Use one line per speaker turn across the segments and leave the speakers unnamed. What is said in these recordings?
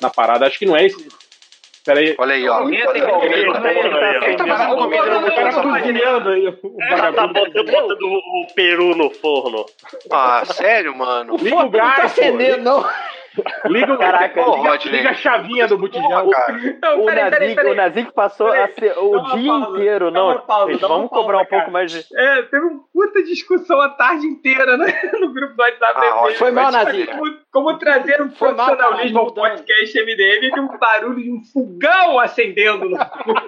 na parada. Acho que não é esse. Peraí.
Olha aí, ó.
Entra igual mesmo.
Ele tá É. fazendo comida no
O cara tá cozinhando aí. O
Ela tá
vagabundo.
botando, botando o o peru no forno.
Ah, sério, mano?
Liga o
Não tá
gás, pô.
acendendo, não.
Liga, o-
Caraca,
Ô,
liga,
Rodney.
liga a chavinha do botijão.
Cara,
Não,
O
peraí, peraí,
Nazik, o
peraí.
Nazik passou
Peraí,
a ser o
dá uma
dia
pausa,
inteiro,
dá
não.
uma
Então,
pausa,
Gente,
dá uma
vamos cobrar um
pausa,
pouco
cara.
mais de.
É, teve uma puta discussão a tarde inteira né, no grupo do WhatsApp.
Ah,
da
ótimo.
MDM.
Foi
Vai
mal,
se
Nazik.
fuder.
como, como trazer um
Foi mal,
profissionalismo ao
cara, mudando.
podcast MDM que um barulho de um fogão acendendo no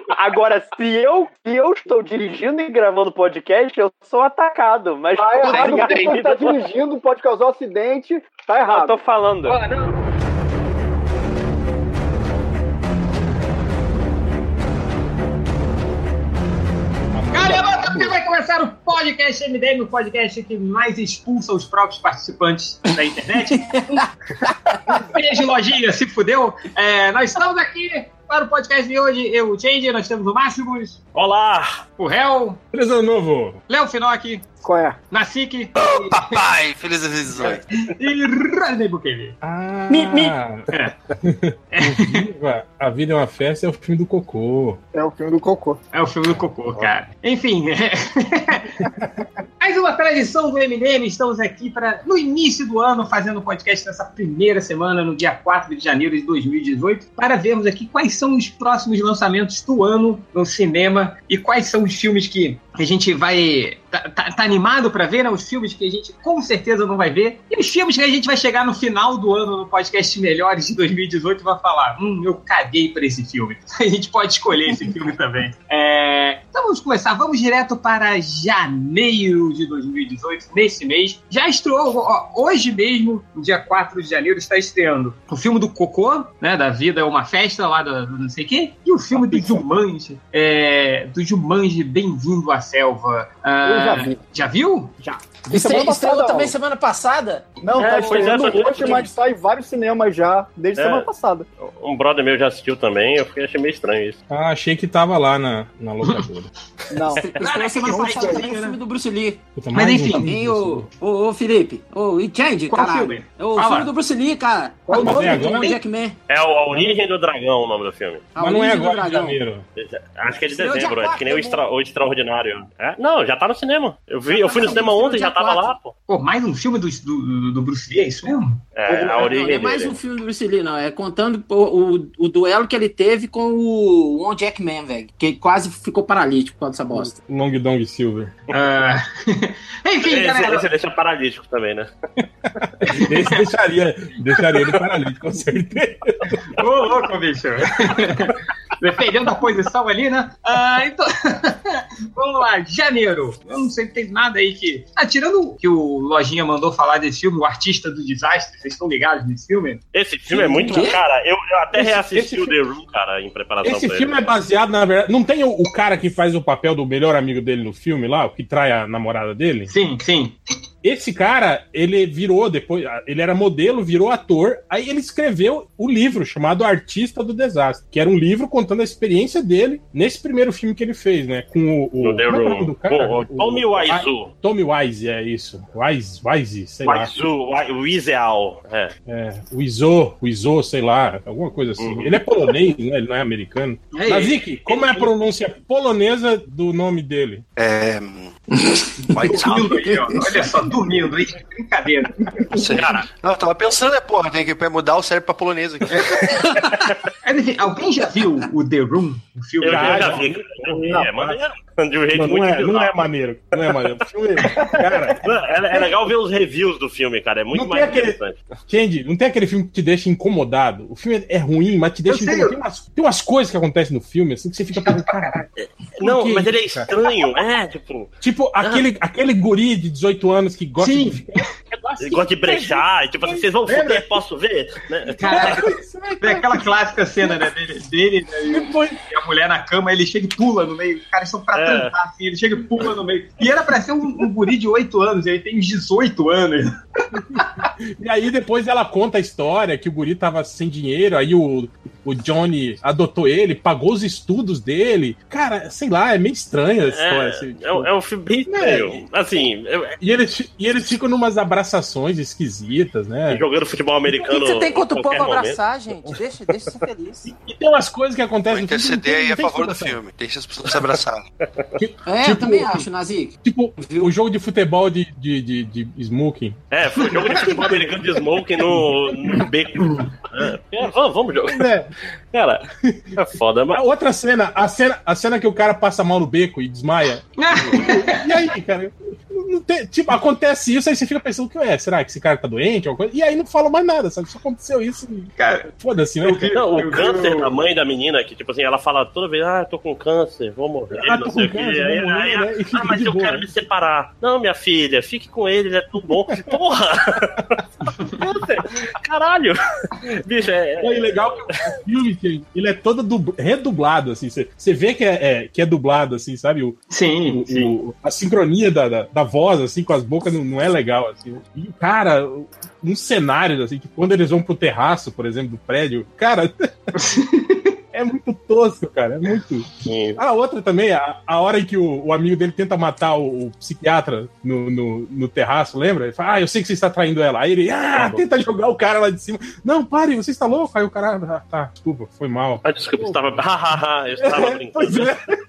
Agora, se eu, se eu estou dirigindo e gravando podcast, eu sou atacado. Mas
Tá
como
errado
assim,
Sem
porque você
cara?
tá dirigindo, pode causar um acidente. Tá
eu
errado.
tô falando.
Ah, não. Galera, você vai começar o podcast MDM, o podcast que mais expulsa os próprios participantes da internet. Um Beijo, lojinha, se fudeu. É, nós estamos aqui para o podcast de hoje. Eu, o Change, nós temos o Máximos,
Olá!
o Hel,
Feliz ano novo!
Léo Finocchi,
Qual é?
Nassik
Papai, felizes visões.
e Rodney Bukele.
Ah! Viva! A Vida é uma Festa é o filme do cocô.
É o filme do cocô.
É o filme do cocô, cara. Enfim. é. Mais uma tradição do MDM. Estamos aqui para no início do ano fazendo o podcast nessa primeira semana, no dia 4 de janeiro de 2018, para vermos aqui quais são os próximos lançamentos do ano no cinema e quais são os filmes que a gente vai tá, tá- tá animado para ver, né? Os filmes que a gente com certeza não vai ver e os filmes que a gente vai chegar no final do ano no podcast Melhores de 2018 e vai falar, hum, eu caguei para esse filme. A gente pode escolher esse filme também. É, então vamos começar, vamos direto para janeiro de 2018, nesse mês. Já estreou, ó, hoje mesmo, no dia 4 de janeiro, está estreando o filme do Cocô, né, da Vida é uma Festa, lá do, do não sei o quê, e o filme do Jumanji, é, do Jumanji Bem-vindo à Selva. Ah,
Eu já vi.
já viu? Já.
E semana
é-
Estre- Estreou
passada,
também
ó.
semana passada?
Não,
É,
tá
pois é,
estreando
essa coisa
hoje,
que-
mas tá em vários cinemas já, desde
É.
semana passada.
Um brother meu já assistiu também, eu fiquei, achei meio estranho isso.
Ah, achei que tava lá na, na locadora.
Não.
É,
Estreou semana
semana
passada também
passada,
o filme do Bruce Lee.
Puta,
Mas
mais um
enfim,
filme
Tem
desse.
o, o, o Felipe, o Change,
Qual
caralho.
filme?
É o
Fala.
filme do Bruce Lee, cara.
Qual
o novo
filme é agora?
do Jackman.
É o A Origem do Dragão o nome do filme.
A
Mas não é
Origem do
agora de
Dragão.
janeiro.
Acho que é de
Estreou dia
dezembro, é que nem o,
quatro,
extra- o Extraordinário. É? Não, já tá no cinema. Eu, vi,
Já
eu
tá
fui no
no
cinema
cinema,
ontem, já
dia
tava
quatro.
lá, pô.
Pô, mais um filme do, do, do Bruce Lee, é isso mesmo?
É, a
Não,
origem
não é
dele.
mais um filme do Bruce Lee, não. É contando o, o, o duelo que ele teve com o One Jackman, velho. Que quase ficou paralítico por causa dessa bosta.
Long Dong Silver.
Ah,
um
Enfim,
É,
Esse,
né?
galera.
esse deixa paralítico também, né?
Esse deixaria, deixaria ele paralítico, com certeza.
Ô, louco, bicho. Dependendo da posição ali, né? Ah, então. Vamos lá, janeiro. Eu não sei se tem nada aí que. Ah, tirando o que o Lojinha mandou falar desse filme, O Artista do Desastre, vocês estão ligados nesse filme?
Esse filme é muito.
Quê?
Cara, eu, eu até
Esse-
reassisti
esse
o The Room, cara, em preparação
Esse
pra
filme é
ele.
baseado, na verdade. Não tem o, o cara que faz o papel do melhor amigo dele no filme lá, o que trai a namorada dele?
Sim, sim.
Esse cara, ele virou depois, ele era modelo, virou ator, aí ele escreveu o livro chamado Artista do Desastre, que era um livro contando a experiência dele nesse primeiro filme que ele fez, né? Com o. o
No The
como é o nome
Room.
do cara?
Pô, o Tommy Wiseau.
Tommy Wise, é isso. Wise, Wise, sei lá.
Wiseau, Wi- Wiseau. É.
É, o Iso, o Iso, sei lá, alguma coisa assim.
Uhum.
Ele é polonês, né? Ele não é americano.
Aí.
Nazik, como é a pronúncia polonesa do nome dele?
É. White Sound.
Dormindo aí, ó. Olha só, dormindo aí. Brincadeira.
Cara,
Não, eu tava pensando, é porra, tem que mudar o cérebro pra polonês aqui.
Mas, enfim, alguém já viu o The Room? O
eu,
filme?
eu já
não.
vi. cara.
Não,
É, maneiro. De um jeito
Não,
muito
não, é, não
bizarro.
é maneiro. Não é maneiro. O filme, cara,
Mano, É, é legal ver os reviews do filme, cara. É muito
Não tem
mais
aquele-
interessante.
Gente, não tem aquele filme que te deixa incomodado. O filme é ruim, mas te deixa
Eu sei.
incomodado. Tem umas, tem umas coisas que acontecem no filme, assim, que você fica pensando, caralho. por
Não,
que
mas ele é
isso, cara?
estranho. É, tipo,
Tipo, aquele, aquele guri de 18 anos que gosta
Sim.
de.
ele gosta de brechar. E, tipo assim, vocês vão foder, posso ver? Né?
Caraca, é aquela clássica cena, né? Dele, dele né, e o- e a mulher na cama, ele chega e pula no meio. Os caras são pra
É.
trancar, assim, ele chega e pula no meio. E era pra ser um, um guri de 8 anos, ele tem uns 18 anos.
E aí depois ela conta a história que o guri tava sem dinheiro, aí o, o o Johnny adotou ele, pagou os estudos dele. Cara, sei lá, é meio estranha a história. assim, né?
É, é, um- é um filme bem estranho. Assim, é-
E eles, fi- e eles ficam numas abraçações esquisitas,
é,
né?
jogando futebol
O que
americano.
que você tem contra
a
o povo
qualquer momento.
abraçar, gente? Deixa, deixa ser feliz.
E tem umas coisas que
Vou
acontecem no filme que não tem-
interceder aí
não
a
tem
favor do
explicação.
filme. Deixa as pessoas se abraçarem.
É, eu
Tipo-
também acho, Nazik.
Tipo, o jogo de futebol de, de, de, de smoking.
É, foi um jogo de futebol americano de smoking no, no beco. É, é, vamos, vamos jogar. Cara, é foda, mas.
A outra cena a, cena, a cena que o cara passa mal no beco e desmaia. E aí, cara? não tem- tipo, acontece isso, aí você fica pensando, o que é? Será que esse cara tá doente? Alguma coisa? E aí não fala mais nada, sabe? Só aconteceu isso e
Cara,
foda-se, né? cara?
Não, o
eu vi
câncer
o-
da mãe da menina, que tipo assim, ela fala toda vez, ah, tô com câncer, vou morrer,
Ah,
não
tô
sei
com
o quê.
câncer,
Aí,
vou morrer,
aí,
né? E fica
ah, mas
de
eu
boa,
quero
né?"
me separar. Não, minha filha, fique com ele, ele é tão bom. Porra! Câncer, Caralho! Bicho, é. é-
E aí, legal que o filme, que ele é todo dub- redublado, assim. Você você vê que é, é- que é dublado, assim, sabe? O,
sim,
o- o- a sincronia da, da, da voz, assim, com as bocas não, não é legal, assim. E, cara, um cenário, assim, que quando eles vão pro terraço, por exemplo, do prédio, cara... É muito tosco, cara. É muito.
Sim.
A outra também, a, a hora em que o, o amigo dele tenta matar o, o psiquiatra no, no, no terraço, lembra? Ele fala, ah, eu sei que você está traindo ela. Aí ele,
Tá
ah, tenta jogar o cara lá de cima. Não, pare, você está louco? Aí o cara, ah, tá, desculpa, foi mal.
Ah, desculpa, eu estava. Ah, ah, ah, eu estava
Pois
brincando.
é.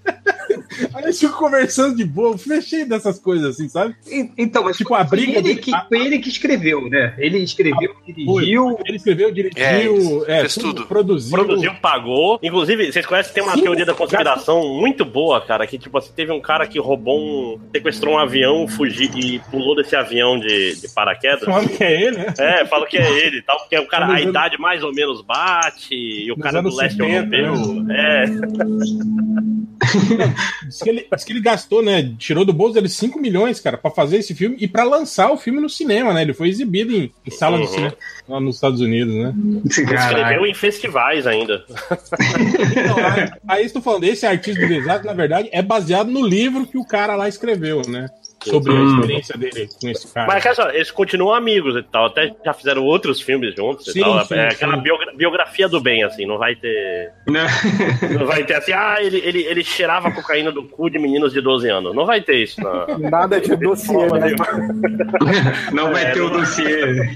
Aí eles ficam conversando de boa, fechei dessas coisas assim, sabe?
E- Então, mas
Tipo, a
foi
briga
ele
dele- Ah,
que, foi ele que escreveu, né? Ele escreveu, dirigiu.
Ele escreveu, dirigiu,
É,
é,
fez
tudo,
tudo.
Produziu.
Produziu, pagou. Inclusive, vocês conhecem, tem uma
Sim,
teoria da
já-
conspiração muito boa, cara. Que, tipo, assim, teve um cara que roubou um. sequestrou um avião, fugiu e pulou desse avião de, de paraquedas.
Fala que é ele, né?
É, fala que é ele e tal, porque o cara,
Nos
a
anos-
idade mais ou menos bate, e o
Nos
cara do
anos
leste
70,
europeu.
né?
É,
Diz que, ele, diz que ele gastou, né? Tirou do bolso dele 5 milhões, cara, pra fazer esse filme e pra lançar o filme no cinema, né? Ele foi exibido em, em sala
Uhum.
de cinema lá nos Estados Unidos, né?
Caraca.
escreveu em festivais ainda.
Então, aí- aí estou falando, esse artista do desastre, na verdade, é baseado no livro que o cara lá escreveu, né? Sobre a
Hum.
experiência dele com esse cara.
Mas, cara, só, eles continuam amigos e tal, até já fizeram outros filmes juntos
Sim,
e tal.
sim,
é
sim.
aquela biogra- biografia do bem, assim, não vai ter.
Né?
Não vai ter assim, ah, ele, ele, ele cheirava cocaína do cu de meninos de 12 anos. Não vai ter isso, na
É
Nada de dossiê,
forma
né?
nenhuma.
Não vai
É,
ter o
não-
dossiê.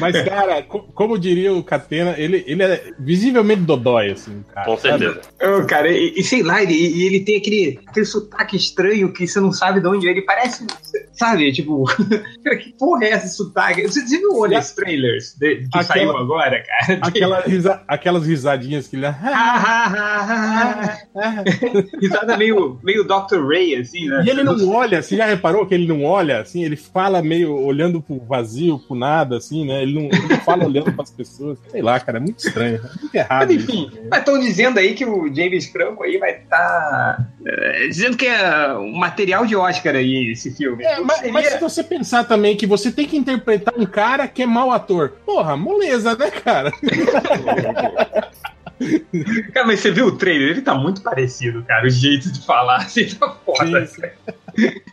Mas, cara, co- como diria o Catena, ele, ele é visivelmente dodói, assim, cara.
Com certeza.
Ô, cara, e, e sei lá, ele, e ele tem aquele, aquele sotaque estranho que você não sabe de onde é. Ele parece, sabe, tipo... Cara, que porra é esse sotaque? Você você viu olhar os trailers de- que
Aquela-
saiu agora, cara?
Aquela risa- aquelas risadinhas que ele. "Ah,
Risada meio, meio Dr. Ray, assim, né?
E ele não olha, você já reparou que ele não olha, assim, ele fala meio olhando pro vazio, pro nada, assim, né? Ele não, ele não fala olhando pras pessoas. Sei lá, cara, é muito estranho. É muito errado.
Mas
isso.
enfim, mas estão dizendo aí que o James Franco aí vai estar. dizendo que é um material de Oscar aí esse filme.
É, mas, mas se você pensar também que você tem que interpretar um cara que é mau ator, porra, moleza, né, cara?
Cara, mas você viu o trailer? Ele tá muito parecido, cara. O jeito de falar, assim, tá foda. cara.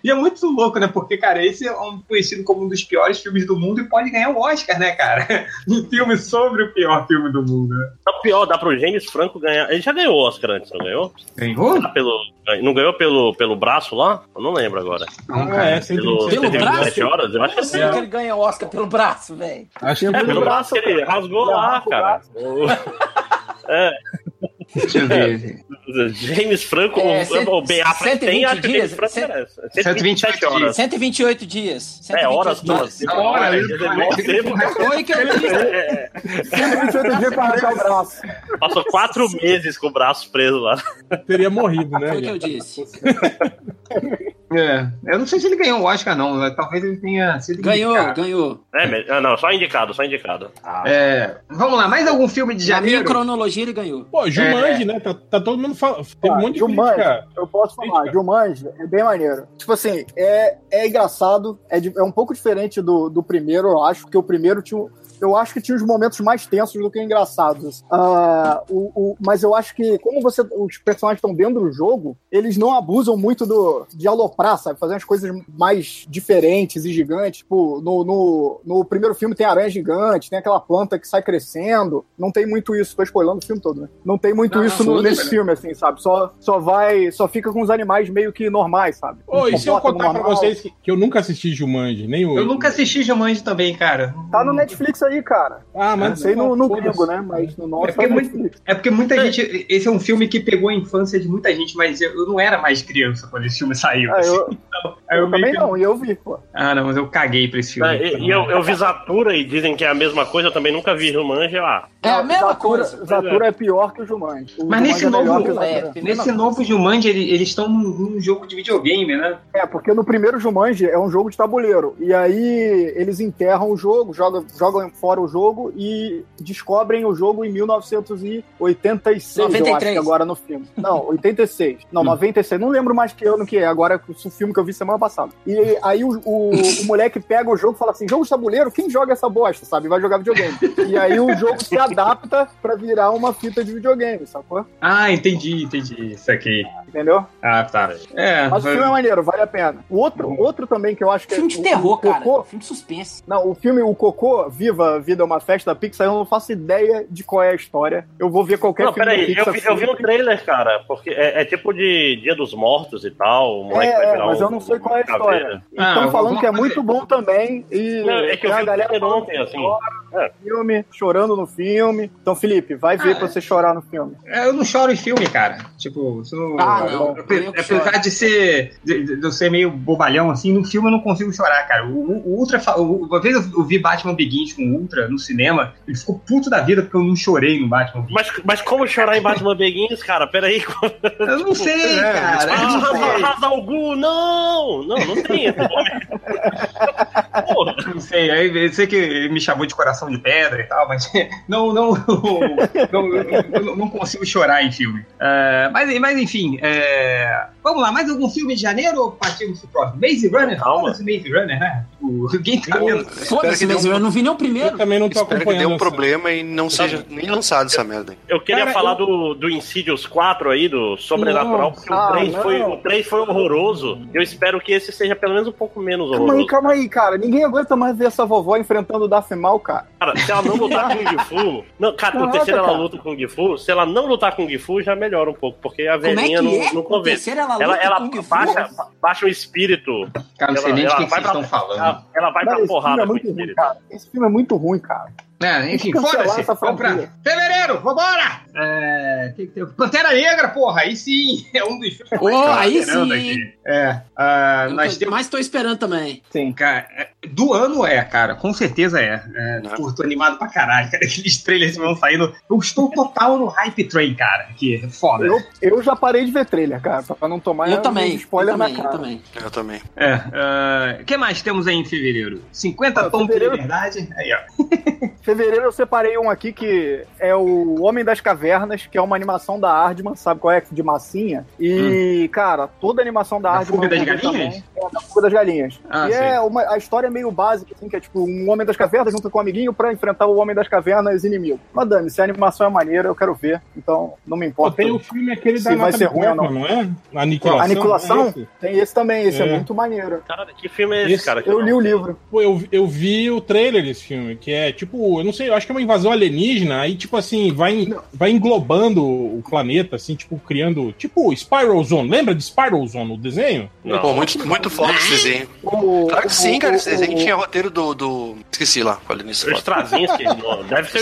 E é muito louco, né? Porque, cara, esse é um, conhecido como um dos piores filmes do mundo e pode ganhar o Oscar, né, cara? Um filme sobre o pior filme do mundo. né?
Tá pior, dá pro James Franco ganhar. Ele já ganhou o Oscar antes, não ganhou?
Ganhou?
Ah, pelo, não ganhou pelo, pelo braço lá? Eu não lembro agora.
Não,
Ah,
cara.
é, 137.
Pelo,
Pelo braço?
137 horas? Eu acho que
Eu
é
sei que ele ganha Oscar pelo braço, velho.
Acho que é
pelo braço, que ele rasgou lá, cara.
Deixa eu ver.
O James Franco,
É,
o-
cento-
o Ben Affleck tem,
120
acho que o James
dias,
Franco
cento-
merece.
127 horas.
128 dias. 128
É, horas
dias. né?
todas.
Na hora, ele-
Foi que eu fiz.
É,
Sempre 28 dias pra arrancar o braço.
passou quatro meses com o braço preso lá.
Teria morrido, né?
Foi o que eu disse.
É, eu não sei se ele ganhou o Oscar, não. né? Talvez ele tenha sido.
Ganhou,
indicado.
ganhou.
É, mas- ah, não, só indicado, só indicado.
É, vamos lá, mais algum filme de
Na minha
janeiro?
cronologia, ele ganhou.
Pô, Jumanji, né? Tá, tá todo mundo falando. Teve um monte de
É. Jumanji.
crítica.
Eu posso falar,
Crítica.
Jumanji é bem maneiro. Tipo assim, é, é engraçado, é, di- é um pouco diferente do, do primeiro, eu acho, porque o primeiro tinha um- eu acho que tinha os momentos mais tensos do que engraçados. Ah, o, o- mas eu acho que, como você, os personagens estão dentro do jogo, eles não abusam muito do, de aloprar, sabe? Fazer as coisas mais diferentes e gigantes. Tipo, no, no, no primeiro filme tem aranha gigante, tem aquela planta que sai crescendo. Não tem muito isso. Tô spoilando o filme todo, né? Não tem muito
Não,
isso
não,
no-
foda-se,
nesse filme, assim, sabe? Só, só vai. Só fica com os animais meio que normais, sabe?
Ô, e se eu
Comporta
contar pra
normal.
vocês que, que eu nunca assisti Jumanji, nem o.
Eu nunca assisti Jumanji também, cara.
Tá no Netflix aí, cara.
Ah,
Não É, sei no, no gringo, né?
Mas...
Mas no nosso
É porque
tá no
muito-
Netflix.
É porque muita gente. Esse é um filme que pegou a infância de muita gente, mas eu, eu não era mais criança quando esse filme saiu.
Ah,
assim.
eu,
Aí eu
eu
meio
também
que-
não, e eu vi, pô.
Ah, não, mas eu caguei pra esse filme.
É, e e eu, eu vi Zatura e dizem que é a mesma coisa, eu ah, também nunca vi Jumanji lá.
É a
Não,
mesma
Zatura,
coisa.
Zatura é pior que o Jumanji.
Mas
O Jumanji
nesse
é
novo-
melhor que o
é,
Zatura.
mesma
Nesse
coisa.
novo Jumanji, ele- eles estão num, num jogo de videogame, né?
É, porque no primeiro Jumanji é um jogo de tabuleiro. E aí eles enterram o jogo, jogam, jogam fora o jogo e descobrem o jogo em 1986, eu acho
93.
que agora no filme. Não, 86. Não, 96. Não lembro mais que ano que é. Agora é o filme que eu vi semana passada. E aí o, o- o moleque pega o jogo e fala assim, jogo de tabuleiro? Quem joga essa bosta, sabe? Vai jogar videogame. E aí o jogo se adapta pra virar uma fita de videogame, sacou?
Ah, entendi, entendi. Isso aqui.
Entendeu?
Ah, tá. É,
Mas o filme é maneiro, vale a pena. O outro, outro também que eu acho que
Filme
é.
de
o-
terror,
o Cocô-
cara. Filme de suspense.
Não, o filme O Cocô, Viva a Vida é uma Festa da Pixar, eu não faço ideia de qual é a história. Eu vou ver qualquer
não,
filme da
peraí,
Pixar.
eu vi, eu vi um trailer, cara, porque é, é tipo de Dia dos Mortos e tal. O moleque vai
É, é,
virar
mas
um-
eu não sei qual é a
uma
história.
caveira.
Estão
Ah,
falando que é
alguma
muito bom também. E
Não, é que
tem
eu vi
a
o
galera
trailer
falando
ontem, assim.
do filme, chorando no filme. Então, Felipe, vai ver
Ah,
pra você chorar no filme.
É, eu não choro em filme, cara. Tipo, isso não.
Ah, não.
Ape-
Eu que
Apesar de ser. De, de eu ser meio bobalhão, assim, no filme eu não consigo chorar, cara. O, o- o Ultra. fa- o- uma vez eu, eu vi Batman Begins com o Ultra no cinema, ele ficou puto da vida porque eu não chorei no Batman Begins.
Mas, mas como chorar em Batman Beguins, cara? Peraí. é
Eu não sei, cara.
tipo,
eu não sei.
Hazalgu, não! Não, não tem esse nome. Porra,
Não sei, aí eu sei que ele me chamou de coração de pedra e tal, mas não, não, não, eu não- não consigo chorar em filme. É, mas, mas enfim, é, vamos lá, mais algum filme de janeiro ou partimos pro próximo? Maze Runner?
Calma.
Foda-se Maze Runner, né? O- Ninguém tá vendo.
que
Foda-se,
dê
mas
um-
eu não vi nem o
Eu
primeiro.
também não tô
Espero que dê
acompanhando.
um
essa-
problema e não seja nem lançado essa merda. aí.
eu queria
Cara,
falar do, do Insidious 4 aí, do Sobrenatural, porque
Ah,
o 3,
não.
foi, o 3 foi horroroso. Eu espero que esse seja pelo menos um pouco menos
Calma aí,
horroroso.
calma aí, cara. Ninguém aguenta mais ver essa vovó enfrentando o Darth Maul, cara.
Cara, se ela não lutar com o Gifu. Não, cara,
Caraca,
o terceiro ela
cara.
luta com o Gifu. Se ela não lutar com o Gifu, já melhora um pouco, porque a
Como é que
velhinha não,
é?
não
O
convence.
terceiro ela
Ela,
luta
ela
com o Kung Fu?
baixa, baixa o espírito.
Cara, não sei
Ela-
nem de
ela
que que
vai
vocês
pra-
estão falando.
Ela, ela vai
Cara, esse
pra
filme é
porrada com o
muito ruim,
espírito.
cara. Esse filme é muito ruim, cara.
É, enfim,
Tem que cancelar
foda-se.
essa
Vamos pra
franquia.
fevereiro, vambora! É, tem que ter- Pantera Negra, porra, aí sim, é um dos filmes que eu mais
Oh,
tava
aí
esperando
sim.
É, ah,
Eu
nós
tô-
temos.
Mas tô esperando também.
Cara, é- do ano é, cara, com certeza é. é
Né?
pô, tô animado pra caralho, cara. Aqueles trailers que vão saindo. Eu estou total no hype train, cara. Que é foda.
Eu, eu já parei de ver trailer, cara, pra não tomar
eu também.
spoiler
eu
na
também, eu
cara.
também.
Eu também.
É. ah, O que mais temos aí em fevereiro? 50
Ah,
tons
fevereiro-
de liberdade. Aí, ó.
Fevereiro eu separei um aqui que é o Homem das Cavernas, que é uma animação da Ardman, sabe qual é? De massinha. E, cara, toda animação
Hum.
da
Da
Ardman.
Fuga das
também
Galinhas?
É, da Fuga das Galinhas.
Ah,
e
sei.
é uma, a história é meio básica, assim, que é tipo um Homem das Cavernas junto com um amiguinho pra enfrentar o Homem das Cavernas inimigo. Madame, se a animação é maneira, eu quero ver. Então, não me
Pô,
importa.
tem o filme aquele da
Se vai
Natalie
ser ruim ou não.
Portman, não é? Aniquilação.
Aniquilação?
é esse?
Tem esse também, esse é,
É.
muito maneiro.
Cara, que filme é esse,
Esse-
cara?
Eu li o livro.
Pô, eu, eu vi o trailer desse filme, que é tipo, eu não sei, eu acho que é uma invasão alienígena, aí tipo assim, vai, vai englobando o planeta, assim, tipo, criando. Tipo, Spiral Zone. Lembra de Spiral Zone, o desenho?
Não.
Pô, muito, muito foda esse desenho.
O-
Claro que sim, cara. Esse
o-
desenho
o-
tinha roteiro do. do... Esqueci lá, falei nisso.
O Strazinski, não, deve ser o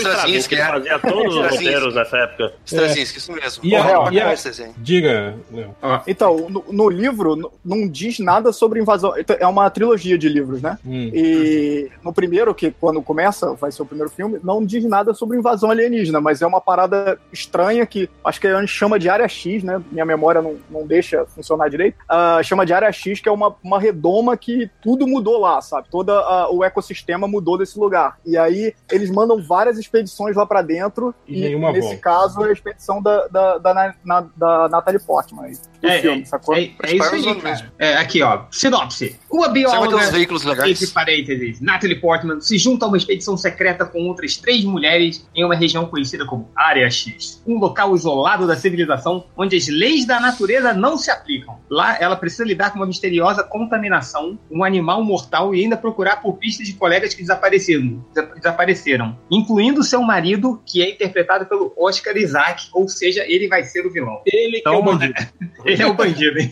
Strazinski,
Strazinski, ele
é.
fazia todos os
Strazinski.
roteiros nessa época.
Strazinski, isso mesmo.
E a-
Porra, pra
e a-
caralho esse desenho.
Diga, Léo.
Então, no, no livro n- não diz nada sobre invasão. Então, É uma trilogia de livros, né?
Hum.
E no primeiro, que quando começa, vai ser o primeiro filme, não diz nada sobre invasão alienígena, mas é uma parada estranha que acho que a gente chama de área X, né? Minha memória não, não deixa funcionar direito. Ah, chama de área X, que é uma, uma redoma que tudo mudou lá, sabe? Todo o ecossistema mudou desse lugar. E aí eles mandam várias expedições lá pra dentro,
E nenhuma
nesse
volta.
caso é a expedição da, da, da, Na- na- da Natalie Portman. do
É,
filme, sacou?
É, é isso
Spyros
aí,
on
cara. É, aqui, ó. Sinopse. Uma
Você vai ter uns
bióloga...
veículos
Entre
legais.
parênteses, Natalie Portman se junta a uma expedição secreta com outras três mulheres em uma região conhecida como Área X, um local isolado da civilização onde as leis da natureza não se aplicam. Lá, ela precisa lidar com uma misteriosa contaminação, um animal mortal e ainda procurar por pistas de colegas que desapareceram, desa- desapareceram incluindo seu marido, que é interpretado pelo Oscar Isaac, ou seja, ele vai ser o vilão.
Ele
Então,
que é o bandido.
Ele é o bandido, hein?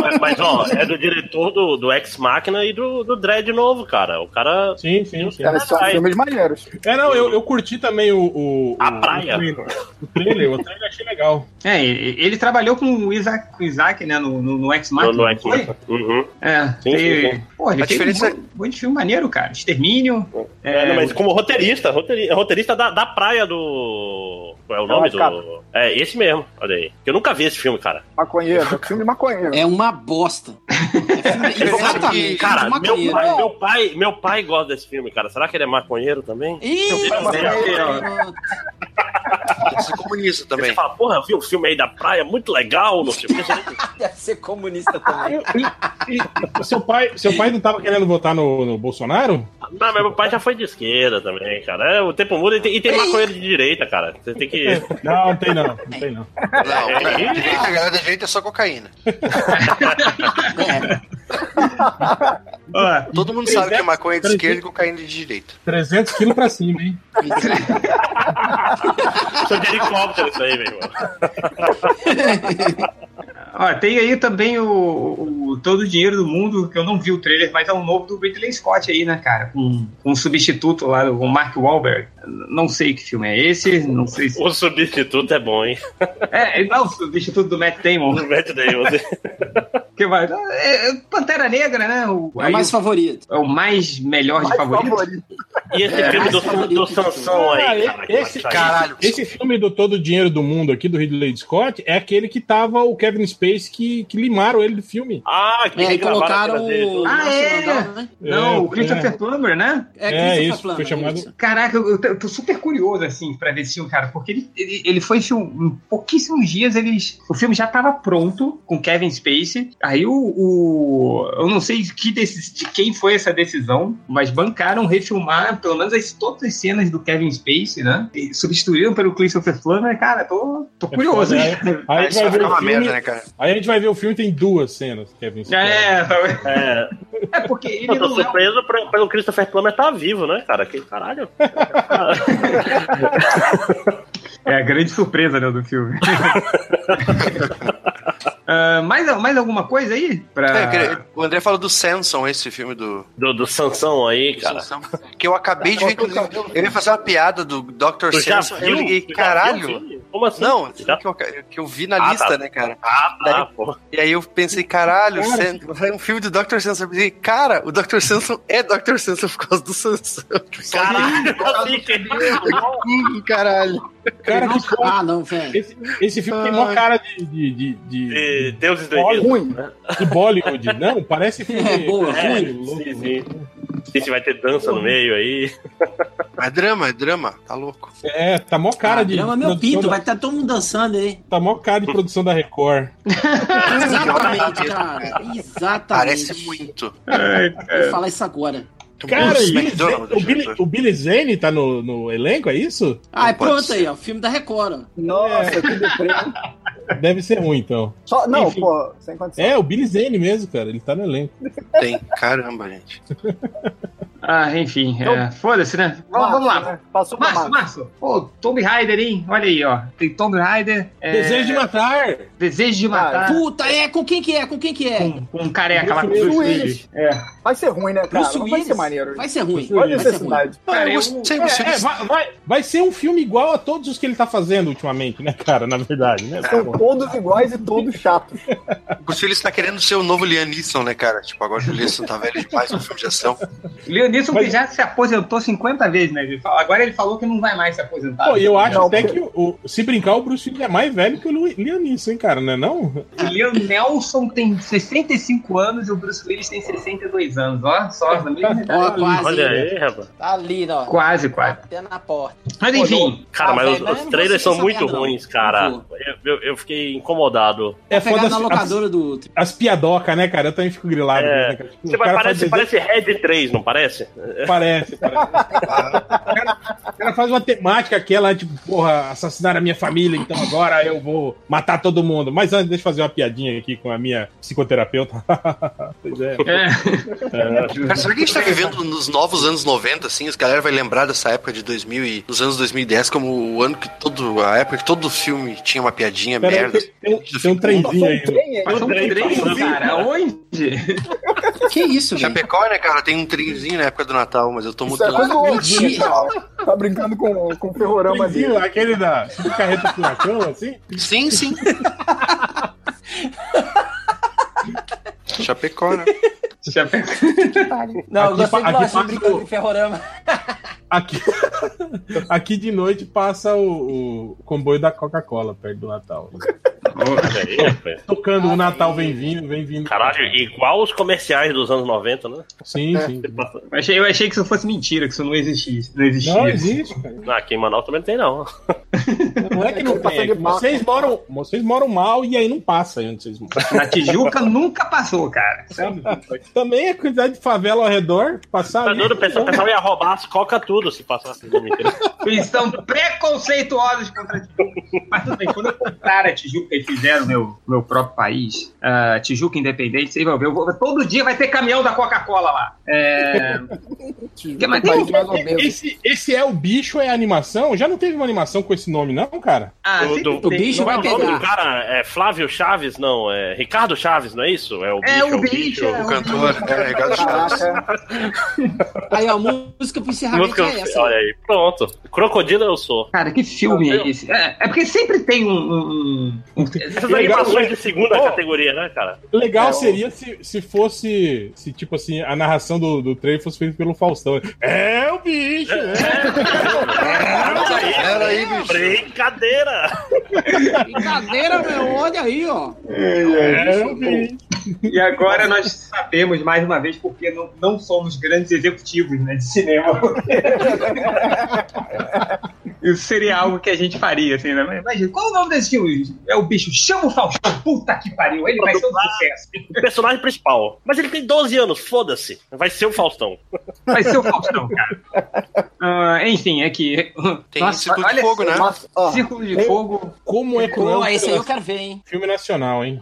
Mas, mas, ó, é do diretor do, do Ex Machina e do, do Dread novo, cara. O cara.
Sim, sim, sim.
Cara, são
Ai.
filmes maneiros.
É, não, eu, eu curti também o. o
A
o-
praia.
O trailer, o trailer, o trailer eu achei legal.
É, ele, ele trabalhou com o Isaac, com o Isaac né, no, no, no X-Men.
No, no Ex Machina. Uhum.
É,
Sim,
tem-
sim,
Pô, ele
A
fez
diferença-
um monte de filme maneiro, cara. Extermínio.
É,
É,
não, mas como roteirista, roteirista, roteirista da, da praia do. Qual é o nome do. É, esse mesmo, olha aí. Eu nunca vi esse filme, cara.
Maconheiro. filme maconheiro.
É uma bosta. É filme- exatamente.
Cara,
de
meu
é maconheiro.
pai, meu, pai, meu pai gosta desse filme, cara. Será que ele é maconheiro também? é
Ih, pronto.
Pode ser comunista
Você
também.
fala, porra, eu vi o filme aí da praia, muito legal, não sei o que.
Deve ser comunista também.
E, e seu, pai, seu pai não tava querendo votar no, no Bolsonaro?
Não, mas meu pai já foi de esquerda também, cara. É, o tempo muda e tem, e tem maconheiro de direita, cara. Você tem que.
Não, não tem não. Não tem não.
Não, né? direita, a galera da direita é só cocaína.
É,
ó,
Todo mundo sabe que é maconha de esquerda e cocaína é de direita.
300 quilos pra cima, hein?
Sou de helicóptero isso aí, meu irmão.
ó, tem aí também o, o Todo o Dinheiro do Mundo, que eu não vi o trailer, mas é um novo do Ridley Scott aí, né, cara? Com, com um substituto lá, o Mark Wahlberg. Não sei que filme é esse, não sei se...
O substituto é bom, hein?
É, não, o substituto do Matt Damon.
O Matt Damon.
Que vai... É, é Pantera Negra, né? O,
é o mais favorito.
é o mais melhor de favorito.
E esse filme do, do Sansão aí, cara. que vai
esse,
sair?
Caralho.
esse filme do Todo o Dinheiro do Mundo aqui, do Ridley Scott, é aquele que tava o Kevin Space que, que limaram ele do filme.
Ah, que
É, e
regravaram
colocaram
a cena dele.
o.
Ah,
Márcio
é?
Landau, né?
Não, o Christopher
é.
Plummer, né?
É,
É,
Christopher
isso, foi
Plummer,
chamado-
isso.
Caraca, eu, eu tô super curioso, assim, pra ver esse filme, cara, porque ele, ele, ele foi filme. Em pouquíssimos dias eles. O filme já tava pronto com Kevin Spacey. Aí o. o- eu não sei de que deci- de quem foi essa decisão, mas bancaram refilmar pelo menos as, todas as cenas do Kevin Spacey, né? E substituíram pelo Christopher Plummer, cara, tô, tô
É
curioso.
É
né?
foda, Aí, a
hein?
Aí
gente
isso
vai
vai
ver
ficar
o
uma
filme,
merda, né, cara?
aí a gente vai ver o filme tem duas cenas, Kevin Spacey.
É, tá-
É,
é porque ele
eu
não
tô
é um-
surpreso pre- pelo Christopher Plummer tá vivo, né, cara? Que caralho.
É a grande surpresa né, do filme. Ah, mais, mais alguma coisa aí? Pra...
É, eu queria- o André fala do Samson, esse filme do.
Do, do Sansão aí, cara.
Que eu acabei de ver, inclusive. Eu ia fazer uma piada do Dr.
Tu já
Samson.
viu?
Eu liguei,
Tu já viu o
caralho.
filme? Como assim?
Não, que
Já...
eu, que eu vi na
Ah,
lista,
tá.
né, cara?
Ah, tá,
Daí-
pô.
E aí eu pensei, caralho, Sam- vai um filme do Dr. Samson. Eu pensei, cara, o Dr. Samson é Dr. Samson por causa do Samson.
Caralho, assim, que...
Hum, caralho.
Cara, que porra.
Ah, não, velho.
Esse, esse filme tem uma cara de, de, de, de-
É.
E Deuses do
Olha,
Egito.
Ruim.
de Bollywood. Não, parece filme.
É, boa,
É,
ruim.
louco.
sim, sim. Não sei Se vai ter dança no meio aí.
É drama, é drama. Tá louco.
É, tá mó cara
Ah,
de.
drama meu
produção
pinto,
da-
vai estar todo mundo dançando aí.
Tá mó cara de produção da Record.
Exatamente, cara. Exatamente.
Tá
Parece muito.
Vou falar isso agora.
Cara,
Nossa,
e Billy Zane-
McDonald's,
o, Billy,
diretor.
o Billy Zane tá no, no elenco, é isso?
Ah, é
Não pode
pronto
ser.
aí, ó. Filme da Record. ó.
Nossa, que deprê.
Deve ser ruim, então.
Só, não,
Enfim.
pô, sem condição.
É, o Billy Zane mesmo, cara. Ele tá no elenco.
Tem, caramba, gente.
Ah, enfim, é, foda-se, né? Vamos,
Márcio,
vamos lá.
né? Passou pra
Márcio,
Márcio.
Márcio. Pô, Tomb Raider, hein? Olha aí, ó. Tem Tomb Raider. é,
Desejo de matar! Ah,
Desejo de matar.
Puta, é com quem que é? Com quem que é?
Com, com um careca lá com
Bruce
Bruce
Willis.
Willis. É.
Vai ser ruim, né, cara?
Bruce
Não vai
Willis.
ser maneiro. né?
Vai ser ruim.
Bruce
Olha a
Vai ser ruim.
necessidade.
Cara, eu
eu-
gostei, gostei
É, é,
desse
vai, vai, vai ser um filme igual a todos os que ele tá fazendo ultimamente, né, cara? Na verdade, né?
São todos iguais e todos chatos.
O Bruce Willis tá querendo ser o novo Liam Neeson, né, cara? Tipo, agora o Liam Neeson tá velho demais no filme de ação.
Leon Wilson que já se aposentou 50 vezes, né? Ele fala- Agora ele falou que não vai mais se aposentar.
Pô, e eu acho
Não,
até
porque-
que o, se brincar, o Bruce Willis é mais velho que o Lu- Lianisson, hein, cara, não é não?
O Leon Nelson tem 65 anos e o Bruce Willis tem 62 anos, ó. Só na mesma idade.
Ó, quase.
Olha aí, rapaz.
Tá ali, ó.
Quase, quase.
Até na porta.
Mas enfim,
Cara,
Ah,
mas
velho,
os,
mas eu
os
não
trailers
vou
são
assistir essa
muito
merda, não. Uhum.
ruins, cara.
Não vou.
Eu, eu- eu fiquei incomodado.
É
Pegar
foda
na
as, as,
locadora do.
as piadoca, né, cara? Eu também fico grilado.
É.
né, cara? Tipo,
Você
o cara
vai,
faz
parece,
desenho-
parece Red 3, não parece?
Parece, parece. O cara- o cara faz uma temática aquela, tipo, porra, assassinar a minha família, então agora eu vou matar todo mundo. Mas antes, deixa eu fazer uma piadinha aqui com a minha psicoterapeuta. pois é.
é,
Cara, será que a gente tá vivendo nos novos anos 90, assim? Os galera vai lembrar dessa época de 2000 e dos anos 2010 como o ano que todo. a época que todo filme tinha uma piadinha
Pera aí,
merda.
tem, tem um- tem um trenzinho aí.
né?
é.
passou um trem, cara. Onde?
Que isso, velho?
Chapecó, né, cara? Tem um trenzinho na época do Natal, mas eu tô
Isso é
mudando.
coisa do Odin,
Mentira.
cara. Tá brincando com, com o
Um
ferrorama
trenzinho,
dele.
aquele da tipo, carreta furacão, assim.
Sim, sim. Chapecó, né?
Não,
Aqui
eu gostei
pa-
de
aqui
nós
passa
brincando
o-
de ferrorama.
Aqui, aqui de noite passa o, o comboio da Coca-Cola perto do Natal.
Uhum.
Olha aí, rapaz.
Tocando o Natal vem vindo, vem vindo.
Caralho, igual os comerciais dos anos 90, né?
Sim, sim.
Eu achei, eu achei que isso fosse mentira, que isso não existisse. Não existia.
Não existe, cara.
Ah, aqui em Manaus também não tem, não.
Não é que não tem, é que vocês moram, vocês moram mal e aí não passa aí onde vocês moram.
Na Tijuca nunca passou, cara.
Também a quantidade de favela ao redor, passar né?
Tá
ali,
doido, o pessoal o
não.
pessoal ia roubar as coca tudo se passasse no mentira.
Eles são preconceituosos contra a Tijuca. Mas tudo bem, quando eu comprar a Tijuca e fizer o meu, meu próprio país, a Tijuca Independente, vocês vão ver. eu vou- todo dia vai ter caminhão da Coca-Cola lá. É... que mais?
Mas mais ou menos.
Esse, esse é o bicho, é a animação? Já não teve uma animação com esse nome, não, cara?
Ah,
O
sempre tem.
do-
O bicho
Não é
vai
o nome do
pegar.
cara? É Flávio Chaves? Não, é Ricardo Chaves, não é isso? É o bicho.
É o bicho. é
O
o-
cantor é Ricardo Chaves.
Caraca.
Aí, ó, música pro encerramento
Música-
é essa.
Olha aí, pronto. Crocodilo eu sou.
Cara, que filme é esse? É, é porque sempre tem um. um- um-
Essas
Legal,
animações de segunda
Pô.
categoria, né, cara?
É
Legal seria se, se fosse, se tipo assim, a narração do, do trailer fosse feita pelo Faustão. É o bicho! É.
Pera aí, bicho.
Brincadeira!
Brincadeira, meu. Olha aí, ó.
É o bicho.
E agora nós sabemos, mais uma vez, porque não, não somos grandes executivos né, de cinema. Isso seria algo que a gente faria, assim, né? Mas Imagina, qual o nome desse filme? É o bicho, chama o Faustão, puta que pariu, ele vai ser um sucesso.
O personagem principal. Mas ele tem 12 anos, foda-se. Vai ser o Faustão.
Vai ser o Faustão, cara. Ah, enfim, é que.
Tem Círculo de Fogo, né?
Mas, ó,
Círculo de
Eu-
Fogo.
Como é
Pô, esse aí eu
cruel
quero ver, hein?
filme nacional, hein?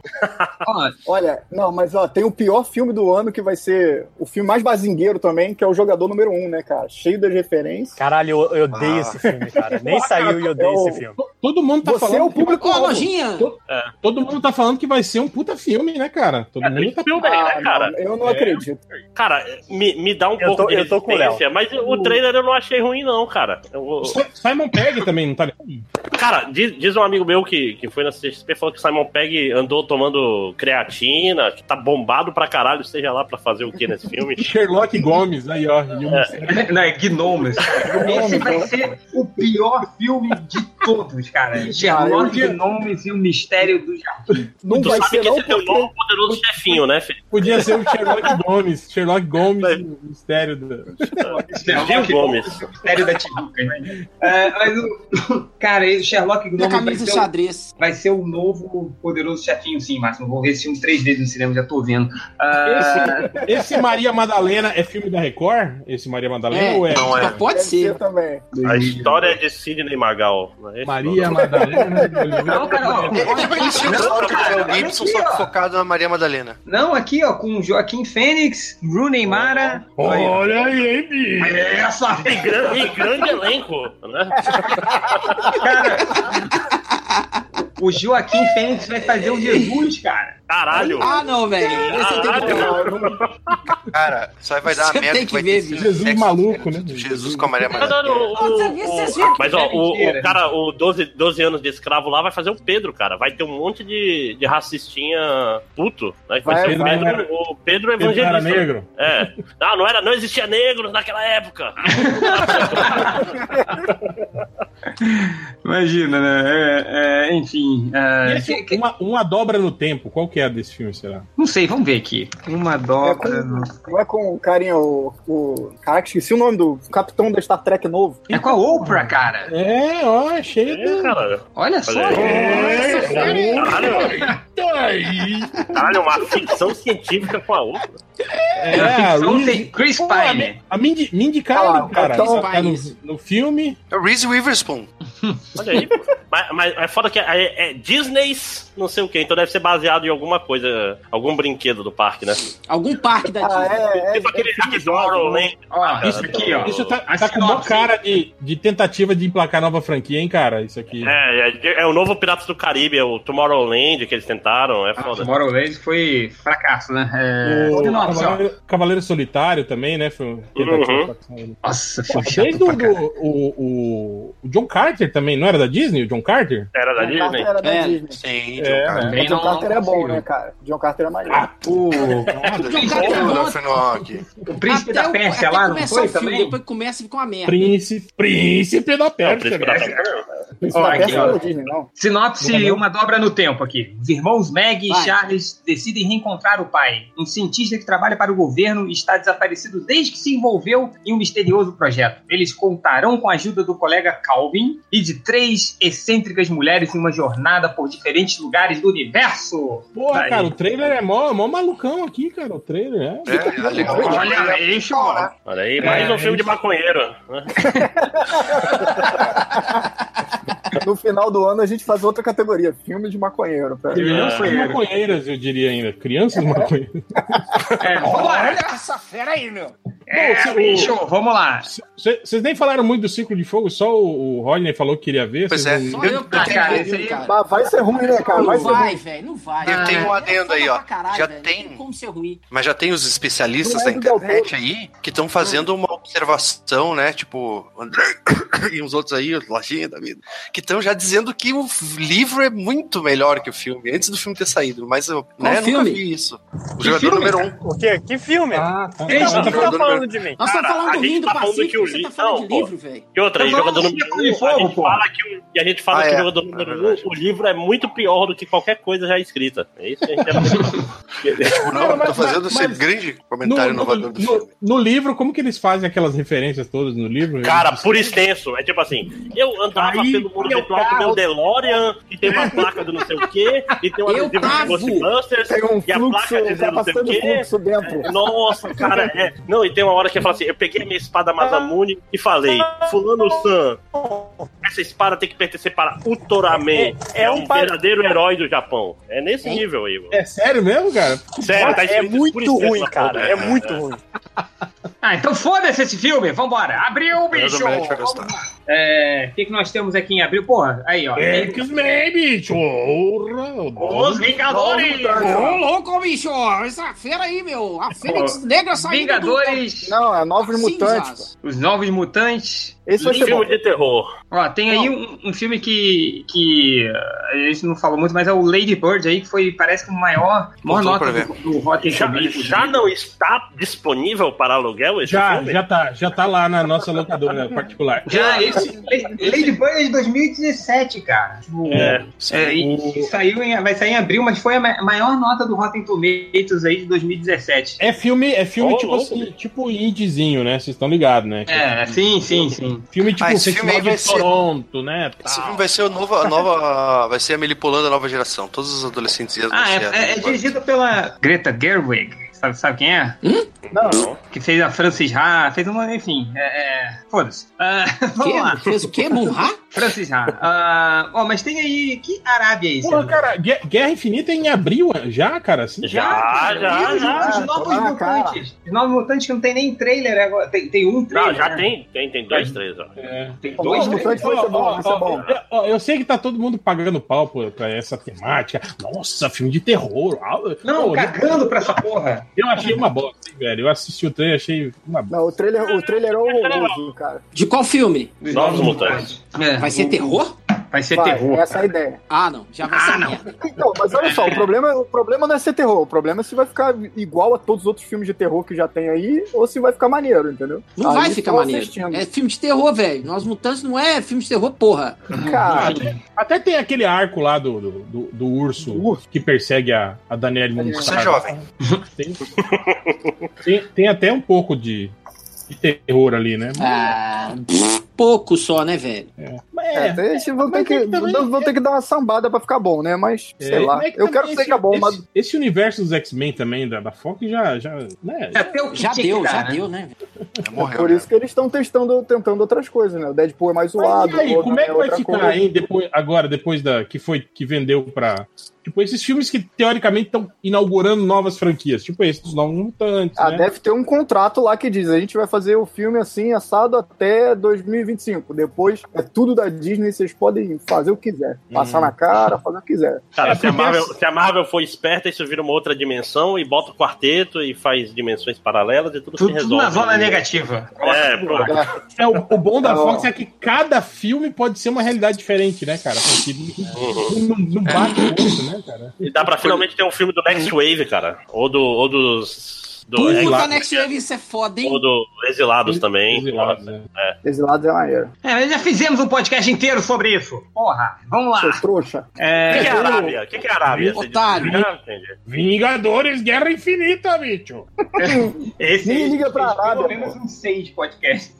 Ó,
olha, não, mas ó, tem o pior filme do ano que vai ser o filme mais bazingueiro também, que é o Jogador Número 1, né, cara? Cheio das referências.
Caralho, eu, eu odeio
Ah.
esse filme, cara. Nem saiu e eu odeio esse filme.
Todo mundo tá
Você
falando.
é o
que vai-
público.
Ô, Lojinha!
Todo mundo tá falando que vai ser um puta filme, né, cara?
É,
Todo mundo tá
Filme,
Ah,
né, cara?
não, eu não acredito.
Cara, me, me dá um
Eu
pouco
tô-
de
eu tô com o Léo.
resistência, mas o trailer eu não achei ruim, não, cara. Eu-
Si- Simon Pegg também, não tá ligado?
Cara, diz, diz um amigo meu que, que foi na CXP falou que o Simon Pegg andou tomando creatina, que tá bombado pra caralho, seja lá pra fazer o que nesse filme.
Sherlock Gomes, aí, ó. e um-
Não, é Gnomes. Esse vai ser o pior filme de todos, cara. Sherlock Gnomes e o Mistério do Jardim.
Não
Tu
vai
sabe
ser,
que
não,
esse é teu
porque.
novo poderoso chefinho, né, Felipe?
Podia ser o Sherlock Gomes. Sherlock Gomes, o mistério do.
Gil Gomes.
é O Mistério da Tijuca, né? É, mas o... Cara, esse Sherlock
Minha
Gnomes vai
camisa
ser,
de
o,
xadrez.
vai ser o novo poderoso chefinho, sim, Máximo. Vou ver esse filme três vezes no cinema, já tô vendo. Ah,
Esse Maria Madalena é filme da Record? Esse Maria Madalena
É.
ou é?
Não é.
Pode
Deve
ser.
ser também.
A história é de Sidney Magal. não é esse
Maria
nome?
Madalena.
não, cara, ó,
É tipo aquele filme do Mel Gibson, só que focado na Maria Madalena.
não, aqui, ó, com Joaquim Fênix, Rooney Mara.
Olha aí, hein, bicho.
É essa
E grande, e grande elenco, né?
Cara, o Joaquim Fênix vai fazer o Jesus, cara.
Caralho!
Ah, não, velho.
é
Esse eu tenho que
Caralho.
ver.
Cara, só vai dar
Você
uma merda
tem que
vai
ver,
ter
bicho.
sexo-
Jesus maluco, né?
Jesus com a Maria
Não,
Maravilha.
não, não, Tá o-
Vocês viram- vocês
o-
viram que
mas
isso
ó,
é
o,
mentira?
o cara, o 12, 12 anos de escravo lá vai fazer o Pedro, cara. Vai ter um monte de, de racistinha puto, né? Que Vai,
Vai-
ser o
vai,
Pedro,
vai.
o Pedro
Pedro
evangelista.
era um negro.
É. Não, não era, não existia negros naquela época.
Imagina, né? É, é, enfim. é,
E esse,
que- que-
uma, uma dobra no tempo, qual que é a desse filme, será?
não sei, vamos ver aqui. Uma
É
dobra. no-
com, não é com o carinha, o, o. Caraca, esqueci o nome do capitão da Star Trek novo.
É com a Oprah, cara.
É, ó, achei.
É, cara.
Olha só.
Olha aí.
É,
Caralho, caralho, uma ficção científica com a outra.
é,
Na
a
ficção
Reese-
tem Chris
Pô, a
Pine.
Mi- a Mindy, Mindy Kaling,
Ah lá, o
cara.
Capitão
tá no,
Pines.
no filme.
É o Reese Witherspoon.
Olha aí. pô. mas, mas é foda que é, é Disney's não sei o que, então deve ser baseado em alguma coisa, algum brinquedo do parque, né?
Algum parque da
Ah,
Disney.
é, é,
Tipo aquele Tomorrow, né?
Ó,
Cara,
isso aqui, ó.
Isso Ah, tá,
A
tá com uma
sinopse.
cara de, de tentativa de emplacar nova franquia, hein, cara? Isso aqui.
É, é, é o novo Piratas do Caribe, é o Tomorrowland que eles tentaram, é
Ah,
foda.
Tomorrowland foi fracasso, né? É...
O
Sinopse, ó.
Cavaleiro, Cavaleiro Solitário também, né? Foi uma
Uhum.
tentativa pra-
Nossa,
Pô,
foi chato
Desde o,
pra caralho.
do- o, o, o John Carter também, não era da Disney? O John Carter?
Era da
John
Disney?
Carter era da
É.
Disney.
Sim,
É,
John
Também
O John
não- não
Carter é bom,
conseguiu.
né, cara? O John Carter é maior.
Ah,
Carter.
John Carter é
Olha,
bom.
Frenock.
O príncipe da
o-
Pérsia lá, não
começar
foi
o filme,
também?
Depois que começa e fica uma
É.
merda.
Príncipe, príncipe da
É, o
Pérsia.
Príncipe
cara.
da Pérsia.
Isso
Ó,
da
aqui,
Pérsia
ó.
não é da Disney, não.
Sinopse, uma dobra no tempo aqui. Os irmãos Meg e
Vai.
Charles decidem reencontrar o pai, um cientista que trabalha para o governo e está desaparecido desde que se envolveu em um misterioso projeto. Eles contarão com a ajuda do colega Calvin e de três excêntricas mulheres em uma jornada por diferentes lugares do universo.
Porra,
Aí.
cara, o trailer é mó, mó malucão aqui, cara. O trailer, né?
É, é legal.
Olha, isso, ó.
Olha aí, mais um filme de maconheiro. né?
No final do ano a gente faz outra categoria, filme de maconheiro. tá? Pera.
Criança
Crianças
maconheira.
maconheiras, eu diria ainda. Crianças maconheiras.
É, bora.
essa fera aí, meu.
Pô,
É,
o-
bicho, vamos lá.
Cê- Vocês nem falaram muito do Círculo de Fogo, só o, o Rodney falou que queria ver.
Pois
vocês
é.
não-
Só
Eu-
eu,
eu
cara.
tenho-
eu tenho,
Esse-
cara.
Vai, vai ser ruim, né, cara? Vai
Não
ser ruim.
vai, velho, não vai.
Eu tenho um
É
adendo
foda
aí, ó.
pra caralho,
Já
velho.
tem-
Como ser ruim.
Mas já tem os especialistas
Não
da
é do Del
internet aí que estão fazendo uma observação, né? Tipo, o André e uns outros aí, o Lojinha da vida, que estão já dizendo que o livro é muito melhor que o filme, antes do filme ter saído. Mas eu né, nunca
filme?
vi isso. O jogador número um.
O quê? Que filme?
Ah, tá.
Quem
tá.
que tá falando de mim?
Nós
Cara,
estamos
a
falando do
gente
Rio do
tá falando que o
Pacífico, você
livro-
tá falando
não,
de
pô.
livro, velho.
E outra, aí,
Mas
jogador
vamos
número
lá, Círculo de
um, a gente
Fogo, pô.
fala que, o- e a gente fala
Ah,
que o
é.
jogador
É
número um,
verdade.
o livro é muito pior do que qualquer coisa já escrita. É isso que a é. gente quer
Tipo, não,
Não, mas-
tô fazendo esse
mas-
grande
No,
comentário
no-
inovador do
no-
filme.
no livro, como que eles fazem aquelas referências todas no livro?
Cara, por extenso. É tipo assim, eu andava
Aí,
pelo mundo
meu
virtual com
carro.
meu DeLorean, e tem uma placa do não sei o quê, e tem uma
Eu tava.
Ghostbusters,
Tem um
e a
fluxo,
placa dizendo
tá
não sei o
passando
quê.
fluxo dentro.
Nossa, cara, é. Não, e tem uma hora que eu falo assim: eu peguei a minha espada Mazamune e falei, Fulano San, essa espada tem que pertencer para Utorame. É, um verdadeiro herói do Japão. É nesse nível aí, mano.
É sério mesmo, cara?
Sério, tá
é
escrito por
muito
extenso
ruim,
na
cara.
foto.
É muito ruim.
Ah, então foda-se esse filme. Vambora. Abriu,
O
bicho.
jogador Omelete vai gostar.
É, o que, que nós temos aqui em abril? Porra, aí, ó.
É que os memes, bicho. Porra.
Os Vingadores!
Ô, louco, bicho! Essa fera aí, meu! A Fênix Negra Tá saindo
Vingadores,
Não, é Novos
do...
Mutantes. pô.
Mutantes.
os Novos Mutantes.
Esse vai ser bom.
Filme de terror.
Ó, tem aí um, um filme que, que uh, a gente não falou muito, mas é o Lady Bird aí, que foi, parece que o maior, maior
Voltou
nota
pra ver.
do, do Rotten
Já,
Tomatoes. né?
já não está disponível para aluguel esse
Já,
filme?
já tá, já tá lá na nossa locadora particular.
Já, esse Lady Bird é de 2017, cara. Tipo,
É.
É, e saiu em, vai sair em abril, mas foi a ma- maior nota do Rotten Tomatoes aí de 2017.
É filme, é filme
Ô,
tipo
louco,
assim, tipo indiezinho, né? Vocês estão ligados, né?
É, sim, sim, sim.
Filme tipo
Ah, esse
Festival
filme aí vai
de
ser-
Toronto, né?
Esse
tal.
filme vai ser a nova, a nova. Vai ser a Melipolã da nova geração. Todos os adolescentes iam
Ah, é,
anunciar.
é- é dirigido pela Greta Gerwig. Sabe, sabe quem é?
Hum?
Não.
Que fez a Francis Ha, fez uma. Enfim, é. é, Foda-se. Ah, vamos lá.
Fez o quê? Munra?
Francis Ha. Ah, ó, mas tem aí. Que Arábia é isso?
Porra, cara, Gue- Guerra Infinita é em abril já, cara? Assim,
Já, já,
os,
já.
os novos
Ah,
mutantes. Os novos mutantes que não tem nem trailer agora. Tem, tem um trailer.
Não, já
né?
tem, tem, tem dois, três, ó.
Tem
Os novos
dois
mutantes vai ser bom, vai ser bom.
é. Ó, Eu sei que tá todo mundo pagando pau pô, pra essa temática. Nossa, filme de terror. Ah,
Não,
pô,
cagando pra essa porra.
eu achei uma bosta, hein, velho. Eu assisti o trailer, achei uma bosta.
Não, o trailer, o trailer é horroroso, cara.
De qual filme?
Novos mutantes.
É,
Vai ser terror?
vai ser
Vai,
terror.
essa é a ideia.
Ah, não. Já vai
Ah,
ser
não.
merda.
Então, mas olha só, o problema, o problema não é ser terror, o problema é se vai ficar igual a todos os outros filmes de terror que já tem aí, ou se vai ficar maneiro, entendeu?
Não
Aí
vai ficar
tô
maneiro.
assistindo.
É filme de terror, velho. Nós Mutantes não é filme de terror, porra.
Cara,
Até tem aquele arco lá do, do, do- do urso
Uh.
que persegue a, a Daniela
Você é
Monstro.
jovem.
Tem, tem, tem até um pouco de, de terror ali, né?
É,
Ah, pff, pouco só, né, velho?
Mas
é,
é,
tem- vão, ter
mas
que,
tem também-
vão- vão ter que dar uma sambada pra ficar bom, né? Mas, sei
é,
lá,
mas é que
eu
também
quero que
esse-
seja bom, mas
Esse, esse universo dos X-Men também, da, da Fox, já. já né?
É
Até o que
Já
tinha que
deu,
dar,
já
né?
deu, né? velho?
É, Morreu.
por isso que eles estão testando, tentando outras coisas, né? O Deadpool é mais
Mas
zoado.
e aí,
o
como é que
Wolverine
vai
outra
ficar,
coisa.
hein? Depois, agora, depois da que foi que vendeu pra. Tipo, esses filmes que teoricamente estão inaugurando novas franquias, tipo esse dos Novos Mutantes.
Ah,
né?
deve ter um contrato lá que diz: a gente vai fazer o filme assim, assado até 2025. Depois é tudo da Disney, vocês podem fazer o que quiser. Passar
Uhum.
na cara, fazer o que quiser.
Cara,
É,
se, a
porque
Marvel,
assim-
se a Marvel for esperta, isso vira uma outra dimensão e bota o quarteto e faz dimensões paralelas e tudo, se
Tudo, tudo
resolve.
na zona negativa.
É, pronto.
É, o, o bom da
Não.
Fox é que cada filme pode ser uma realidade diferente, né, cara? Porque não, não bate o outro, né, cara?
E dá pra finalmente ter um filme do Next Wave, cara. Ou, do, ou dos. Do,
Puta,
Exilados.
tá Next Wave, isso é foda, hein?
Ou do Exilados também.
Exilados, né?
Exilados é maneiro.
É, nós já fizemos um podcast inteiro sobre isso. Porra, vamos lá.
Seu trouxa.
O que, que é
É,
Arábia? O que, que é Arábia? Você
Otário.
disse? Ah, entendi.
Vingadores Guerra Infinita, bicho!
esse
Nem liga pra
esse,
Arábia,
Pelo menos uns seis podcasts.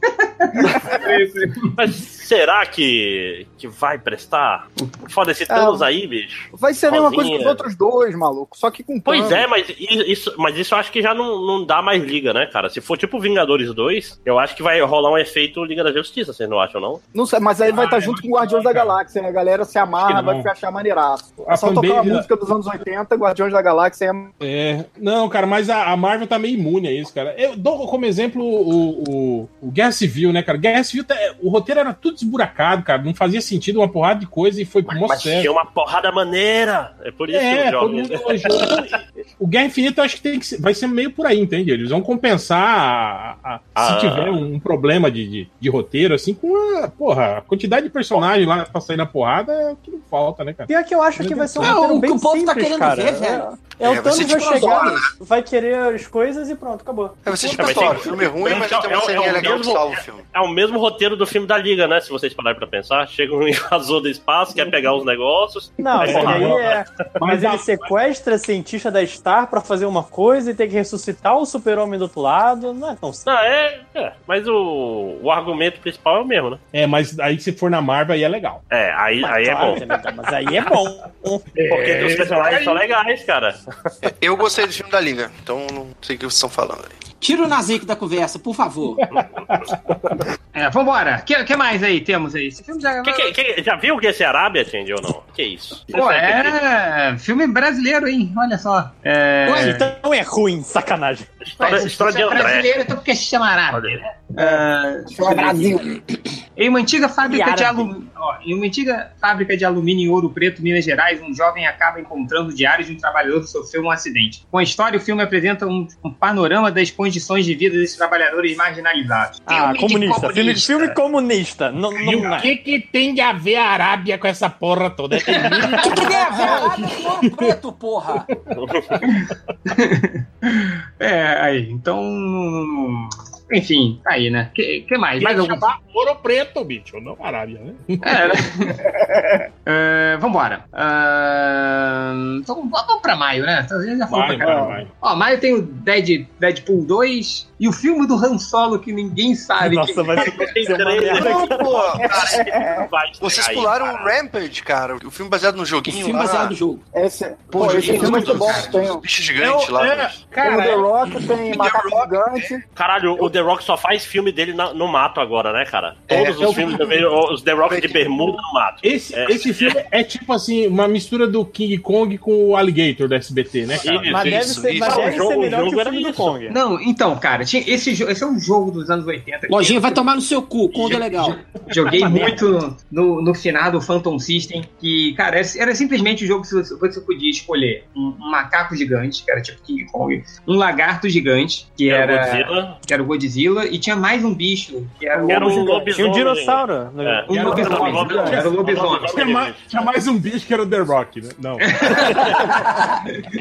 Mas será que, que vai prestar? Foda esse Thanos aí, bicho.
Vai ser a mesma
Rosinha.
coisa
é.
que os outros dois, maluco. Só que com
Pois
pano.
é, mas i- isso, mas isso eu acho que já não, não dá mais liga, né, cara? Se for tipo Vingadores 2, eu acho que vai rolar um efeito Liga da Justiça, vocês não acham, não?
Não sei, mas aí
Ah,
vai
é
estar junto com o Guardiões da Galáxia, né? A galera se amarra,
Acho que não.
vai achar maneiraço.
A
É só tocar uma
fanbase-
música dos anos 80, Guardiões da Galáxia é.
É, não, cara, mas a, a Marvel tá meio imune a isso, cara. Eu dou como exemplo o, o, o Guerra Civil, né, cara? Guerra Civil, tá- o roteiro era tudo esburacado, cara. Não fazia sentido uma porrada de coisa e foi pro mó
Mas
sério.
tinha uma porrada maneira. É por isso,
É, todo
jovem.
mundo elogiou. O Guerra Infinita eu acho que, tem que ser- vai ser meio por aí, entende? Eles vão compensar a- a- a-
Ah.
se tiver um, um problema de, de, de roteiro, assim, com a, porra, a quantidade de personagem lá pra sair na porrada é o que não falta, né, cara?
Pior que eu acho que vai ser um
É, o
roteiro
que
bem
o povo tá
simples,
querendo
cara.
ver, velho.
É, é o
É, vai
Thanos
ser
vai
tipo
chegar,
Crossover,
vai querer as coisas e pronto, acabou.
É, vai ser
Puta,
tipo
mas
história.
tem-
O filme é ruim, mas
é o-
tem uma
é o- é
cena
o
legal que
mesmo-
salva o filme.
É o mesmo roteiro do filme da Liga, né? Se vocês pararem pra pensar. Chega um invasor do espaço, quer pegar os negócios.
Não,
É,
mas aí é. Mas
a-
ele sequestra cientista da Star pra fazer uma coisa e tem que ressuscitar o super-homem do outro lado. Não é tão simples.
Não, é. é. Mas o, o argumento principal é o mesmo, né?
É, mas aí se for na Marvel aí é legal.
É, aí, aí é
Claro,
bom.
entendeu? Mas aí é bom. É.
Porque os personagens são legais, cara.
Eu gostei do filme da Liga, então não sei o que vocês estão falando aí.
Tira o Nazik da conversa, por favor.
É, vambora. O que, que mais aí temos aí? Esse filme já...
Que, que- que- já viu que esse é Arábia, entende ou não? Que isso?
Pô, é filme brasileiro, hein? Olha só. É...
Ué, então é ruim, sacanagem.
História, história de
é
André.
brasileiro, então por que se chama Arábia? Ah,
Brasil.
Em uma antiga fábrica
Piara,
de alumínio. Em uma antiga fábrica de alumínio em Ouro Preto, Minas Gerais, um jovem acaba encontrando o diário de um trabalhador que sofreu um acidente. Com a história, o filme apresenta um, um panorama das condições de vida desses trabalhadores marginalizados.
um
Ah,
Filme de
comunista. Filme, filme comunista. Não, é.
E
não,
o
não.
que que tem a ver a Arábia com essa porra toda? É Tem
O que, que tem a ver Arábia com ouro preto, porra?
É, aí, então. Enfim, aí, né? Que, que mais? Mais
que
algum?
chamar ouro preto, bicho, não Arábia, né?
É, né? É, vambora. Ahn, então, v- vamos pra maio, né? Então, Já foi pra
Vai,
caramba.
vai, vai.
Ó, maio tem o Dead, Deadpool 2 e o filme do Han Solo que ninguém sabe.
Nossa, vai ser
Tem
ser uma merda.
trailer.
Não, pô,
Cara, vai
vocês
aí,
pularam
cara.
o Rampage, cara. O filme baseado no
Que
joguinho
filme
lá.
baseado no jogo.
Esse,
Pô,
pô, esse
joguinho
filme é muito
dos-
bom. Tem,
Bicho gigante
Eu-
lá. né?
é,
bicho.
tem o
cara,
The Rock, tem
The
Macaco
Rock.
Gigante.
Caralho,
Eu
o The Rock só faz filme dele na- no mato agora, né, cara?
É,
Todos
é o-
os filmes também, os The Rock de bermuda no mato.
Esse,
É.
esse filme é tipo assim, uma mistura do King Kong com o Alligator do SBT, né, cara?
Isso, Mas deve isso, ser- mas isso. deve ser melhor que o filme do Kong.
Não, então, cara, tinha- esse, jo- esse é um jogo dos anos 80.
Lojinha, vai tomar no seu cu, Kong é legal.
Joguei muito no, no finado Phantom System, que, cara, era, era simplesmente o jogo que você, você podia escolher um, um macaco gigante, que era tipo King Kong, um lagarto gigante, que
Era
era,
Godzilla.
que era o Godzilla, e tinha mais um bicho, que era, o-
Era um
Tinha um
lobisomem.
dinossauro. né? no-
É.
um lobisomem. Era
um
o lobisomem.
Tinha
é
mais, tinha mais um bicho que era o The Rock, né? Não.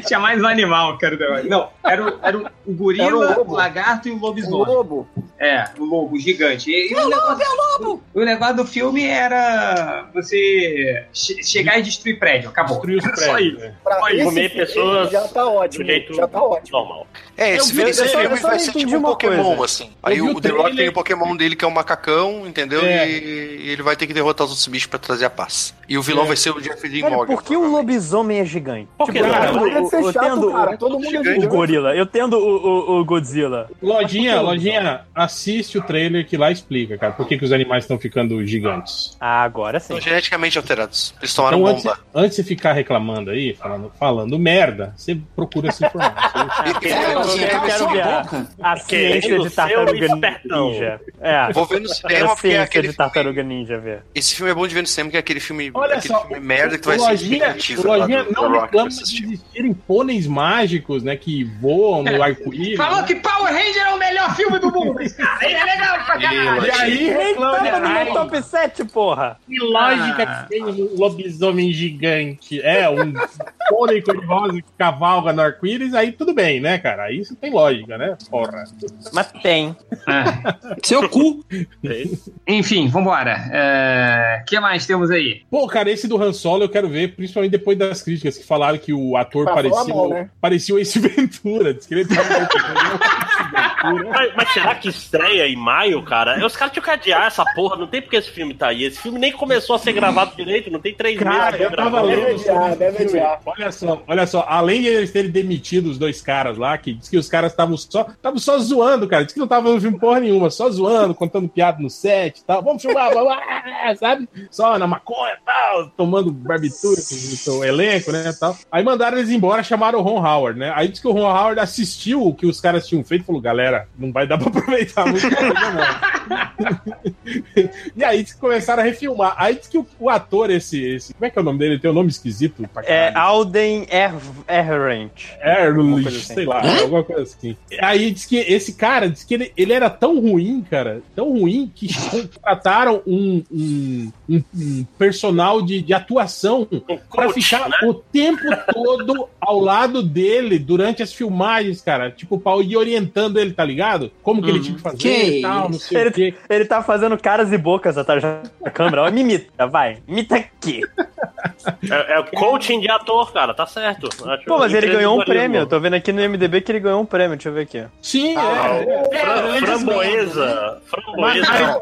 Tinha mais um animal, que era o The- Não, era o, era o- o gorila,
Era o
o,
lobo.
lagarto e o
O
lobisomem.
lobo.
É, o lobo gigante. E, e o negócio,
é
o negócio do filme era você che- chegar e destruir prédio. Acabou.
Destruiu os
É Só
prédios.
isso.
né?
Pra
Olha,
esse
comer
filme
pessoas
Já tá ótimo.
Sujeito
Já tá ótimo.
um normal.
É, esse,
vi-
esse
eu só-
filme
eu só
vai
não
ser
entendi
tipo um
uma
Pokémon,
coisa.
assim. Aí
Eu vi
o,
o
The Rock
trailer.
tem o Pokémon dele que é um macacão, entendeu?
É.
E, e ele vai ter que derrotar os outros bichos pra trazer a paz. E o vilão vai ser o Jeffrey Dean
Cara,
Morgan.
por que o lobisomem é gigante?
Porque
eu
cara,
tendo-
Para de
eu
ser
tendo
chato, cara.
o-
Todo mundo é
O
gigante.
gorila, eu tendo o, o- o Godzilla.
Lojinha, lojinha, assiste o trailer que lá explica, cara, por que, que os animais estão ficando gigantes.
Ah, agora sim.
São geneticamente alterados. Eles tomaram
então, antes,
bomba.
antes de ficar reclamando aí, falando, falando merda, você procura se informar. Você-
É,
um
Lojinha,
Eu
cala
quero
sua
ver a-
boca.
A ciência
Querendo
de
ser
tartaruga
um espertão.
ninja. É.
Vou ver no
É
cinema
a
porque é
ciência
aquele
de
filme,
tartaruga ninja, velho.
Esse filme é bom de ver no cinema, que é aquele filme,
Olha
aquele
só,
filme merda que tu vai
o
ser
lojinha, o
expectativa lá
lojinha
do- do
não
Rock pra
reclama de
assistir.
existirem pôneis mágicos, né, que voam no arco-íris.
Falou
né?
que Power Ranger é o melhor filme do mundo. Esse cara é legal pra caralho.
E aí
Nem tava no
reclama,
meu
ai,
top 7, porra!
que lógica que tem um lobisomem gigante. É, um pônei cor-de-rosa que cavalga no arco-íris, aí tudo bem, né, cara? Aí isso tem lógica, né? Porra.
Mas tem.
Ah,
Seu cu.
enfim, vambora. É, O que mais temos aí?
Pô, cara, esse do Han Solo eu quero ver, principalmente depois das críticas que falaram que o ator
Pra falar
parecia,
mal, né?
parecia o Ace Ventura. Diz que ele tava-
Mas, mas será que estreia em maio, cara? Os caras tinham que adiar essa porra. Não tem porque esse filme tá aí. Esse filme nem começou a ser gravado direito. Não tem três
Cara,
meses.
eu tava
gravando.
lendo.
Deve adiar, deve adiar.
Olha só, olha só, além de eles terem demitido os dois caras lá, que diz que os caras estavam só, estavam só zoando, cara. Diz que não estavam ouvindo porra nenhuma, só zoando, contando piada no set e tal. Vamos filmar, vamos, ah, sabe? Só na maconha e tal, tomando barbitura com o seu elenco, né? e Tal. Aí mandaram eles embora, chamaram o Ron Howard, né? Aí diz que o Ron Howard assistiu o que os caras tinham feito e falou: galera, não vai dar pra aproveitar muito coisa, não. E aí diz que começaram a refilmar. Aí diz que o, o ator, esse, esse. Como é que é o nome dele? Ele tem um nome esquisito pra
É
caralho.
Alden Er- Ehrenreich. alguma
Erlich,
coisa assim.
sei lá, alguma coisa assim. Aí diz que esse cara, diz que ele, ele era tão ruim, cara, tão ruim, que contrataram um, um, um- um personal de, de atuação pra
Um coach,
ficar o tempo todo ao lado dele durante as filmagens, cara. Tipo, pra ir orientando ele, tá ligado? Como que ele tinha que fazer
Que
e tal, não
isso.
sei o quê.
Ele tá fazendo caras e bocas atrás da câmera. Ó, me imita, vai. Imita aqui.
É, é o coaching de ator, cara. Tá certo. Acho
Pô, mas ele ganhou um prêmio. Eu
empreendedorismo.
Tô vendo aqui no MDB que ele ganhou um prêmio. Deixa eu ver aqui.
Sim, é.
Fram- Framboesa.
Mas,
Framboesa.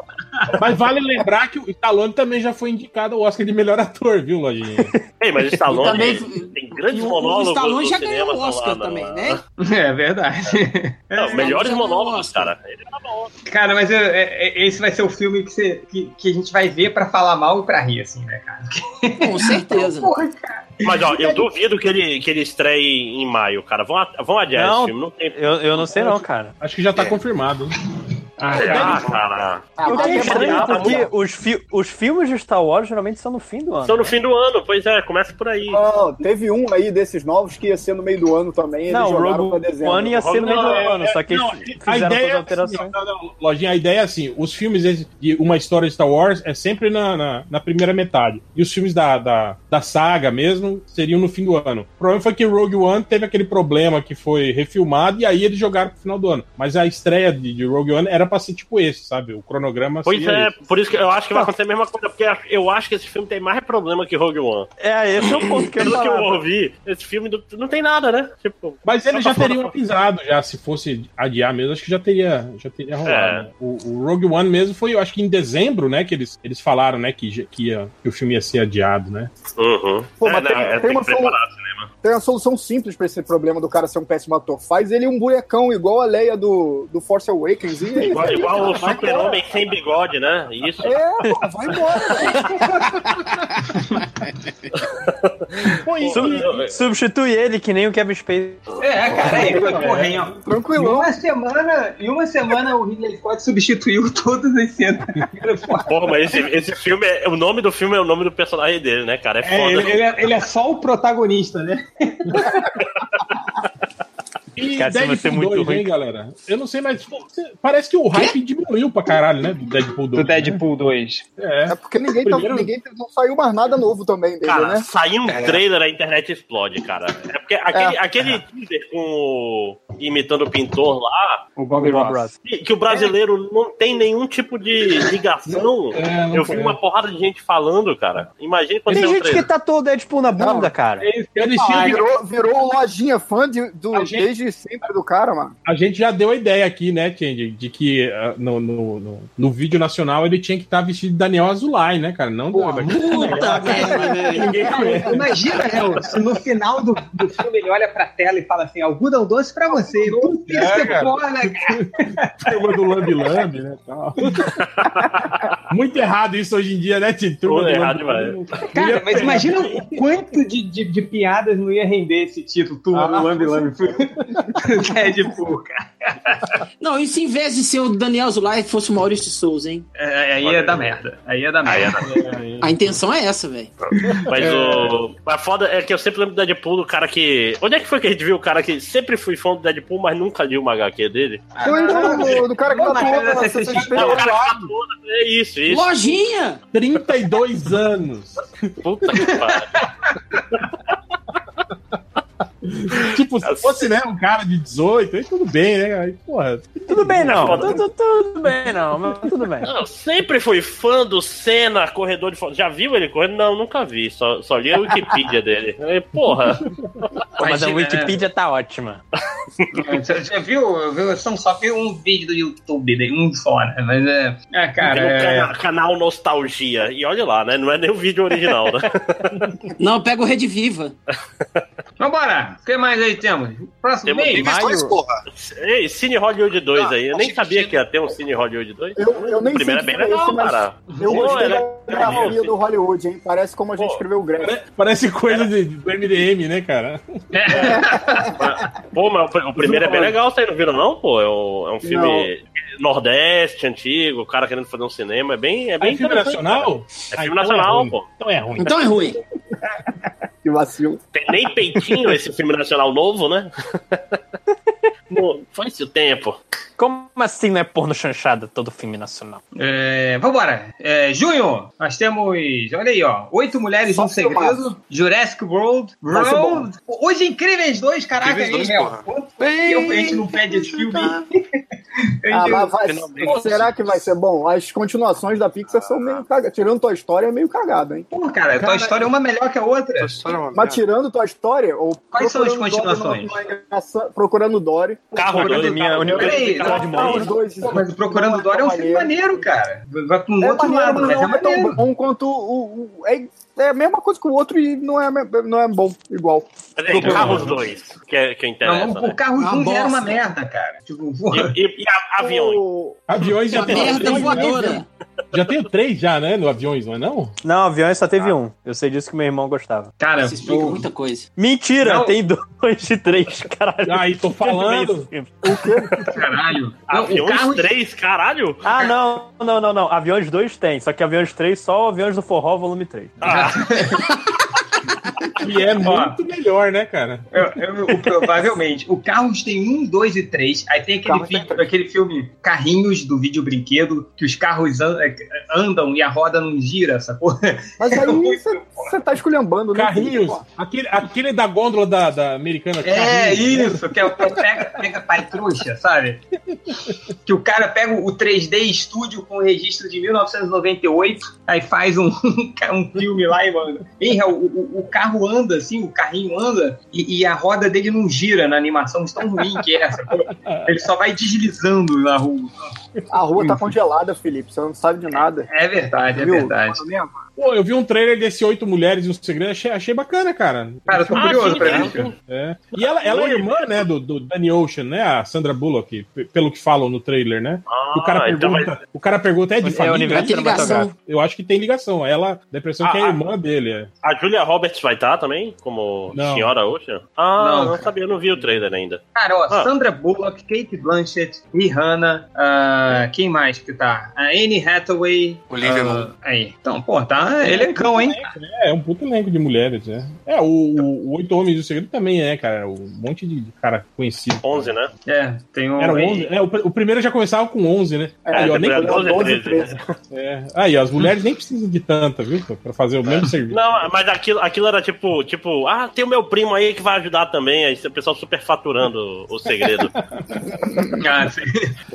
mas vale lembrar que o Stallone também já foi indicado ao Oscar de melhor ator, viu, Lojinha?
Ei, mas Stallone
E
tem
E
grandes
o- tá
monólogos.
o Stallone
no
já ganhou
cinema,
o Oscar
tá lá,
também,
na-
né? É,
É verdade.
Não, melhores
já ganhou
monólogos,
Oscar.
cara. Ele era bom.
Cara, mas eu- é- é- esse vai ser o filme que, você- que, que a gente vai ver pra falar mal e pra rir, assim, né, cara?
Com certeza.
Mas ó, eu duvido que ele, que ele estreie em maio, cara. Vão, a- vão adiar
Não.
esse filme. Não tem.
Eu, eu não sei não, cara.
Acho que já tá
É.
confirmado. hein?
Ah, cara.
Ah,
Eu
mas
tenho
é
estranho
bom, tá
porque
bom.
os, fi- os filmes de Star Wars geralmente são no fim do ano.
Estão no fim do ano, pois é, começa por aí.
Não, teve um aí desses novos que ia ser no meio do ano também. Eles
Não, o
jogaram pra
Rogue
dezembro.
One ia ser no meio do
Não, é-
ano, só que
Não,
eles fizeram todas
assim,
as alterações.
é assim, não, não, Lojinha, a ideia é assim: os filmes de- de uma história de Star Wars é sempre na, na, na primeira metade. E os filmes da, da, da saga mesmo seriam no fim do ano. O problema foi que Rogue One teve aquele problema que foi refilmado e aí eles jogaram pro final do ano. Mas a estreia de, de Rogue One era pra ser tipo esse, sabe? O cronograma
Pois
seria
é,
esse.
por isso que eu acho que vai acontecer a mesma coisa, porque eu acho que esse filme tem mais problema que Rogue One.
É, esse é o ponto que eu
Pelo que eu
não
ouvi, esse filme do- não tem nada, né? Tipo,
Mas eles
Só
já
pra
teriam
fora.
avisado já, se fosse adiar mesmo, acho que já teria, já teria rolado.
É.
né? O, o Rogue One mesmo foi, eu acho que em dezembro, né, que eles, eles falaram, né, que, já- que, ia- que o filme ia ser adiado, né?
uhum.
Pô,
É,
mas
não,
tem-
é,
tem
tem
uma
que preparar o cinema.
Tem uma solução simples pra esse problema do cara ser um péssimo ator. Faz ele um bonecão igual a Leia do, do Force Awakens. E é isso
Igual,
aí,
igual o
cara. Vai embora.
super-homem sem bigode, né? Isso.
É, pô, vai embora.
Pô, isso-
Sub- substitui ele que nem o Kevin Spacey.
É, cara, aí, porra, hein, ó. Em
Tranquilão.
uma semana, em uma semana o Ridley Scott substituiu todas as cenas. Porra.
Porra, mas esse, esse filme, é, o nome do filme é o nome do personagem dele, né, cara? É foda.
É, ele, ele é, ele é só o protagonista, né?
E
Cara, isso vai ser
Deadpool né?
muito
2,
ruim.
hein, galera? Eu não sei, mas pô, parece que o hype diminuiu pra caralho, né? Do Deadpool 2.
Do Deadpool 2.
Né?
É porque ninguém, tá,
Primeiro-
ninguém não saiu mais nada novo também dele,
Cara,
né?
saiu um
É.
trailer, a internet explode, cara. É porque aquele, aquele teaser com o- imitando o pintor lá,
O Bob
Bob
Ross.
Ross.
que, que o brasileiro não tem nenhum tipo de ligação.
É, não
Eu vi
foi.
uma porrada de gente falando, cara. Imagina quando
Tem
tem um
gente que tá
trailer.
tatuou o Deadpool tipo, na bunda,
Não.
cara.
Eles- eles tinham
Ah,
de-
virou, virou lojinha fã de, do,
A gente-
desde sempre do cara, mano.
A gente já deu a ideia aqui, né, Kendi, de que ah, no, no, no, no vídeo nacional ele tinha que estar vestido de Daniel Azulay, né, cara? Não do-
Puta merda, velho.
É. Imagina, Léo, se no final do, do filme ele olha pra tela e fala assim: algodão doce pra você. Puta, isso é
cara.
foda, cara.
tema do Lambi Lambi, né? Tal. Muito errado isso hoje em dia, né, Tito?
Pô, errado
Lambi.
Cara, mas imagina o quanto de, de, de piadas não ia render esse título,
Ah,
turma do Lambi Lambi. É, tipo, Deadpool, cara.
Não, e se em vez de ser o Daniel Zulay fosse o Maurício de Souza, hein?
É, aí é da merda. Aí é da
Aí é
merda.
A intenção é essa, velho.
Mas
É.
o. Mas foda é que eu sempre lembro do Deadpool, do cara que. Onde é que foi que a gente viu o cara que sempre fui fã do Deadpool, mas nunca li uma HQ dele?
Então, então, do, do cara que
Não, mas
tatuou
era
na
CCXP.
CCXP,
Não, o cara que tá todo- É isso, isso.
Lojinha!
32 anos.
Puta que pariu.
Tipo, se fosse, né, um cara de 18, aí tudo bem, né? Aí, porra,
Tudo bem, não.
foda.
Tudo, tudo bem, não. Mas tudo bem.
Não, eu sempre fui fã do Senna, corredor de foto. Já viu ele correndo? Não, nunca vi. Só, só li a Wikipedia dele. Aí, porra.
Pô, mas a
Imagina, né?
Wikipedia tá ótima.
Você já viu? viu? São só viu um vídeo do YouTube dele, um só, né? Mas é. É, cara.
Tem um
É...
cana- canal Nostalgia. E olha lá, né? Não é nem o vídeo original, né?
Não, pega o Rede Viva.
Vambora! O que mais aí temos? Próximo
Temos
mês?
Teve dois,
Maio-
porra.
Ei, Cine Hollywood 2
Ah,
aí. Eu
achei
nem
que
sabia
tinha-
que ia ter um Cine Hollywood 2.
Eu, eu nem
O primeiro é
sei
bem
se foi
legal,
esse, mas
cara.
eu
Pô,
gostei
era-
da grafia do Hollywood, hein? Parece como a gente
Pô,
escreveu o Greg.
parece coisa de, do MDM, né, cara?
Pô, mas o pr- o primeiro é bem legal, vocês não viram, não? Pô, é um, é um filme nordeste, antigo, o cara querendo fazer um cinema. É bem, é bem
Aí, Ah, filme
interessante, cara.
nacional?
É
Ah,
filme
então é
nacional,
ruim.
pô.
Então é ruim.
Então é ruim.
Que vacilo.
Tem nem peitinho esse filme nacional novo, né? Não, Foi-se o tempo.
Como assim não é porno chanchada todo filme nacional?
É, vambora! É, junho, nós temos. Olha aí, ó. Oito Mulheres
Só
um Segredo, Jurassic World,
Vai ser bom.
World. Hoje é Incríveis 2, caraca,
Incríveis
hein,
dois,
Mel?
porra.
Quanto tempo a gente não pede esse filme?
Ah, mas vai-
Finalmente.
pô, será que vai ser bom? As continuações da Pixar são meio cagadas. Tirando Tua História, é meio cagada, hein?
Pô, cara, tua história é uma melhor que a outra.
Essa história é uma
Mas
merda.
tirando Tua História, ou
Quais são as
Procurando Dory
continuações?
não é engraçado- Procurando Dory.
Carro
Olha,
dois.
minha única
tá. Peraí,
dificuldade
não, tá
de
Ah,
morrer.
os dois.
Pô, mas o Procurando Dory é um filme maneiro, cara. Vai pra um
É
outro
maneiro,
lado,
mas
mas é
não é tão
maneiro.
bom quanto o. o- é, é a mesma coisa que o outro e não é, não é bom igual.
Peraí, é Carros dois, que, é, que interessa,
Não, o
né?
carro
Uma
junto já era uma
bosta.
merda, cara. Tipo, pô,
E, e, e a- aviões.
O-
Aviões já
Uma
tem três,
merda
né?
voadora.
Já tem três já, né, no aviões, não é não?
Não, aviões só teve um. Eu sei disso que meu irmão gostava.
cara,
Isso
é
explica
o-
muita coisa.
Mentira,
Não.
tem dois e três, caralho.
Aí, tô falando.
caralho. Não, o
Aviões
carro
3, caralho.
Ah, não, não, não, não. Aviões 2 tem, só que Aviões 3 só o Aviões do Forró, volume 3.
Que é muito melhor, né, cara?
Eu- eu- o- provavelmente. O Carros tem um, dois e três. Aí tem aquele,
Carros
fi- aquele filme Carrinhos do vídeo brinquedo, que os carros an- eh, andam e a roda não gira, sacou?
Mas aí você tá esculhambando, né?
Carrinhos.
Pô,
Aquele, aquele da gôndola da, da americana.
É
Carrinhos, né?
isso, que é o que pega, pega pai trouxa, sabe? Que o cara pega o 3D Studio com um registro de 1998, aí faz um, um filme lá e manda. Enra, o, o- o carro anda assim, o carrinho anda e, e a roda dele não gira na animação, de tão ruim que é essa. Ele só vai deslizando na rua.
A rua tá congelada, Felipe. Você não sabe de nada.
É verdade, é
Viu?
verdade.
Pô, eu vi um trailer desse Oito Mulheres e um Segredo, achei, achei bacana, cara.
Cara, eu tô
Ah,
curioso
sim,
pra
sim,
isso.
sim. É. E ela, ela é irmã, né, do, do Danny Ocean, né? A Sandra Bullock, p- pelo que falam no trailer, né?
Ah,
o, cara
então
pergunta,
vai-
o cara pergunta, é de
É
família?
universo Tem ligação. cinematográfico.
Eu acho que tem ligação. Ela, dá a impressão que é
Ah, ah.
irmã dele. É.
A Julia Roberts vai estar também? Como
Não.
senhora Ocean? Ah,
Não,
não,
cara.
sabia, eu não vi o trailer ainda.
Cara, ó,
Ah.
Sandra Bullock, Kate Blanchett, Rihanna, ah, quem mais que tá? A Anne Hathaway.
Olivia
ah,
Munn.
Aí, então, pô, tá elencão, hein?
É, é um puto elenco de mulheres, né? É, o, o- o Oito Homens e o Segredo também é, cara. Um monte de cara conhecido.
11, né?
É, tem um...
Era 11, é, o, pr- o primeiro já começava com 11, né?
É,
Aí, ó, nem-
depois era 12,
12,
13.
É. Aí, ó, as mulheres nem precisam de tanta, viu? Pra fazer o
É.
mesmo serviço.
Não, mas aquilo, aquilo era tipo, tipo, ah, tem o meu primo aí que vai ajudar também. Aí o pessoal superfaturando o segredo.
Ah, sim.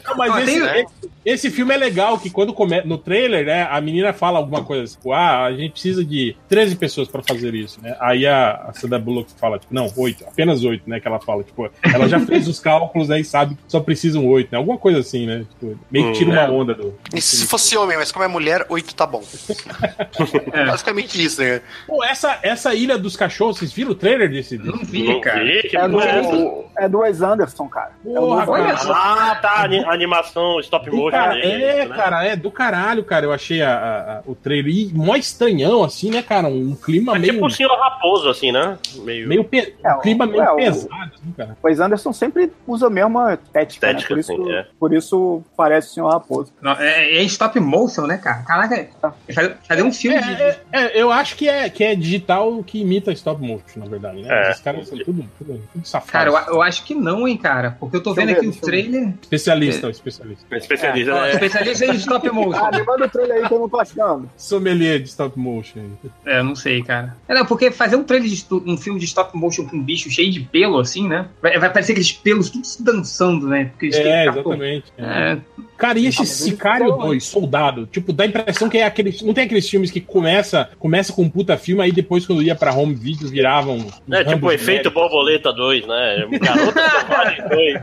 Não, mas
Ah,
esse,
tem-
esse- esse filme é legal, que quando começa no trailer, né, a menina fala alguma coisa, tipo, ah, a gente precisa de 13 pessoas pra fazer isso, né? Aí a, a Sandra Bullock fala, tipo, não, oito, apenas oito, né, que ela fala, tipo, ela já fez os cálculos, né, e sabe que só precisam oito, né? Alguma coisa assim, né? Tipo, meio que tira
Hum,
uma
é.
onda do...
E se fosse homem, mas como é mulher, oito tá bom. Basicamente isso, né?
Pô, essa, essa Ilha dos Cachorros, vocês viram o trailer desse?
Hum?
Não
vi, cara. Não vi, que
É do,
porra é essa?
é do Wes Anderson, cara. é o
Porra,
novo
cara.
Wes Anderson.
ah, tá, ani- animação stop
Do
motion.
cara-
né?
é, cara, é do caralho, cara. Eu achei a- a- a- o trailer e mó estranhão, assim, né, cara? Um clima
É
meio.
tipo o senhor Raposo, assim, né? Meio.
meio pe- um clima meio
é, o-
pesado, assim, cara.
Wes Anderson sempre usa a mesma tética, né?
Estética,
Por, isso,
assim, é.
por isso parece o Senhor Raposo.
Não, é, é stop motion, né, cara? Caraca, fazer fazer um filme de...
É, é, é, eu acho que é, que é digital que imita stop motion, na verdade, né?
É.
Esses caras são tudo, tudo, tudo safados.
Cara, eu, eu acho que não, hein, cara? Porque eu tô
Deixa
vendo
eu
aqui
ver,
o
deixa
trailer...
Especialista, especialista.
É.
Especialista.
Ó,
né?
Especialista em stop motion.
Ah, me manda o trailer aí que eu não tô achando.
Sommelier de stop motion.
É, não sei, cara. É, não, porque fazer um trailer de stu- um filme de stop motion com um bicho cheio de pelo, assim, né? Vai, vai parecer aqueles pelos tudo se dançando, né? Porque eles têm
É,
cartão.
exatamente.
É,
Cara, e esse
Ah, mas ele
Sicário
falou,
2, Soldado? Tipo, dá a impressão que é aquele. Não tem aqueles filmes que começa, começa com um puta filme, aí depois, quando ia pra home video, viravam. uns
É, tipo
Rambo
o efeito
genéricos.
borboleta 2, né? Garota Selvagem 2.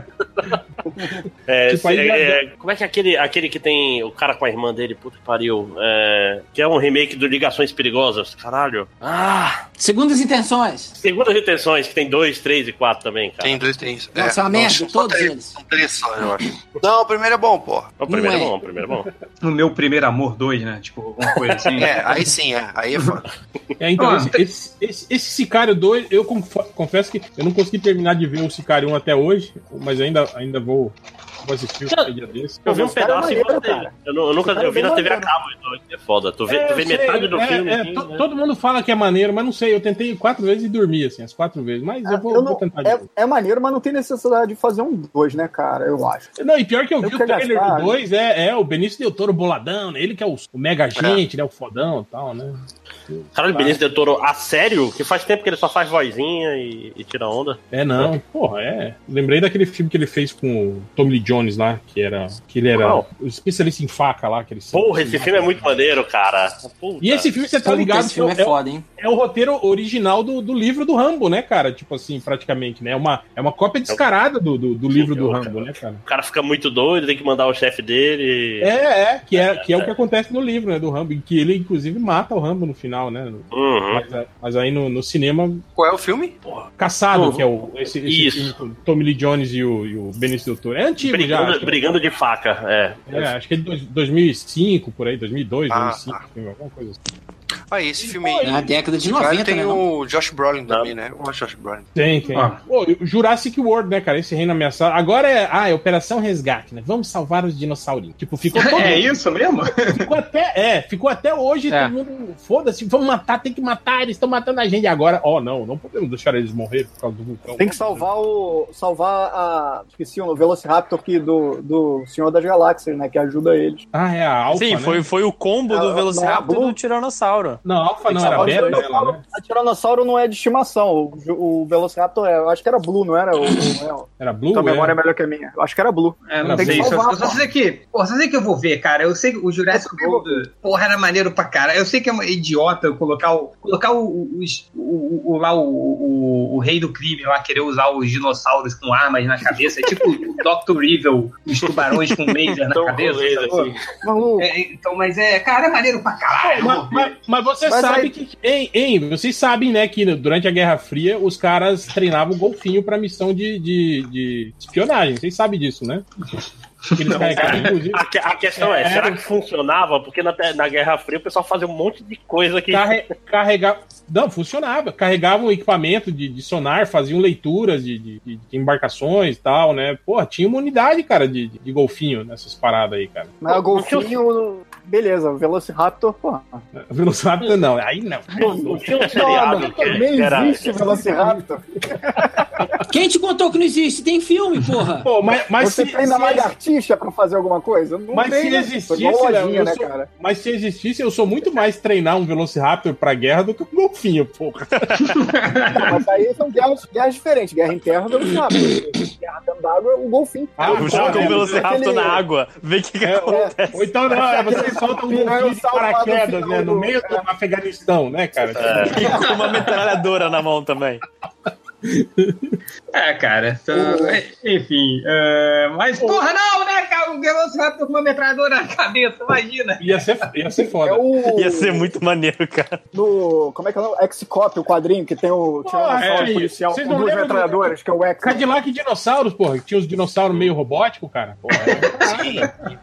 É,
Tipo, aí
se-
já-
é, como é que é aquele, aquele que tem o cara com a irmã dele, puta que pariu, é, que é um remake do Ligações Perigosas, caralho.
Ah, segundas intenções.
Segundas intenções, que tem 2, 3 e 4 também, cara.
Tem dois, tem isso.
Nossa, é uma merda,
são só
todos
três,
eles.
São três só, eu acho. Não, o primeiro é bom, pô.
O primeiro é
não é.
bom, o primeiro é bom.
no meu primeiro amor 2, né? Tipo, alguma coisa assim.
É, aí sim, é. Aí é foda.
É, então,
Ah,
esse,
tem-
esse, esse- esse Sicário 2, eu confo- confesso que eu não consegui terminar de ver o Sicário 1 até hoje, mas ainda, ainda vou, vou assistir o dia desse.
Eu vi um
Esse cara é
pedaço e
maneiro,
gostei.
cara.
Eu, nu- eu nunca
Esse cara
eu vi
é
na
bem
TV a
maneiro.
cabo, então é foda. Tu vê,
É,
tu
eu
vê
sei,
metade do
é,
filme.
é,
assim,
to-
né?
Todo mundo fala que é maneiro, mas não sei. Eu tentei quatro vezes e dormi, assim, as quatro vezes. Mas eu vou,
Ah, Eu
vou
não-
tentar de novo.
é, é maneiro, mas não tem necessidade de fazer um dois, né, cara? Eu acho.
Não, e pior que eu,
Eu
vi o
quero
trailer
gastar, né?
do 2 é, é o Benício Del Toro boladão, né? Ele que é o, o mega gente, né? O fodão e tal, né?
Caralho, Benício Del Toro, a sério? Que faz tempo que ele só faz vozinha e, e tira onda.
É, não. Porra, é. Lembrei daquele filme que ele fez com o Tommy Lee Jones lá, que era. Que ele era
Qual?
o especialista em faca lá, que ele
Porra, esse filme é muito maneiro, cara. Puta.
E esse filme, você tá
Puta,
ligado,
Esse filme
que
é
é,
foda, hein?
é o roteiro original do, do livro do Rambo, né, cara? Tipo assim, praticamente, né? É uma, é uma cópia descarada do, do, do livro do
eu-
Rambo, né, cara?
é O cara fica muito doido, tem que mandar o chefe dele.
É, é, que é, que é o que acontece no livro, né, do Rambo, em que ele, inclusive, mata o Rambo no final, né?
Uhum.
Mas, a- mas aí no, no cinema,
Qual é o filme?
Caçado,
Uhum.
que é o esse, esse
Isso.
filme com o Tommy Lee Jones e o, e o Benício Del Toro. É antigo já.
Brigando,
acho que-
brigando de faca, é.
É, acho que é de dois- 2005, por aí, 2002,
Ah,
2005, alguma coisa assim.
Ah, esse filme
É
aí.
na década de
Esse cara
90,
tem um-
né? não?
o Josh Brolin também, né? O Josh Brolin.
Tem, tem.
Ah.
Pô, e o Jurassic World, né, cara? Esse reino ameaçado. Agora é, ah, é Operação Resgate, né? Vamos salvar os dinossaurinhos. Tipo, ficou todo
É isso mesmo?
Ficou até, é, ficou até hoje,
É.
todo mundo, foda-se, vamos matar, tem que matar, eles estão matando a gente E agora. Ó, não, não podemos deixar eles morrer por causa do vulcão.
Tem que salvar o. salvar a. Esqueci o Velociraptor aqui do, do Senhor das Galáxias, né? Que ajuda eles.
Ah, é a Alpha,
Sim,
né?
foi, foi o combo
Ah,
do
não é a
Velociraptor e
Blue?
do Tiranossauro.
Não, a Alpha
Tem
não,
que
era a
salvar os
Beta
dois.
dela, né?
A Tiranossauro não é de estimação. O, ju- o Velociraptor é. Eu acho que era Blue, não era? O, o- é
Era Blue?
Tua memória é
era?
melhor que a minha. Eu acho que era Blue.
É, não
Tem que
sei. Só,
salvar,
eu só sei que. Pô, só sei que eu vou ver, cara. Eu sei que o Jurassic World. Porra, era maneiro pra cara. Eu sei que é uma idiota eu colocar o. Colocar o. o, os- o- o- o- lá o, o, o rei do crime lá querer usar os dinossauros com armas na cabeça. É tipo o Dr. Evil, os tubarões com laser na
Então,
cabeça.
com laser,
tá
sacou?
sim.
É, então, mas é. Cara, é maneiro pra caralho.
Mas, mas- mas você
Mas
sabe
aí-
que. Hein, hein, vocês sabem, né, que durante a Guerra Fria os caras treinavam o golfinho pra missão de, de, de espionagem. Vocês sabem disso, né? Eles carregavam, inclusive.
A, que- a questão é,
É.
será que funcionava? Porque na, te- na Guerra Fria o pessoal fazia um monte de coisa que.
Carre, carregar Não, funcionava. Carregavam equipamento de, de sonar, faziam leituras de, de- de embarcações e tal, né? Porra, tinha uma unidade, cara, de, de golfinho nessas paradas aí, cara.
Mas o golfinho. Beleza, o Velociraptor, porra.
Velociraptor não, aí não.
Não tinha um
Não,
seriado
não,
É,
que
nem
era-
existe Velociraptor.
Quem te contou que não existe? Tem filme, porra.
Pô, mas, mas
Você
se-
tem ainda
se-
lagartixa pra fazer alguma coisa? Não
Mas
tem,
se
né?
existisse,
Foi igual
Léo,
lojinha,
eu
né,
sou-
cara?
mas se existisse, eu sou muito mais treinar um Velociraptor pra guerra do que um golfinho, porra.
Não, mas aí são guerras, guerras diferentes. Guerra em terra, Velociraptor. Guerra dentro d'água, o golfinho.
Ah,
Joga
é,
o Velociraptor
aquele- é,
na água, vê o que, que acontece.
Ou então não, é, vocês soltam um golfinho de
salvado no
paraquedas,
final
né? No
do-
meio do Afeganistão, né, cara?
E com uma metralhadora na mão também.
É, cara. tá- é, Enfim. é, mas, porra, não, né, cara? O Velociraptor com uma metralhadora na cabeça, imagina.
Ia ser, ia ser
É
foda.
o.
Ia ser muito maneiro, cara.
No, como é que é o nome? X-Cop, o quadrinho que tem o tiranossauro
é,
policial
vocês
com
não
duas
lembram do-
metralhadoras, que é o X.
Cadillac e dinossauros, porra. que Tinha os dinossauros meio robóticos, cara. Porra,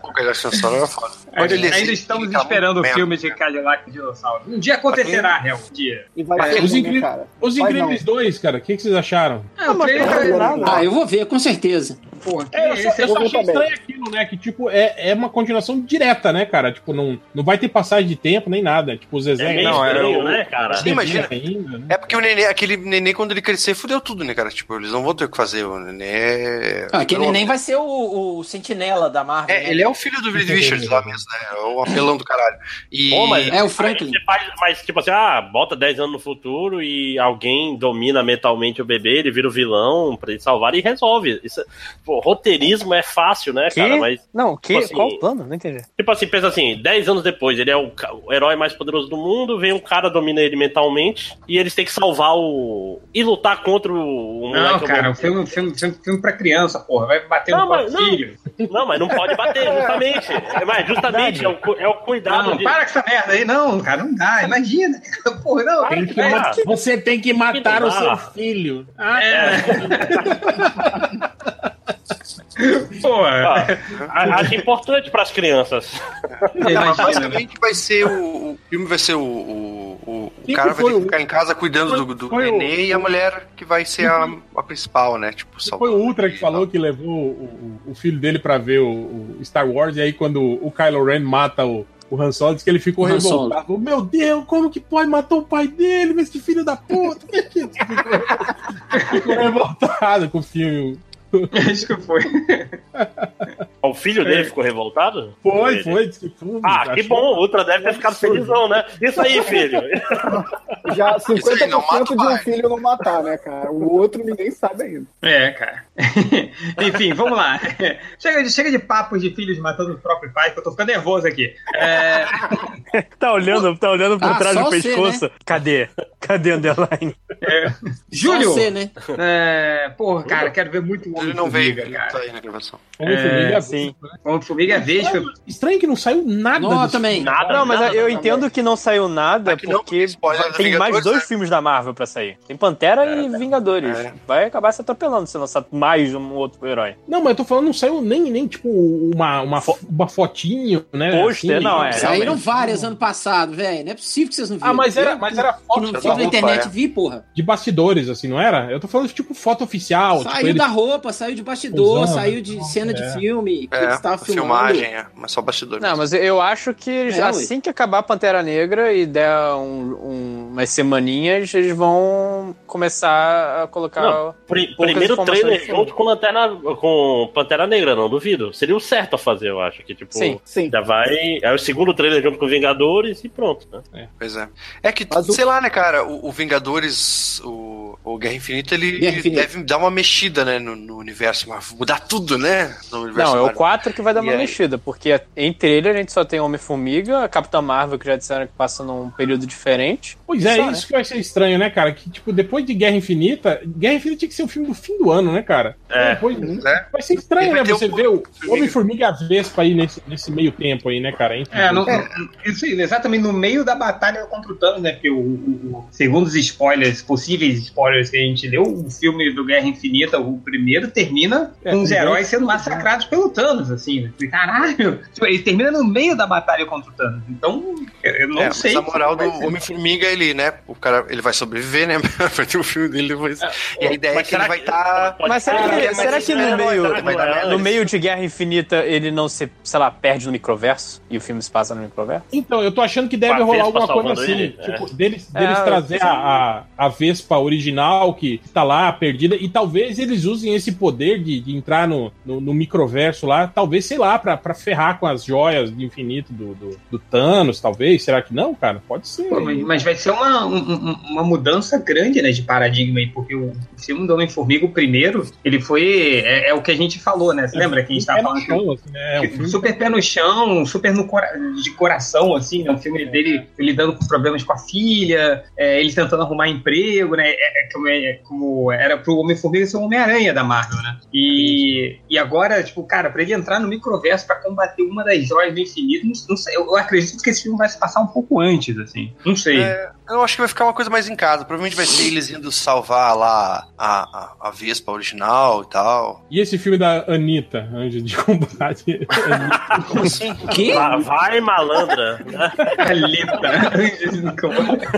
Pô, cara, essa história era É foda. Olha ele
Ainda
assim,
estamos
ele tá
esperando o
muito
filme de Cadillac e Dinossauro. Um dia acontecerá, Real. Um dia.
E vai
é.
ser
Os,
ruim,
Incri-
né, cara?
os
Vai
Incríveis 2, cara, o que, que vocês acharam?
Ah,
É, o
um
trailer
não
é-
nada.
Ah, eu vou ver, com certeza.
Porra, que
É, eu só, eu só
eu
achei
também.
estranho aquilo, né? Que, tipo, é, é uma continuação direta, né, cara? Tipo, não, não vai ter passagem de tempo nem nada. Tipo, os
É
desenhos.
meio
Não, era
estranho,
o-
né, cara?
Sim, imagina.
Ainda, né?
É porque o neném, aquele neném, quando ele crescer, fudeu tudo, né, cara? Tipo, eles não vão ter o que fazer. O neném é.
Ah, aquele
Não-
nem vai ser o, o sentinela da Marvel. né?
É, ele é o filho do Reed Richards lá mesmo, né? É o apelão do caralho. E...
Pô, mas-
É o
Aí
Franklin.
você faz, mas tipo assim, ah, bota 10 anos no futuro e alguém domina mentalmente o bebê, ele vira o vilão pra ele salvar e resolve. Isso, é, pô, roteirismo é fácil, né, cara? Mas,
Não, que,
Tipo assim,
qual o plano? Não entendi.
tipo assim, pensa assim, 10 anos depois, ele é o, ca- o herói mais poderoso do mundo, vem um cara, domina ele mentalmente, e eles têm que salvar o. e lutar contra o, o
é
Não,
moleque
cara,
homem-
um filme, um filme, filme, filme pra criança, porra. Vai bater
Não,
no próprio
mas- não.
filho.
Não, mas não pode bater, justamente. É, mas justamente é o, cu- é o cuidado
Não,
de.
para com essa merda aí. Não, cara, não dá. Imagina. Porra, não.
Tem que
É,
ma- você tem que matar
Que
o seu
dá.
filho. Ah,
É. Porra.
Ah, a- acho importante pras crianças.
Mas
Imagina. né?
basicamente vai ser o. O filme vai ser o. O, o- o
Sim,
cara vai
foi
ter que
o-
ficar em casa cuidando do, do
foi o-
neném e a mulher que vai ser a, a principal, né? Tipo,
Foi
salvando
o Ultra que
e
falou que levou o, o- o filho dele pra ver o, o Star Wars, e aí quando o Kylo Ren mata o, o Han Solo, diz que ele ficou
O Han Solo.
revoltado. Meu Deus, como que pode matar o pai dele, mas que filho da puta! ficou, ficou revoltado com o filme.
Acho que foi.
O filho
É.
dele ficou revoltado?
Foi, foi. disse que foi,
Ah, que
achou-
bom, o Ultra deve ter ficado felizão, né? Isso aí, filho.
Já
aí, não mata o
50% de um
pai.
filho não matar, né, cara? O outro ninguém sabe ainda.
É, cara. Enfim, vamos lá. Chega de, chega de papos de filhos matando o próprio pai, que eu tô ficando nervoso aqui. É,
Tá olhando, tá olhando por
Ah,
trás
só
do
o C,
pescoço. Cadê? Cadê Underline?
Júlio!
Só Você, né?
é, porra, cara, quero ver muito o
Ele não veio,
Homem-Formiga,
ele
cara.
tá aí na gravação.
Homem-Formiga,
Sim.
Homem-Formiga é Vespa.
Estranho que não saiu nada.
Não,
desse-
também.
Nada.
Não, mas
nada,
eu
nada.
entendo que não saiu nada,
Ah, que não,
É porque
spoiler
vai-
do
tem mais
Vingadores,
dois
né?
filmes da Marvel pra sair. Tem Pantera e Vingadores.
É.
Vai acabar se atropelando se lançar mais um outro herói.
Não, mas eu tô falando, não saiu nem, nem tipo, uma, uma,
Fo-
uma fotinho, né?
Pôster, não, é.
Saíram
realmente.
várias ano passado, velho. Não é possível que vocês não viram.
Ah, mas era,
Eu
mas era
que
foto
não
da
vi na
roupa,
internet,
é.
vi, porra.
de bastidores, assim, não era? Eu tô falando, tipo, foto oficial.
saiu
tipo, eles-
da roupa, saiu de bastidor,
Usando.
saiu de cena de
É.
filme que eles
É,
estavam filmando.
filmagem, é, mas só bastidor.
Não,
mesmo.
mas eu acho que eles-
É, ué.
assim que acabar a Pantera Negra e der um- um- umas semaninhas, eles vão começar a colocar.
Não, pri-
poucas
primeiro
informações
trailer
no filme.
junto com Lanterna com Pantera Negra, não duvido. Seria o certo a fazer, eu acho. Que, tipo,
Sim, sim.
já vai. É o segundo trailer junto com Vingadores e pronto, né?
Pois é. É que, sei lá, né, cara, o, o Vingadores, o, o Guerra Infinita, ele
Guerra Infinita.
deve dar uma mexida, né, no, no universo, mas mudar tudo, né? No universo
Não, é o
Marvel.
4 que vai dar uma
E aí?
mexida, porque em trailer a gente só tem Homem-Formiga, a Capitã Marvel, que já disseram que passa num período diferente.
Pois
E
é,
só, né?
isso que vai ser estranho, né, cara? Que, tipo, depois de Guerra Infinita, Guerra Infinita tinha que ser o filme do fim do ano, né, cara?
É.
Depois, Vai ser estranho, né? Você ver o Homem-Formiga e a Vespa aí nesse, nesse meio tempo aí, né, cara? Entre-
É, no- isso aí, exatamente no meio da batalha contra o Thanos, né? Porque o, o- o- segundo os spoilers, possíveis spoilers que a gente leu, o filme do Guerra Infinita, o primeiro, termina
É,
com os
com
heróis
dois-
sendo
né?
massacrados pelo Thanos, assim, né? Caralho! Tipo, ele termina no meio da batalha contra o Thanos. Então, eu, eu não
É,
sei.
Mas a moral do
como vai ser.
Homem-Formiga, ele, né? O cara ele vai sobreviver, né? Vai ter o filme dele depois. e a ideia é que ele vai estar.
Ah, Mas será que,
Ah,
será que
é,
no meio,
Vai dar merda.
no meio de Guerra Infinita ele não se, sei lá, perde no microverso e o filme se passa no microverso?
Então, eu tô achando que deve
Com a
rolar
Vespa
alguma coisa
salvando
assim.
ele,
tipo,
né?
é.
deles, deles
É,
trazer a, a, a Vespa original que tá lá, perdida. E talvez eles usem esse poder de, de entrar no, no, no microverso lá. Talvez, sei lá, pra, pra ferrar com as joias do infinito do, do, do Thanos, talvez. Será que não, cara? Pode ser.
Pô, mas, mas vai ser uma, um- um- uma mudança grande né, de paradigma aí, porque o filme do Homem-Formiga, o primeiro, ele foi. É, é o que a gente falou, né? Você lembra que a gente
É,
tava falando? que o-
assim, né? um
que super pé no chão, super no cora- de coração, assim, né? Um filme dele lidando com problemas com a filha, é, ele tentando arrumar emprego, né? É, é como, é- como era pro Homem-Formiga ser o Homem-Aranha da Marvel, né? E, e agora, tipo, cara, pra ele entrar no microverso pra combater uma das joias do infinito, não, não sei, eu, eu acredito que esse filme vai se passar um pouco antes, assim. Não sei.
É, eu acho que vai ficar uma coisa mais em casa. Provavelmente vai ser eles indo salvar lá a, a, a Vespa original e tal.
E esse filme da Anitta, Anjo de Combate?
Como assim?
Vai, vai, malandra.
tá?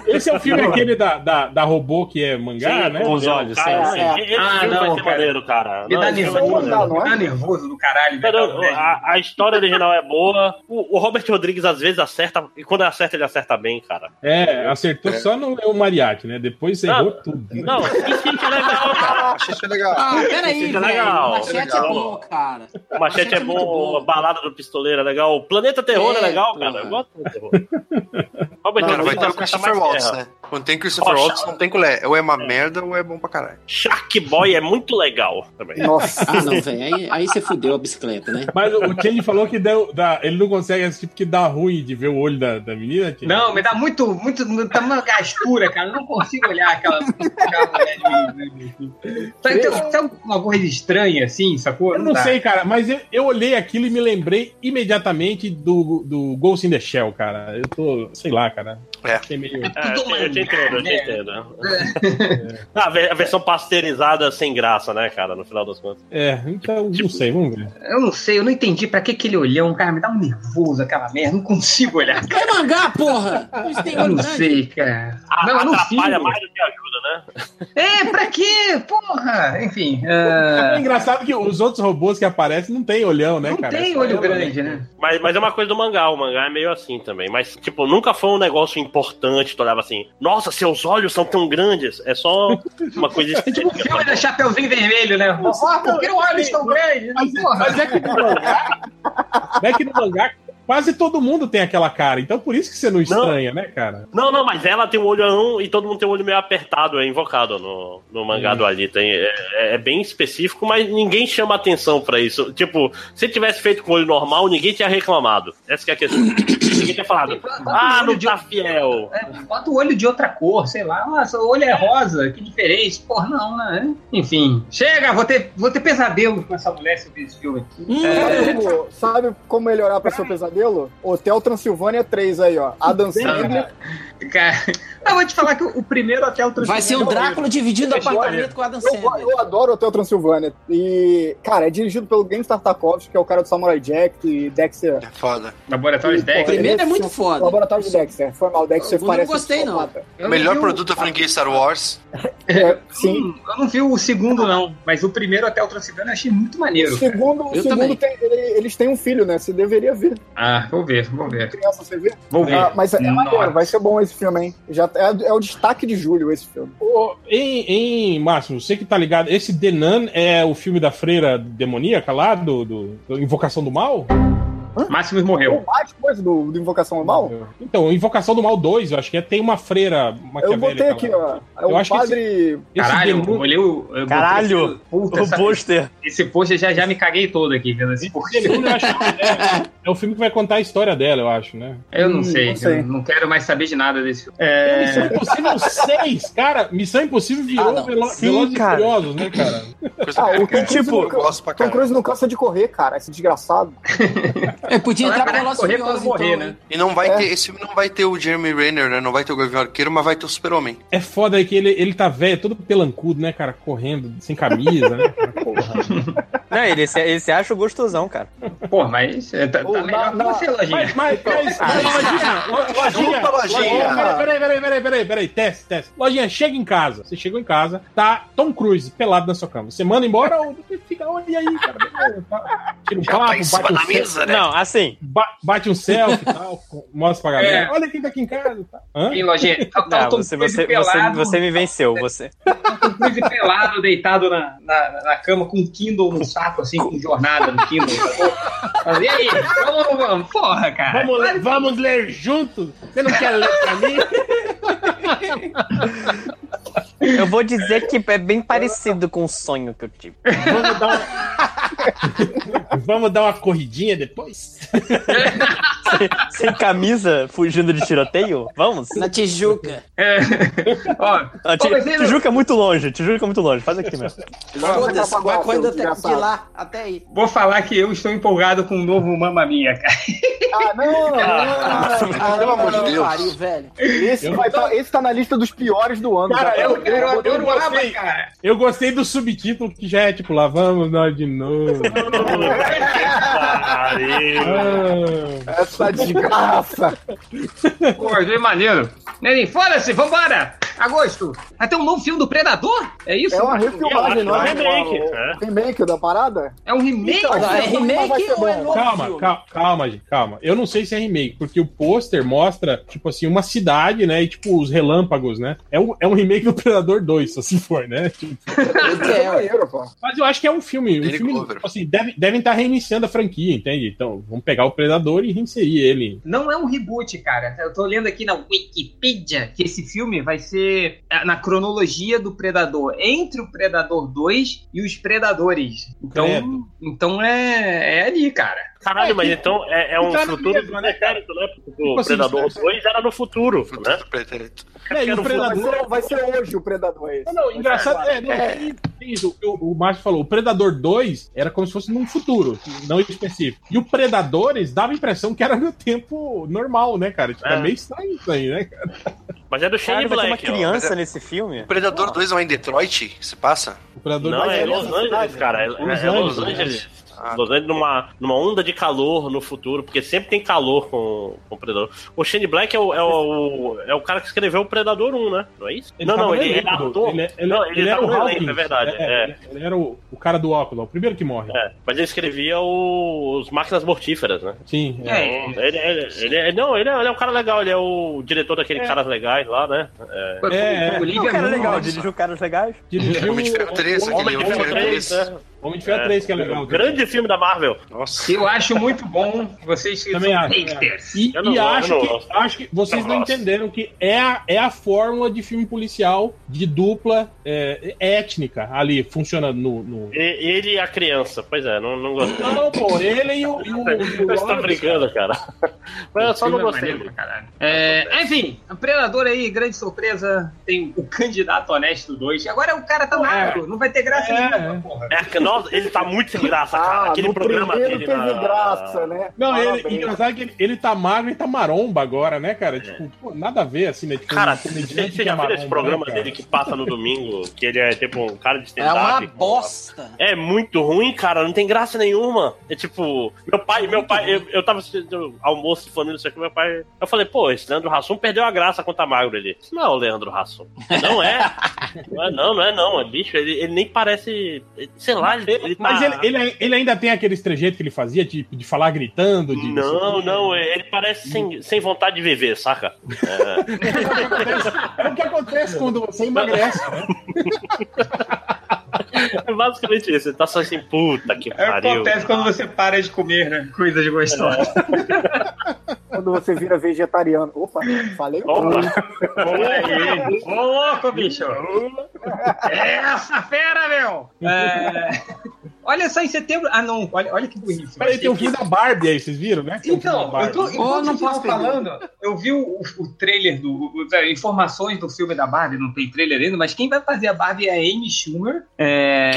Esse é o filme aquele da, da, da robô que é mangá,
Sim,
né?
com os olhos,
Cara,
sim, sim.
é.
assim, Esse filme vai ser maneiro, cara.
Me dá
esse filme
nervoso,
vai ser maneiro.
não é? Me dá
nervoso do caralho. né?
Não, a, a história original é boa. O, o Robert Rodrigues às vezes acerta, e quando acerta, ele acerta bem, cara.
É, acertou só no o mariachi, né? Depois você errou tudo. né?
Não, Machete é legal, cara.
Machete é legal.
Ah, peraí,
Machete é
velho.
legal.
Machete é bom, cara.
O Machete é
muito
bom, a balada do pistoleiro é legal, o Planeta Terror é,
É,
legal,
porra.
cara. Eu gosto do terror.
Não, cara, vai ter o
acerta
Christopher
tá mais
Waltz,
terra.
né? Quando tem Christopher
Ó,
Waltz,
Sha-
não tem colher. Ou é uma merda ou é bom pra caralho.
Shark Boy é muito legal também.
Ah, não, velho. Aí, aí você fudeu a bicicleta, né?
Mas o o Kenny falou que deu, dá- ele não consegue assistir porque dá ruim de ver o olho da, da menina. Kenny.
Não, me
um.
dá muito, muito. Tá uma gastura, cara. Eu não consigo olhar aquela, aquela mulher de Sabe, tem- tem alguma coisa estranha assim, sacou?
Eu não
dá.
sei, cara, mas eu, eu olhei aquilo e me lembrei imediatamente do, do Ghost in the Shell, cara. Eu tô, sei lá, cara.
É.
meio...
É, eu te- eu te entendo, eu
né?
Né?
te entendo. Ah, a ve- a versão pasteurizada sem graça, né, cara, no final das contas.
É, então, não sei, vamos ver.
Eu não sei, eu não entendi pra que aquele olhão, cara. Me dá um nervoso aquela merda. eu Não consigo olhar.
É mangá, porra! Eles
É
têm
Eu
olho
não
grande.
sei, cara.
A-
Não, eu não
atrapalha
fico.
mais do que ajuda, né?
É, pra quê? Porra! Enfim.
É
ah,
engraçado que os outros robôs que aparecem não tem olhão, né,
Não
cara?
tem
Só
olho
ela,
grande, né?
Mas, mas é uma coisa do mangá, o mangá é meio assim também. Mas, tipo, nunca foi um negócio importante, tu olhava assim, nossa, seus olhos são tão grandes. É só uma coisa
É tipo
estética.
Filme da Chapeuzinho Vermelho, né? Ó, por que o olho tão grande? Porra.
é Mas é que no mangá, é que no mangá quase todo mundo tem aquela cara, então por isso que você não estranha, né, cara?
Não, não, mas ela tem um olhão e todo mundo tem um olho meio apertado, é invocado no, no mangá do Ali. Tem, é, é bem específico, mas ninguém chama atenção pra isso. Tipo, se tivesse feito com olho normal, ninguém tinha reclamado. Essa que é a questão. ninguém tinha falado. Ah, não tá fiel.
É, Bota o olho de outra cor, sei lá. Nossa, o olho é rosa, que diferente. Porra, não, né? Enfim. Chega, vou ter, vou ter pesadelo com essa mulher se eu ver esse filme aqui.
É.
Sabe como- Sabe como melhorar pra seu pesadelo? Hotel Transilvânia 3 aí, ó. Adam Sandler.
É, cara, eu vou te falar que o é primeiro hotel
Vai
um
ser o Drácula dividindo apartamento com o Adam Sandler.
Eu, eu adoro Hotel Transilvânia. E, cara, é dirigido pelo James Tartakovsky, que é o cara do Samurai Jack e Dexter.
É Foda.
Laboratório de Dexter.
Primeiro é muito foda.
Laboratório de Dexter. Foi mal, Dexter
Eu não
parece.
gostei, não.
Eu
Melhor
vi o-
produto da franquia Star Wars.
É,
Sim. Eu não vi o segundo, não. Mas o primeiro hotel Transilvânia eu achei muito maneiro.
O segundo, o
Eu
segundo
também.
tem- ele- eles têm um filho, né? Você deveria ver.
Ah, vou ver, vou ver.
Criança, você vê?
Vou ver.
Ah, mas é
Nossa.
maneiro, vai ser bom esse filme, hein? Já é, é o destaque de julho esse filme.
Ô, Em, em Máximo, você que tá ligado, esse Denan é o filme da freira demoníaca lá, do, do- do Invocação do Mal?
Máximo morreu.
Mais coisa do, do Invocação do Mal?
Então, Invocação do Mal 2, eu acho que é, tem uma freira
Eu botei
maquiavélica
aqui,
lá.
ó. É o
Eu acho que
padre.
esse
Caralho,
demo-
eu olhei o. eu
Caralho,
botei esse- puta,
o
essa-
pôster.
Esse pôster já, já me caguei todo aqui vendo esse
Demônio, eu
pôster.
acho que é, é o filme que vai contar a história dela, eu acho, né?
Eu Hum, não sei, eu não quero mais saber de nada desse filme. É,
É.
Tem Missão Impossível 6, cara. Missão Impossível virou Velo
Ah, Sim,
Velozes e
cara.
Furiosos, né, cara?
Ah, o Tom Cruise
tipo,
não can- Tom Cruise não cansa de correr, cara. Esse desgraçado.
É, podia
entrar
pra
Velozes e correr quando Furiosos, morrer, então, né? hein?
E não vai
É.
ter, esse filme não vai ter o Jeremy Renner, né? Não vai ter o Gavião Arqueiro, mas vai ter o Super-Homem.
É foda aí que ele, ele tá velho, todo pelancudo, né, cara? Correndo, sem camisa, né? cara?
Não, ele se, ele se acha gostosão, cara.
Pô, mas é, tá, tá melhor que você, Lojinha.
Mas, mas, mas, mas, ah, lojinha,
Desculpa, Lojinha.
lojinha. Peraí, peraí, peraí, peraí, peraí, teste, teste. Lojinha, chega em casa. Você chegou em casa, tá Tom Cruise pelado na sua cama. Você manda embora ou você fica, olha aí, cara. beleza, tá? Tira um
Já tá
papo,
em
bate
cima
um
da
selfie.
mesa, né? Não, assim.
Ba- bate um selfie e tal, mostra pra galera. Olha quem tá aqui em casa. Tá? Hã?
Tá
Não, você, você, você, você me venceu. Você.
Cruise pelado, deitado na, na, na cama, com um Kindle no saco, assim, com jornada no Kindle. Mas e aí? Vamos, ou não vamos, porra, cara.
Vamos, ler- vamos ler juntos? Você não quer ler pra mim?
Eu vou dizer que é bem parecido com o sonho que eu tive.
Vamos dar uma... Vamos dar uma corridinha depois?
Sem camisa, fugindo de tiroteio? Vamos?
Na Tijuca.
É. Ó,
Ah, ti-
Ô, mas ele-
Tijuca é muito longe, Tijuca é muito longe. Faz aqui mesmo.
é
Foda-se, vai correndo até de
engraçado.
lá, até aí.
Vou falar que eu estou empolgado com o novo Mamma Mia, cara.
Ah, não, não,
Ah,
Pelo amor de
não,
Deus.
pariu, velho.
Esse, vai tá, esse tá na lista dos piores do ano.
Cara,
já.
eu- eu- assim. eu- eu gostei.
cara.
Eu gostei do subtítulo que já é tipo, lá vamos nós de novo.
Essa desgraça.
Acordei maneiro. Neném, foda-se, vambora! Agosto, vai ter um novo filme do Predador? É isso?
É uma refilmagem,
Eu
não é?
acho que vai.
é.
Remake da parada?
É um remake?
Então,
Não,
vai ser bom, mas vai ser
é
bom.
Ah, Calma, calma, calma, gente, calma. Eu não sei se é remake, porque o pôster mostra, tipo assim, uma cidade, né? E tipo, os relâmpagos, né? É um, é um remake do Predador 2, só se for, né? Tipo,
É,
É
Mas eu acho que é um filme. Um filme tipo assim, deve- devem estar reiniciando a franquia, entende? Então, vamos pegar o Predador e reinserir ele.
Não é um reboot, cara. Eu tô lendo aqui na Wikipedia que esse filme vai ser ah, na cronologia do Predador, entre o Predador 2 e os Predadores. Então,
Credo.
então é, é ali, cara.
Caralho, mas então é, é um
Tá na
futuro
mesma,
pretérito, né? Porque O
Tipo assim,
Predador
isso
2 era no futuro, né?
É, e o
Vai
Predador-
ser, vai ser hoje o Predador esse.
Não, Engraçado, é, não, tem- tem isso. O, o Márcio falou, o Predador 2 era como se fosse num futuro, não específico. E o Predadores dava a impressão que era no tempo normal, né, cara? Tipo, é.
É.
meio estranho isso aí, né, cara?
Mas é do Shane
Cara, vai ter
Black.
uma criança nesse
O
filme?
Predador 2 não é em Detroit? Se passa?
O
Não,
Predador
é, Los Angeles, cara. É, é-
Los
é Los
Angeles, né?
Angeles. Los Angeles numa, numa onda de calor no futuro, porque sempre tem calor com, com o Predador. O Shane Black é o, é, o, é o cara que escreveu o Predador 1, né? Não é isso?
Ele
não,
tava
não,
no
ele, ele é
elenco.
ator.
Ele é- ele-
não, ele,
ele
tá
era o
no elenco,
Hawkins.
é verdade.
É,
é.
ele- Ele era o, o cara do óculos, o primeiro que morre.
É, mas ele escrevia o- os Máquinas Mortíferas, né?
Sim.
É, ele, ele- ele é- não, ele é, ele é um cara legal, ele é o diretor daquele Caras Legais lá, né? É,
É, é.
Não, cara legal, dirigiu caras
Ah,
legais.
Dirigiu
Homem de Ferro
o-
3,
o-
aquele
Homem de Ferro 3, né? Homem de Ferro 3, que é legal.
Grande filme da Marvel.
Nossa.
Eu acho muito bom vocês que
Também
são
acho, também
haters.
E,
Eu não
e
gosto,
acho,
eu não
que,
gosto.
acho que vocês
Eu
não,
gosto.
entenderam que é a, é a fórmula de filme policial de dupla é, étnica ali, funcionando no. no-
E- Ele e a criança, pois é, não, não gostei.
Não, pô, ele e o. E o, e o
Você tá brincando, cara. Mas eu só
Filme
não
é
gostei.
maneiro pra caralho. É, enfim, o Predador aí, grande surpresa, tem o Candidato Honesto 2. Agora o cara tá magro, não vai ter graça nenhuma, porra.
É que, nossa, ele tá muito sem graça, cara. Aquele
Ah, no
programa
primeiro
dele.
teve
na-
graça, né?
Não, ele,
Parabéns.
engraçado é que ele, ele tá magro e tá maromba agora, né, cara? Tipo, pô, nada a ver, assim, né? Tipo,
É. Cara,
um comediante
você, você
que é
já viu esse
maromba,
programa
né, cara?
dele que passa no domingo? Que ele é tipo um cara de
É
stand-up.
uma bosta.
É muito ruim, cara. Não tem graça nenhuma. É tipo, meu pai, meu pai, eu, eu tava assistindo almoço de família, isso aqui, meu pai. Eu falei, pô, esse Leandro Hassum perdeu a graça quanto tá magro ele. Isso não é o Leandro Hassum. Não é. Não é não, não é não. É bicho, ele, ele nem parece. Sei lá, ele, ele tá.
Mas ele, ele, ele ainda tem aqueles trejeitos que ele fazia, de, de falar gritando, de.
Não, não, ele parece
Hum.
sem, sem vontade de viver, saca? É.
É o que acontece quando você emagrece.
É basicamente isso, ele tá só assim, puta que pariu.
É Acontece quando você para de comer, né? Coisas gostosas.
Quando você vira vegetariano. Opa, falei.
Opa.
Ô, louco, bicho! Essa fera, meu! É, Olha só, em setembro. Ah, não, olha, olha que bonito.
Peraí, tem um o fim da Barbie aí, vocês viram, né? Tem o fim da
Então,
Barbie.
eu tô,
Ou não
enquanto vocês
posso
estavam
perder.
falando, eu vi o, o trailer do. o- o- informações do filme da Barbie, não tem trailer ainda, mas quem vai fazer a Barbie é a Amy Schumer. É.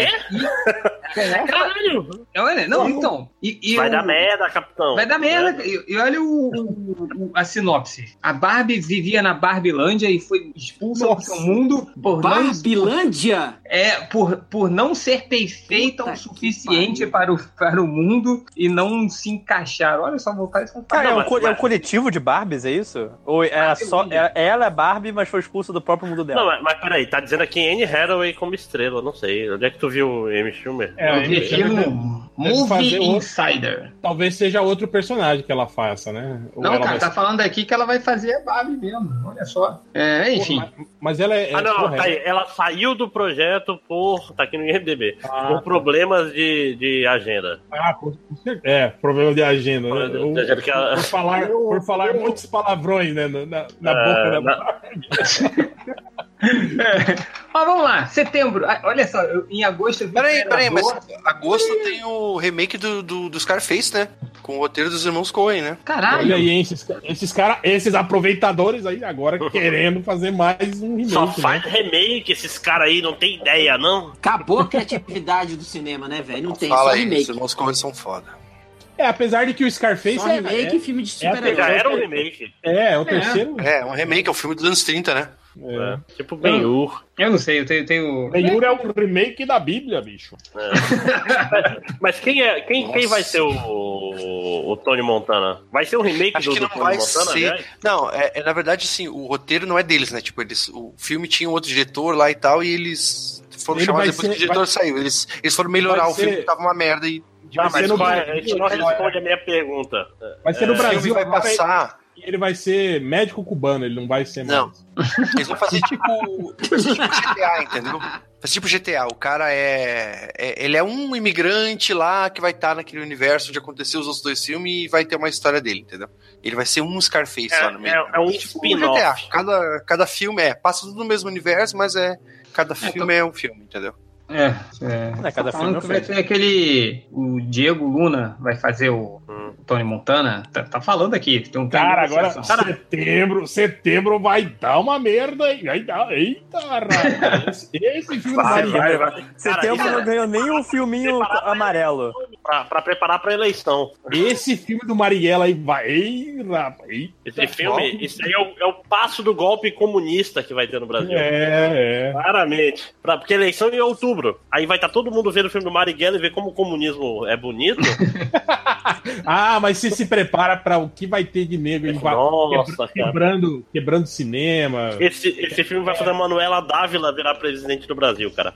Caralho!
Olha, não, então. E, e
Vai
o-
dar merda, capitão.
Vai
né?
dar merda. E, e olha o, o- o- a sinopse. A Barbie vivia na Barbilândia e foi expulsa do seu mundo por não,
Barbilândia?
é, por, por não ser perfeita
Puta
o
que
suficiente para o, para o mundo e não se encaixar. Olha só, vou fazer um
Ah, é,
Não,
um,
mas-
co- é um
mas-
coletivo de Barbies, é isso? Ou é só. é- ela é Barbie, mas foi expulsa do próprio mundo
Não,
dela.
mas, mas peraí, tá dizendo aqui Anne Hathaway como estrela, não sei. Onde é que tu viu Amy Schumer?
É,
Eu
ele
vi aqui
deve-
no
deve
um Movie
fazer outro.
Insider.
Talvez seja outro personagem que ela faça, né? Ou
Não,
ela vai-
cara, tá falando aqui que ela vai fazer a Barbie mesmo. Olha só. É, enfim.
Mas ela é.
Ah, não,
porra,
tá
é-
aí. Ela saiu do projeto por. Tá aqui no IMDB.
Ah,
por problemas de, de agenda.
Ah, com com certeza. É, problema de agenda, né? Ou-
É porque ela-
por falar, por falar muitos palavrões, né? Na, na- na boca da
É, na-
Mas vamos lá, setembro. Ah, Olha só, eu- em agosto eu vi
Peraí,
Predador.
peraí, mas agosto tem o remake do, do, do Scarface, né? Com o roteiro dos irmãos Coen, né?
Caralho,
Olha aí, hein, esses, esses caras, esses aproveitadores aí agora querendo fazer mais um remake.
Só
né?
faz remake, esses caras aí não tem ideia, não.
Acabou a criatividade do cinema, né, velho? Não tem, só
Fala aí, os
remake.
irmãos Coen são foda.
É, apesar de que o Scarface
Só
é,
remake e filme de
é a
Já
super-herói.
era um remake.
é, é o terceiro.
É, um remake, é um filme dos anos 30, né?
É.
É, Tipo Ben-Hur.
eu não sei, eu tenho. tenho...
Benhur é um remake da Bíblia, bicho.
Mas quem, é, quem, quem
Nossa.
vai ser o, o, o Tony Montana? Vai ser um remake
Acho
do,
que
do
não
Tony
vai
Montana,
ser.
aliás?
Não, é, é, na verdade, assim, o roteiro não é deles, né? Tipo, eles, o filme tinha um outro diretor lá e tal, e eles foram
Ele vai
chamados depois
ser-
que o diretor saiu. Eles, eles foram melhorar
vai
o filme
ser-
que tava uma merda e
Ah,
Vai
mas
ser no
qual é?
Brasil,
a gente não
vai-
responde É. a minha pergunta.
Vai ser no
o filme
Brasil,
vai
agora,
passar.
e ele vai ser médico cubano, ele não vai ser mais.
Não. Eles vão fazer tipo, vai ser tipo GTA, entendeu? Mas tipo GTA, o cara é, é- Ele é um imigrante lá que vai estar naquele universo onde aconteceu os outros dois filmes e vai ter uma história dele, entendeu? Ele vai ser um Scarface
É-
lá no meio.
é- é um spin-off.
GTA. Cada, cada filme é. Passa tudo no mesmo universo, mas é. Cada filme é um filme, entendeu?
É, é.
É,
Tá
cada filme é
falando
um
que vai
filme.
ter aquele. O Diego Luna vai fazer o
Hum.
Tony Montana. Tá, tá falando aqui. Tem um
Cara, agora
Cara,
setembro, setembro vai dar uma merda, hein? Vai dar. Eita, rapaz. Esse- Esse filme
Vai,
não
vai, vai.
Setembro
Cara, é
não ganhou nem um filminho
Separado, né?
amarelo.
Pra, pra preparar pra eleição.
Esse filme do Marighella aí vai. Ei, rapaz. ei.
Esse
Tá
filme, isso aí é o, é o passo do golpe comunista que vai ter no Brasil.
É, é.
Claramente. Pra, porque eleição é em outubro. Aí vai estar todo mundo vendo o filme do Marighella e ver como o comunismo é bonito.
Ah, mas você se prepara pra o que vai ter de negro em
Nossa, cara.
quebrando, quebrando cinema.
Esse, esse filme vai fazer a Manuela Dávila virar presidente do Brasil, cara.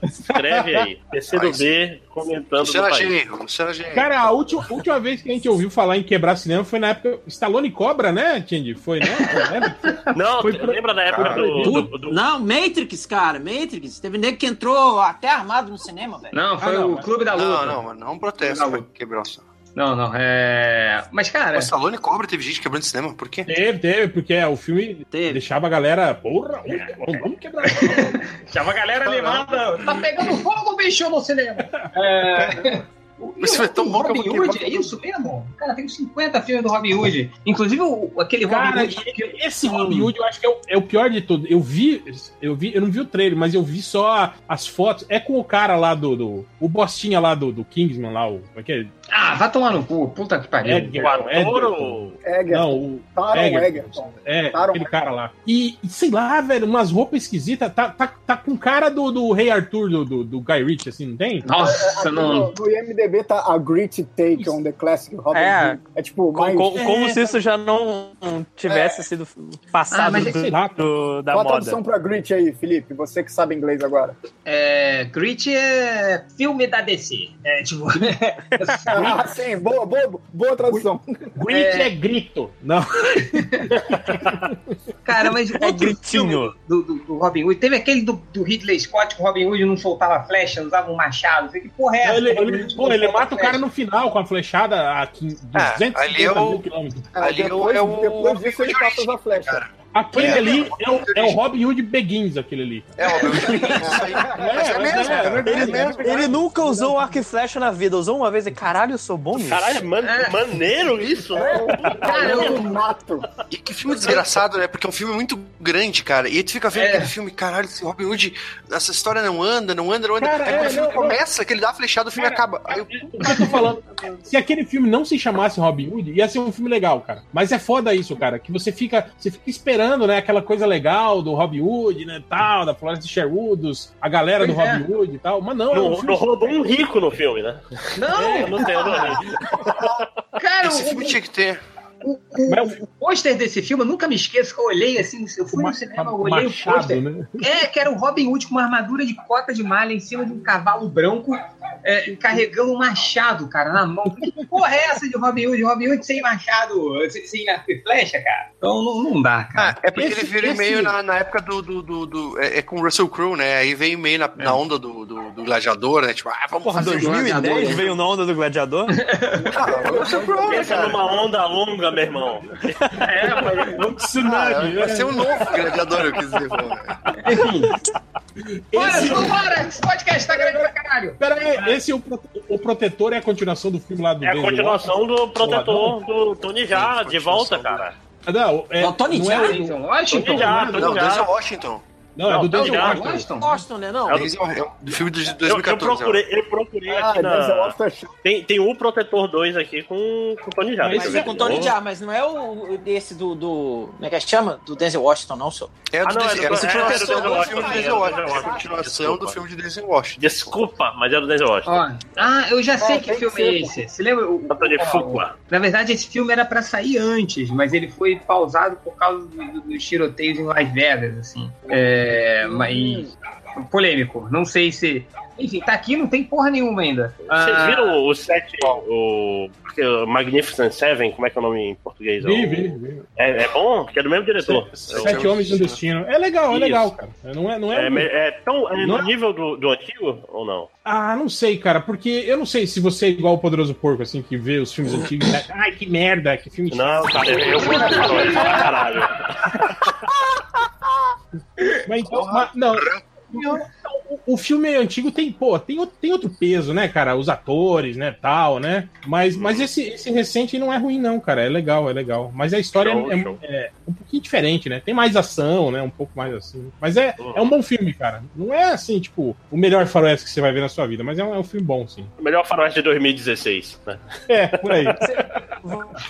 Escreve aí. PCdoB comentando no
Luciana
país.
Genro, Luciana Genro.
Cara, a última, a última vez que a gente ouviu falar em quebrar cinema foi na época. Stallone Cobra, né, Tindy? Foi, né? Lembra?
Não,
Foi pro-
lembra da época
Cara,
do, do,
Puta-
do-
Não, Matrix, cara, Matrix. Teve nego que entrou até armado no cinema, velho.
Não, foi
Ah, não,
o
mas-
Clube da Luta.
Não, não, mano, não protesta pra quebrar o cinema.
Não, não. É. Mas, cara.
O Stallone cobra, teve gente quebrando cinema, por quê?
teve, teve, porque é, o filme
Teve.
deixava a galera. Porra, olha, vamos- vamos quebrar cinema.
Chama a galera animada. Tá pegando fogo, bicho, no cinema. É.
Isso foi tão bom que eu
Robin
vou
Hood, é isso mesmo? Cara, tem uns 50 filmes do Robin Hood. Inclusive o, o- aquele
Cara,
Robin
e-
Hood.
e- esse Robin Hood eu acho que é o, é o pior de tudo. Eu vi, eu vi, eu não vi o trailer, mas eu vi só as fotos. É com o cara lá do. do- o bostinha lá do, do Kingsman, lá, o. Como é que é?
Ah, vai tomar no cu, puta que pariu.
do Arturo.
Eggerton.
Não, o.
Taron
Eggerton.
Eggerton.
É,
Taron
aquele cara lá. E, e sei lá, velho, umas roupas esquisitas. Tá, tá, tá com cara do, do Rei Arthur do, do, do Guy Ritchie, assim, não tem?
Nossa,
Aqui
não.
No, no IMDB completa tá a Great Take on the Classic Robin
É.
Hood. É tipo,
Co-
mais...
co- como se isso já não tivesse sido passado
Ah, mas é que-
do, do- da
Qual a
moda.
tradução pra Grit aí, Felipe? Você que sabe inglês agora.
É, Grit é filme da DC. É, tipo.
ah, sim, boa, boa, boa tradução.
Grit é grito. Não.
Cara, mas
É
É
outro gritinho. do, do- do Robin Hood. Teve aquele do, do Ridley Scott que o Robin Hood não soltava flecha, usava um machado. Falei, Que porra é essa?
Ele,
Robin
ele-
Hood
pô, ele
soltava
mata o
flecha.
cara no final com a flechada a 250
ali é o-
mil quilômetros.
ali é o- é o-
Depois disso ele passa a flecha.
Aquele ali é o, é o Robin Hood Begins, aquele ali.
É, Robin Hood
Begins. É, mas é, é verdade,
ele,
é
ele
verdade.
nunca usou arco e flecha na vida, usou uma vez e caralho, é eu sou bom nisso.
Caralho, man- maneiro isso, né?
Caralho, mato.
E que filme desgraçado, né? Porque é um filme muito grande, cara. E aí tu fica vendo
É.
aquele filme, caralho, esse Robin Hood, essa história não anda, não anda, não anda.
Cara,
aí quando
é,
o filme
não, é,
começa, que ele dá a flechada, o filme acaba. Aí Ah, eu-
Se aquele filme não se chamasse Robin Hood, ia ser um filme legal, cara. Mas é foda isso, cara, que você fica, você fica esperando, né, aquela coisa legal do Robin Hood, né, tal, da Floresta de Sherwood, dos- a galera do
Pois é.
Robin Hood e tal. Mas não,
Não,
filme- é
não roubou um rico no filme, né?
Não!
É, não tem, não tem.
Cara,
Esse
o-
filme tinha que ter.
O,
um
o, o pôster desse filme, eu nunca me esqueço que eu olhei assim, eu fui no cinema, eu olhei o
machado,
pôster.
né?
É, que era o Robin Hood com uma armadura de cota de malha em cima de um cavalo branco, é, carregando um machado, cara, na mão. Que porra é essa de Robin Hood? Robin Hood sem machado, sem, sem arco e flecha, cara? Então não, não dá, cara.
É porque ele
Esse-
veio
esse-
meio na, na época do. do, do, do- é, é com o Russell Crowe, né? Aí veio meio na,
É.
na onda do, do, do gladiador, né? Tipo, ah, vamos
Porra,
fazer um
2010
gladiador.
veio na onda do gladiador?
Ah,
Pensa numa onda longa, meu irmão.
É um tsunami.
Vai ser um novo gladiador, eu quis dizer. pô.
Bora, vambora! Esse podcast tá grande pra caralho!
Pera aí, esse é o, prote- o Protetor é a continuação do filme lá do
É a
David
continuação
Washington?
do protetor do Tony Já, de volta, cara.
Ah, Não, é, não é o-
então,
Tony Já,
Não,
Tony
Não,
Já.
Denzel Washington.
Não, é do
Não,
Denzel
não,
Washington.
Boston, né? Não.
É o do-
Denzel- é o- Do filme de
Eu, eu
2014.
procurei, eu procurei
Ah,
aqui
um
Denzel
na...
Washington é chato.
Tem, tem o Protetor 2 aqui com com o Tony Já.
Mas é com o Tony Jaa, mas não é o, o desse do, do. Como é que chama? Do Denzel Washington, não, senhor.
É
Ah,
do
não,
Denzel-
é do-
é a
é, é do
continuação do filme de
Denzel Washington,
Denzel
é do
Washington.
Denzel
É a continuação do
Washington.
filme de Denzel Washington.
Desculpa, mas era o Denzel Washington.
Ó, ah, eu já sei
É,
que
tem que
filme
ser,
é
pô.
esse. Você lembra? O,
Antônio
o-
Fuqua.
Na verdade, esse filme era pra sair antes, mas ele foi pausado por causa do- do- dos tiroteios em Las Vegas, assim. É, mas polêmico. Não sei se. Enfim, tá aqui, não tem porra nenhuma ainda.
Vocês
Ah,
viram o set, o, o Magnificent Seven, como é que é o nome em português?
Vi,
O-
vi, vi.
É, é bom? Que é do mesmo diretor.
Sete Homens no Destino. É legal, é
Então, Isso.
legal, cara. Não é, não é,
É, me- é tão é
Não
no
é-
nível do, do antigo ou não?
Ah, não sei, cara, porque eu não sei se você é igual o Poderoso Porco, assim, que vê os filmes antigos e acha, ai, que merda, que filme
Não, cara, eu, eu gosto de Flores pra caralho.
Mas então, mas- não. O, o filme antigo tem, pô, tem, o- tem outro peso, né, cara? Os atores, né, tal, né? Mas, mas esse, esse recente não é ruim, não, cara. É legal, é legal. Mas a história é-
Show,
é,
show.
é um pouquinho diferente, né? Tem mais ação, né? Um pouco mais assim. Mas é, é um bom filme, cara. Não é assim, tipo, o melhor faroeste que você vai ver na sua vida, mas é um, é um filme bom, sim.
O melhor faroeste de 2016, né?
É, por aí.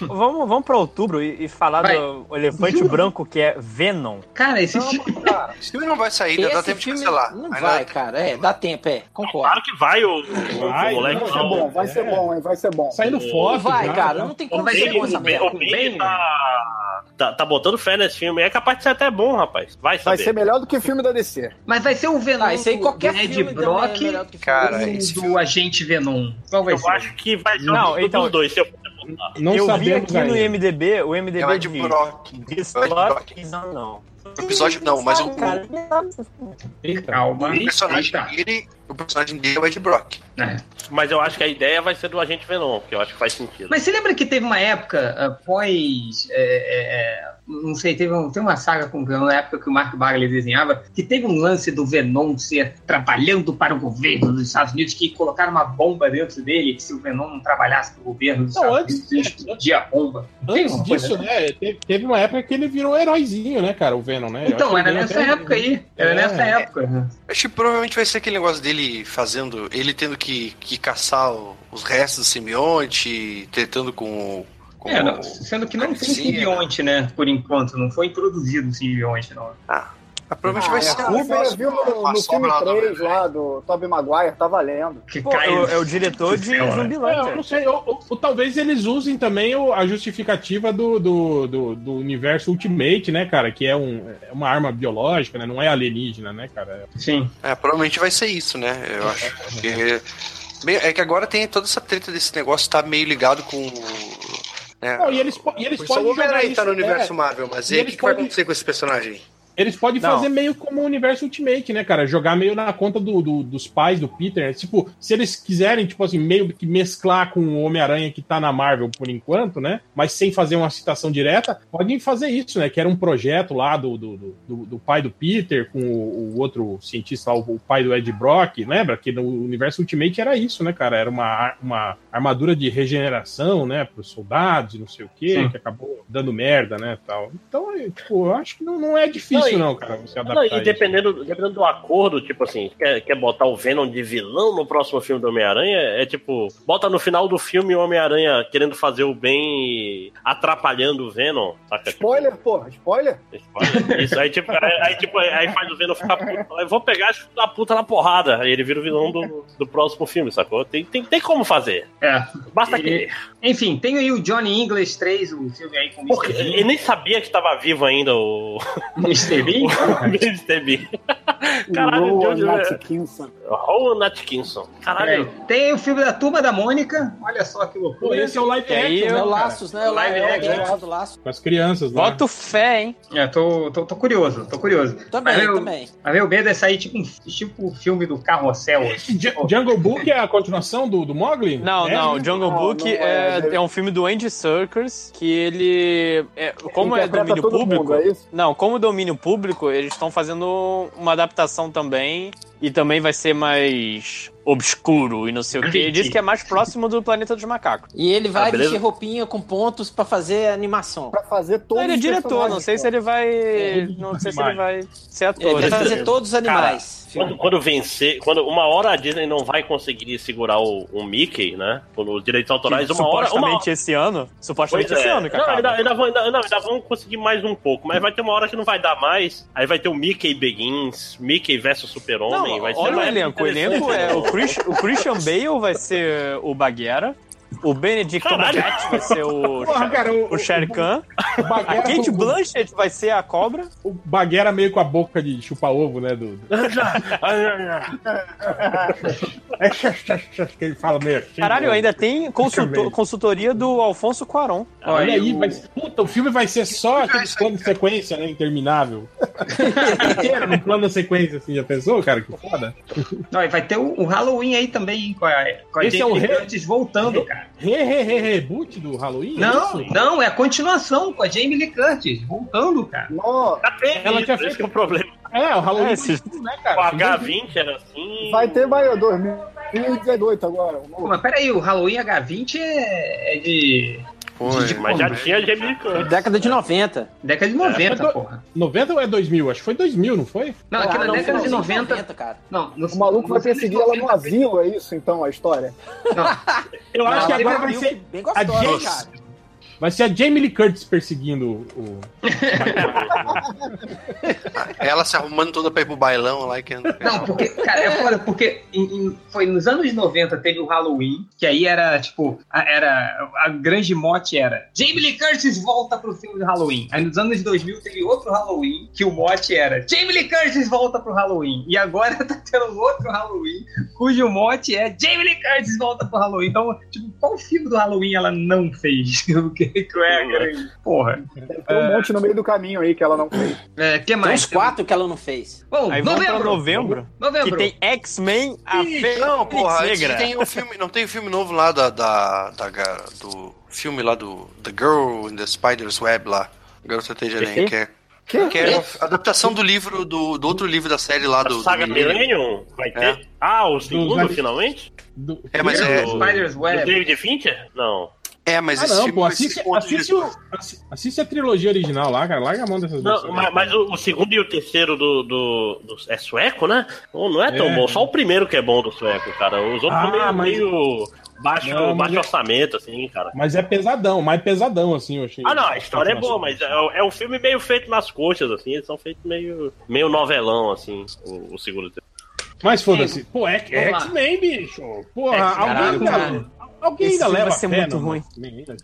vamos, vamos pra outubro e, e falar
Vai.
do elefante branco que é Venom.
cara, esse filme.
Esse filme não vai sair, ainda dá
Esse
tempo de
filme
cancelar.
não
Ainda
vai,
dá-
cara. É, dá tempo, é. Concordo.
Claro que vai, o, o,
Vai,
o moleque. tá
Vai ser
lá,
É bom,
o-
vai ser bom, hein? Vai ser bom.
Saindo foto.
vai,
já,
cara.
né?
Não tem
O
como ser
Bang,
com essa
o Bang,
merda.
o Bang tá, tá, tá botando fé nesse filme. É capaz de ser até bom, rapaz. Vai
Vai
saber.
ser melhor do que o filme da DC.
Mas vai ser o Venom.
Ah, isso aí qualquer
do Ed
filme também
Brock
é melhor do que filme.
Cara,
ou
esse
do
filme.
Agente Venom. Qual vai
Eu
ser?
acho que vai ser
Não,
um dos
então-
dois. Se eu puder botar.
Não
eu vi
sabemos
aqui no
ainda.
IMDB, o
É o
IMDB
Ed
diz,
Brock.
This
É o Ed
plot
Brock.
is unknown.
O episódio não, mas o, o
Cara,
Eita.
Calma.
personagem
Eita.
dele. O personagem dele é o Ed Brock.
Mas eu acho que a ideia vai ser do Agente Venom, que eu acho que faz sentido.
Mas você lembra que teve uma época após. é, não sei, teve, um- teve uma saga com o Venom na época que o Mark Bagley desenhava, que teve um lance do Venom ser trabalhando para o governo dos Estados Unidos, que colocaram uma bomba dentro dele, que se o Venom não trabalhasse para o governo dos
Não,
Estados
antes-
Unidos, ele explodia a bomba. Não tem
Antes
uma coisa
disso, né? Teve, teve uma época que ele virou um heróizinho, né, cara? O Venom, né? Eu acho
Então,
que
era
ele
nessa
até-
época aí. Era
É.
nessa época. né?
Acho que provavelmente vai ser aquele negócio dele fazendo. Ele tendo que, que caçar o- os restos do simbionte, tretando com. o- com
É, não,
o-
sendo que não tem
Sim,
simbionte, né? Por enquanto, não foi introduzido simbionte, não.
Ah, Provavelmente vai ser.
a Cooper Ah, é, viu no, no filme 3 lá do Tobey Maguire, tá valendo.
Que
Pô,
cai-
eu-
É o diretor de
Sei lá.
Zumbilândia.
É, eu não sei, ou, ou- ou talvez eles usem também o- a justificativa do, do, do, do universo Ultimate, né, cara? Que é, um, é uma arma biológica, né? Não é alienígena, né, cara?
Sim.
É, provavelmente vai ser isso, né? Eu acho. Porque- Bem, é que agora tem toda essa treta desse negócio tá meio ligado com. Né?
Não, e eles, po- e eles
Pois
podem
o Homem-Aranha
jogar
tá no
isso,
universo
é.
Marvel, mas
E
e aí o
eles
que, que vai
podem-
acontecer com esse personagem?
Eles podem
Não.
fazer meio como o universo Ultimate, né, cara? Jogar meio na conta do, do- dos pais do Peter. né? Tipo, se eles quiserem, tipo assim, meio que mesclar com o Homem-Aranha que tá na Marvel por enquanto, né? Mas sem fazer uma citação direta, podem fazer isso, né? Que era um projeto lá do, do, do- do, do pai do Peter com o, o outro cientista lá, o, o pai do Ed Brock. Lembra que no universo Ultimate era isso, né, cara? Era uma, ar- uma armadura de regeneração, né? Pros soldados, e não sei o quê,
Sim.
que acabou dando merda, né? Tal. Então, é, tipo, eu acho que não, não é
Não,
difícil,
e-
não, cara, você adaptar.
Não, e
isso.
dependendo, dependendo do acordo, tipo assim, quer, quer botar o Venom de vilão no próximo filme do Homem-Aranha? É tipo, bota no final do filme o Homem-Aranha querendo fazer o bem e atrapalhando o Venom,
É
saca?
Spoiler, porra, spoiler?
Isso, aí tipo, aí, aí, tipo, aí- aí faz o Venom ficar puto. fala, Eu vou pegar esse filho da puta na porrada. Aí ele vira o vilão do, do próximo filme, sacou? Tem, tem, tem como fazer.
É.
Basta
E-
querer.
Enfim, tem aí o Johnny English 3, o filme aí com o
Porque
Mr. Bean.
eu nem sabia que estava vivo ainda o.
Mr. Bean?
o Mr. Bean. Caralho,
Rowan
de
é-
onde-
Atkinson.
Rowan Atkinson. Caralho.
É, Tem o filme da Turma da Mônica. Olha só que
Pô,
loucura.
esse é o live action, né,
É o
cara?
Laços, né? O
Live
live é
action.
o do Laços.
Com as crianças, né?
Bota o fé, hein?
É, tô, tô, tô curioso, tô curioso.
Também,
mas meu,
também.
Mas meu medo é sair tipo um tipo o filme do Carrossel.
Esse Ju- Jungle Book é a continuação do, do Mogli?
Não,
É,
não.
né?
Jungle
Não,
Book
não é,
é,
deve-
é um filme do Andy Serkis que ele. é- como é
Interpreta
domínio
todo
público.
mundo, é isso?
Não, como domínio público, eles estão fazendo uma adaptação também. E também vai ser mais obscuro e não sei o quê. Ele disse que é mais próximo do Planeta dos Macacos.
E ele vai
Ah, beleza.
vestir roupinha com pontos pra fazer animação.
Pra fazer todo
Ele é diretor, não sei se ele vai. Não sei se ele vai ser ator.
Ele vai fazer
Cara,
todos os animais.
Quando, quando vencer, quando uma hora a Disney não vai conseguir segurar o, o Mickey, né? Com os direitos autorais, uma hora. Uma
supostamente esse ano. Supostamente
Pois
esse
é.
ano,
Não,
cara.
ainda, ainda vão, ainda, ainda- ainda vão conseguir mais um pouco, mas vai ter uma hora que não vai dar mais. Aí vai ter o Mickey Begins, Mickey versus Super-Homem. vai ser
Olha o
uma época
elenco. O elenco é.
interessante,
O,
né?
Chris- o Christian Bale vai ser o Baguera. O Benedict Cumberbatch vai ser o,
Porra, cara, o-
o Shere Khan.
O
A
Baguera,
Kate
o-
Blanchett vai ser a cobra.
o Baguera é meio com a boca de chupar ovo, né? Do, do-
Ah,
É, que ele fala meio assim.
Caralho,
né?
ainda tem consultor- consultoria do Alfonso Cuaron.
Olha aí,
o-
vai ser- puta, o filme vai ser só aqueles planos de sequência, né? Interminável. Inteiro, no plano de sequência, assim, já pensou, cara? Que foda.
Não, e vai ter o, o Halloween aí também, hein, com a, com a
Esse é o
Jane
re-
Curtis voltando, cara.
Re, re, re, reboot do Halloween? é
Não,
isso?
não, é a continuação com a Jamie Lee Curtis, voltando, cara.
Nó,
Já teve
Ela
isso,
tinha
esse
feito-
que é o problema.
É, o Halloween
É,
é,
esse-
né,
O
cara?
H20 era assim.
vai ter, vai, 2018 agora. o
Pô,
novo.
mas peraí, o Halloween H20 é, é de
Foi.
Mas
um
já tinha Jamie Curtis.
Década de 90.
década de 90,
mas tô-
porra.
90 ou é 2000? Acho que foi 2000, não foi?
Não, aqui na
Ah, não,
década de
finalzinho
90.
cara.
Não, no-
O maluco vai
nos anos
perseguir ela no
90,
asilo, é isso então a história?
Eu acho que agora
Ela tem
vai
um
ser,
look Bem gostosa, hein,
Jane-
cara.
vai ser a Jamie Lee Curtis perseguindo o.
Ela se arrumando toda pra ir pro bailão lá que
Não, porque, cara, é foda, porque em- em- foi nos anos 90 teve o Halloween, que aí era, tipo, a, era, a grande mote era Jamie Lee Curtis volta pro filme do Halloween. Aí nos anos 2000 teve outro Halloween, que o mote era Jamie Lee Curtis volta pro Halloween. E agora tá tendo um outro Halloween, cujo mote é Jamie Lee Curtis volta pro Halloween. Então, tipo, qual filme do Halloween ela não fez? O que que é a grande- Porra.
Tem
É.
um monte no meio do caminho aí que ela não fez.
É, que
Tem uns
mais?
quatro que ela não fez.
Bom,
Aí vamos pra
novembro.
novembro, que
Novembro.
tem X-Men, a Fênix
Não, porra, antes
Negra.
tem um filme, não tem um filme novo lá da, da, da ga- do filme lá do The Girl in the Spider's Web lá. Garota Tejarenha, que é,
Que?
que é a adaptação do livro, do, do outro livro da série lá
A
do. É.
saga
do
Millennium vai ter? Ah, o segundo
Dos-
finalmente?
do-
É, mas é,
Spider's
Do
Web.
David Fincher? Não.
é, mas
Ah,
esse
não,
filme
pô,
vai ser
assiste,
com outro
assiste,
diretor.
o- assi- assiste a trilogia original lá, cara. Larga a mão dessas
Não,
duas.
ma- mas, o, o segundo e o terceiro do, do, do- É sueco, né? Não não é tão
É.
bom. Só o primeiro que é bom do sueco, cara. Os outros
Ah,
são meio,
mas-
meio Baixo,
Não, mas
baixo
é-
orçamento, assim, cara.
Mas é pesadão, mais pesadão, assim, eu achei.
Ah, não, a história é boa, mas é, é um filme meio feito nas coxas, assim. Eles são feitos meio, meio novelão, assim, o, o Seguro Tempo.
Mas foda-se. Pô, é é
Vamos lá.
X-Men, bicho. Porra,
É,
alguém,
caralho,
ainda-
caralho.
alguém
Esse
ainda
filme
leva
vai ser
a fé
muito
no-
ruim.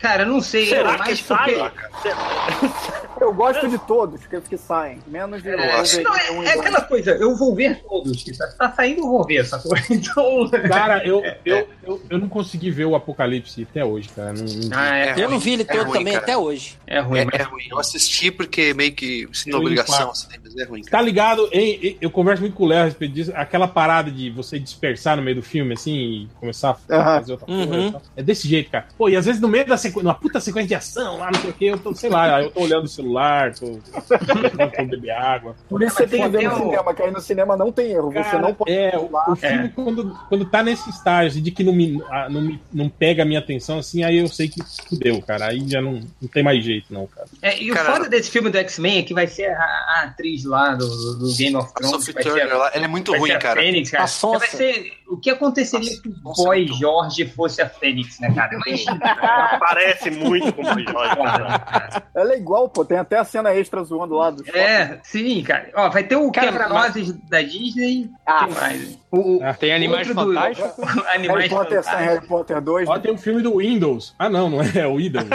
Cara, não sei, é
Será
mas
que
porque-
sai, cara?
Eu gosto de todos que, que saem, menos de.
É, não, é-
então.
é aquela coisa, eu vou ver todos. Se tá saindo, eu vou ver essa coisa. Então.
Cara, eu,
É.
eu, eu, eu não consegui ver o Apocalipse até hoje, cara. Não, não-
É
eu não vi ele todo também até hoje.
É
ruim, é, é ruim. Eu assisti porque meio que sem
Eu
obrigação,
empato.
assim, mas é ruim.
Tá ligado? Ei, ei, eu converso muito com o Léo a respeito disso. Aquela parada de você dispersar no meio do filme, assim, e começar a fazer outra coisa.
Uhum.
e tal. É desse jeito, cara. Pô, e às vezes no meio da sequência, numa puta sequência de ação, lá, não sei o que, eu tô, sei lá, aí eu tô olhando o celular, tô, tô beber água.
Por isso você tem que ver no
Mas,
cinema, que aí no cinema não tem erro. você
Cara,
não pode.
É, o, o filme, Quando, quando tá nesse estágio assim, de que não, me, ah, não, me- não pega a minha atenção, assim, aí eu sei que fudeu, cara. Aí já não, não tem mais jeito, não, cara.
É, e o foda desse filme do X-Men é que vai ser a, a atriz lá do, do Game of Thrones.
Sophie
vai ser
Turner, ela- ela é muito
vai
ruim,
ser a
cara.
Fênix, cara.
A sonsa.
Vai ser- o que aconteceria se o boy Jorge fosse a Fênix, né, cara? Imagina.
Parece muito com o Boy Jorge, cara.
Ela é igual, pô. Tem até a cena extra zoando lá do
É, sim, cara. Ó, vai ter o
Cara,
quebra-nozes da Disney.
Ah,
que mais?
Ah, Tem animais
outro do-
fantásticos.
Animais
Harry Potter,
fantásticos.
Harry Potter 2.
Ó, tem um filme do Windows. Ah, não, não é, é o Windows.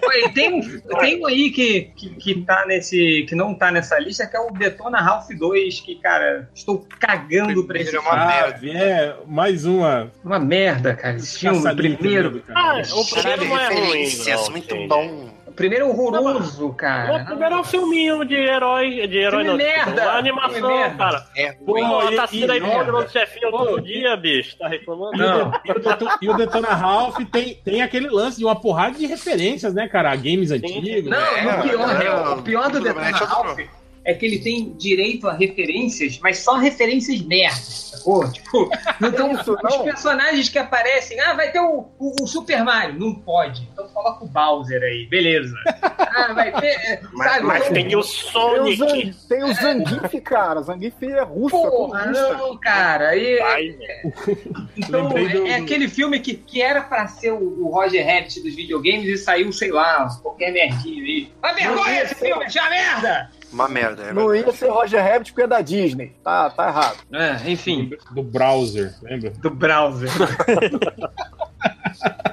Olha, tem, um- tem um aí que, que, que tá nesse. que não tá nessa lista, que é o Detona Ralph 2, que, cara, estou cagando pra esse filme.
Ah, é, mais uma.
Uma merda, cara. Esse filme,
Caçadinho
primeiro.
de medo, cara.
Ah, o primeiro não é ruim,
Referências,
não,
muito
gente.
bom.
O primeiro é horroroso, cara.
O primeiro é um filminho de herói, de herói
Filme
não,
merda!
tipo, uma animação,
Filme merda!
cara.
É
Pô,
ruim.
Pô, e-
tá
e
sendo aí
merda.
contra o chefinho
Pô.
todo dia, bicho. Tá reclamando?
E o
Não.
Det- E o, Detona, e o Detona Ralph tem, tem aquele lance de uma porrada de referências, né, cara? A games antigos.
Não,
né?
o pior,
é,
é, o pior do
tudo
Detona
bem, deixa eu-
Ralph é que ele tem direito a referências, mas só referências merdas, sacou? Tipo, não tem
Isso,
os
não.
personagens que aparecem. Ah, vai ter o, o- o Super Mario. Não pode. Então coloca o Bowser aí. Beleza. Ah, vai ter. é,
Mas,
sabe,
mas
então-
tem o
Tem o,
Sonic.
Zang, tem o Zangief, cara. Zangief é russo, é
Porra,
comunista.
não, cara. Aí,
Ai, velho.
então,
Lembrei do-
é, é aquele filme que, que era pra ser o, o Roger Rabbit dos videogames e saiu, sei lá, qualquer merdinha aí. Mas vergonha esse filme, já merda!
Uma merda, é
Não
verdade.
ia ser Roger Rabbit porque é da Disney. Tá, tá errado.
É, enfim.
Do browser, lembra?
do browser.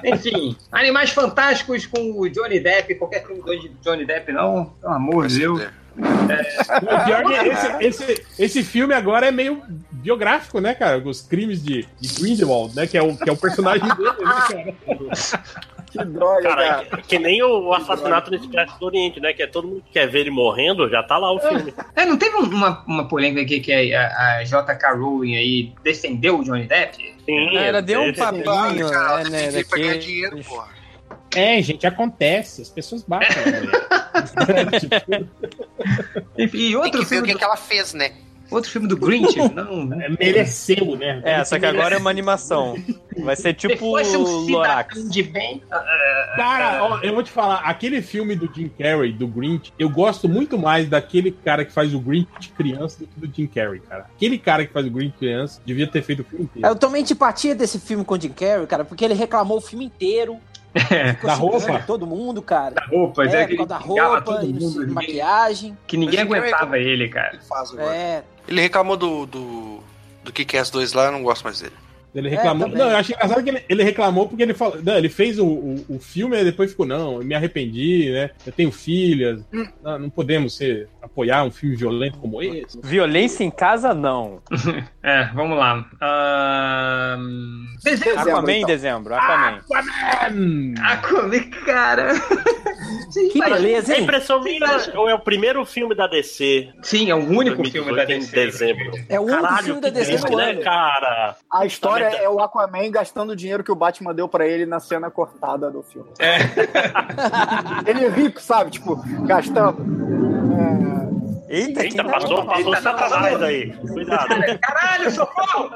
Enfim, Animais Fantásticos com o Johnny Depp, qualquer filme do Johnny Depp, não, pelo amor de Deus.
O pior que esse, esse, esse filme agora é meio biográfico, né, cara? Os crimes de, de Grindelwald, né? Que é, o, que é o personagem dele, né,
Que droga,
Cara, é
cara.
que, que nem o assassinato no Expresso do Oriente, né? Que é todo mundo que quer ver ele morrendo, já tá lá o filme.
É, não teve uma, uma polêmica aqui que a, a J.K. Rowling aí defendeu o Johnny Depp?
Sim,
Cara, deu um
ele-
papinho,
é Cara,
né,
tem
né?
que pra ganhar
Daqui...
dinheiro, porra.
cara? É, gente, acontece. As pessoas batem. né? Tipo,
Enfim, E
Tem
outro
que ver o
filme,
que, que ela fez, né?
do, outro filme do Grinch? Não, né?
é, mereceu, né?
É, só que agora é uma animação. Vai ser
Se
tipo
fosse um
Lorax.
cidadão de bem...
Cara, ó, eu vou te falar, aquele filme do Jim Carrey, do Grinch, eu gosto muito mais daquele cara que faz o Grinch criança do que do Jim Carrey, cara. Aquele cara que faz o Grinch criança devia ter feito o filme inteiro.
Eu tomei antipatia desse filme com o Jim Carrey, cara, porque ele reclamou o filme inteiro. Ficou
Da
xingando
roupa?
Todo mundo, cara.
Roupas, é,
é, por
que
causa da
ele xingava
roupa,
todo
e não sei,
mundo, ninguém-
maquiagem.
que ninguém
Mas ele
aguentava ele, cara.
Ele faz agora.
É,
Ele reclamou do, do, do que que é as dois lá, eu não gosto mais dele.
Ele reclamou.
É, também.
não, eu achei engraçado que ele, ele reclamou porque ele falou. Não, ele fez o, o, o filme e depois ficou, não, eu me arrependi, né? Eu tenho filhas, não, não podemos ser, apoiar um filme violento como esse.
Violência em casa, não.
É, vamos lá. Ah, Ahn, Desenho
Dezembro,
Aquaman em
então.
dezembro, Aquaman.
Hum,
Aquaman, cara.
que beleza,
A
hein?
impressão minha ou é o primeiro filme da DC.
Sim, é o único
2018
filme da
em
DC.
dezembro.
É o único
Caralho,
filme
que
da DC
triste,
do
né,
ano.
cara?
A história
Tá, mas-
é o Aquaman gastando o dinheiro que o Batman deu pra ele na cena cortada do filme.
É.
Ele é rico, sabe? Tipo, gastando.
Eita,
Eita,
que
passou, passou
Eita, tá
satanás
passando.
aí. Cuidado.
Caralho, socorro!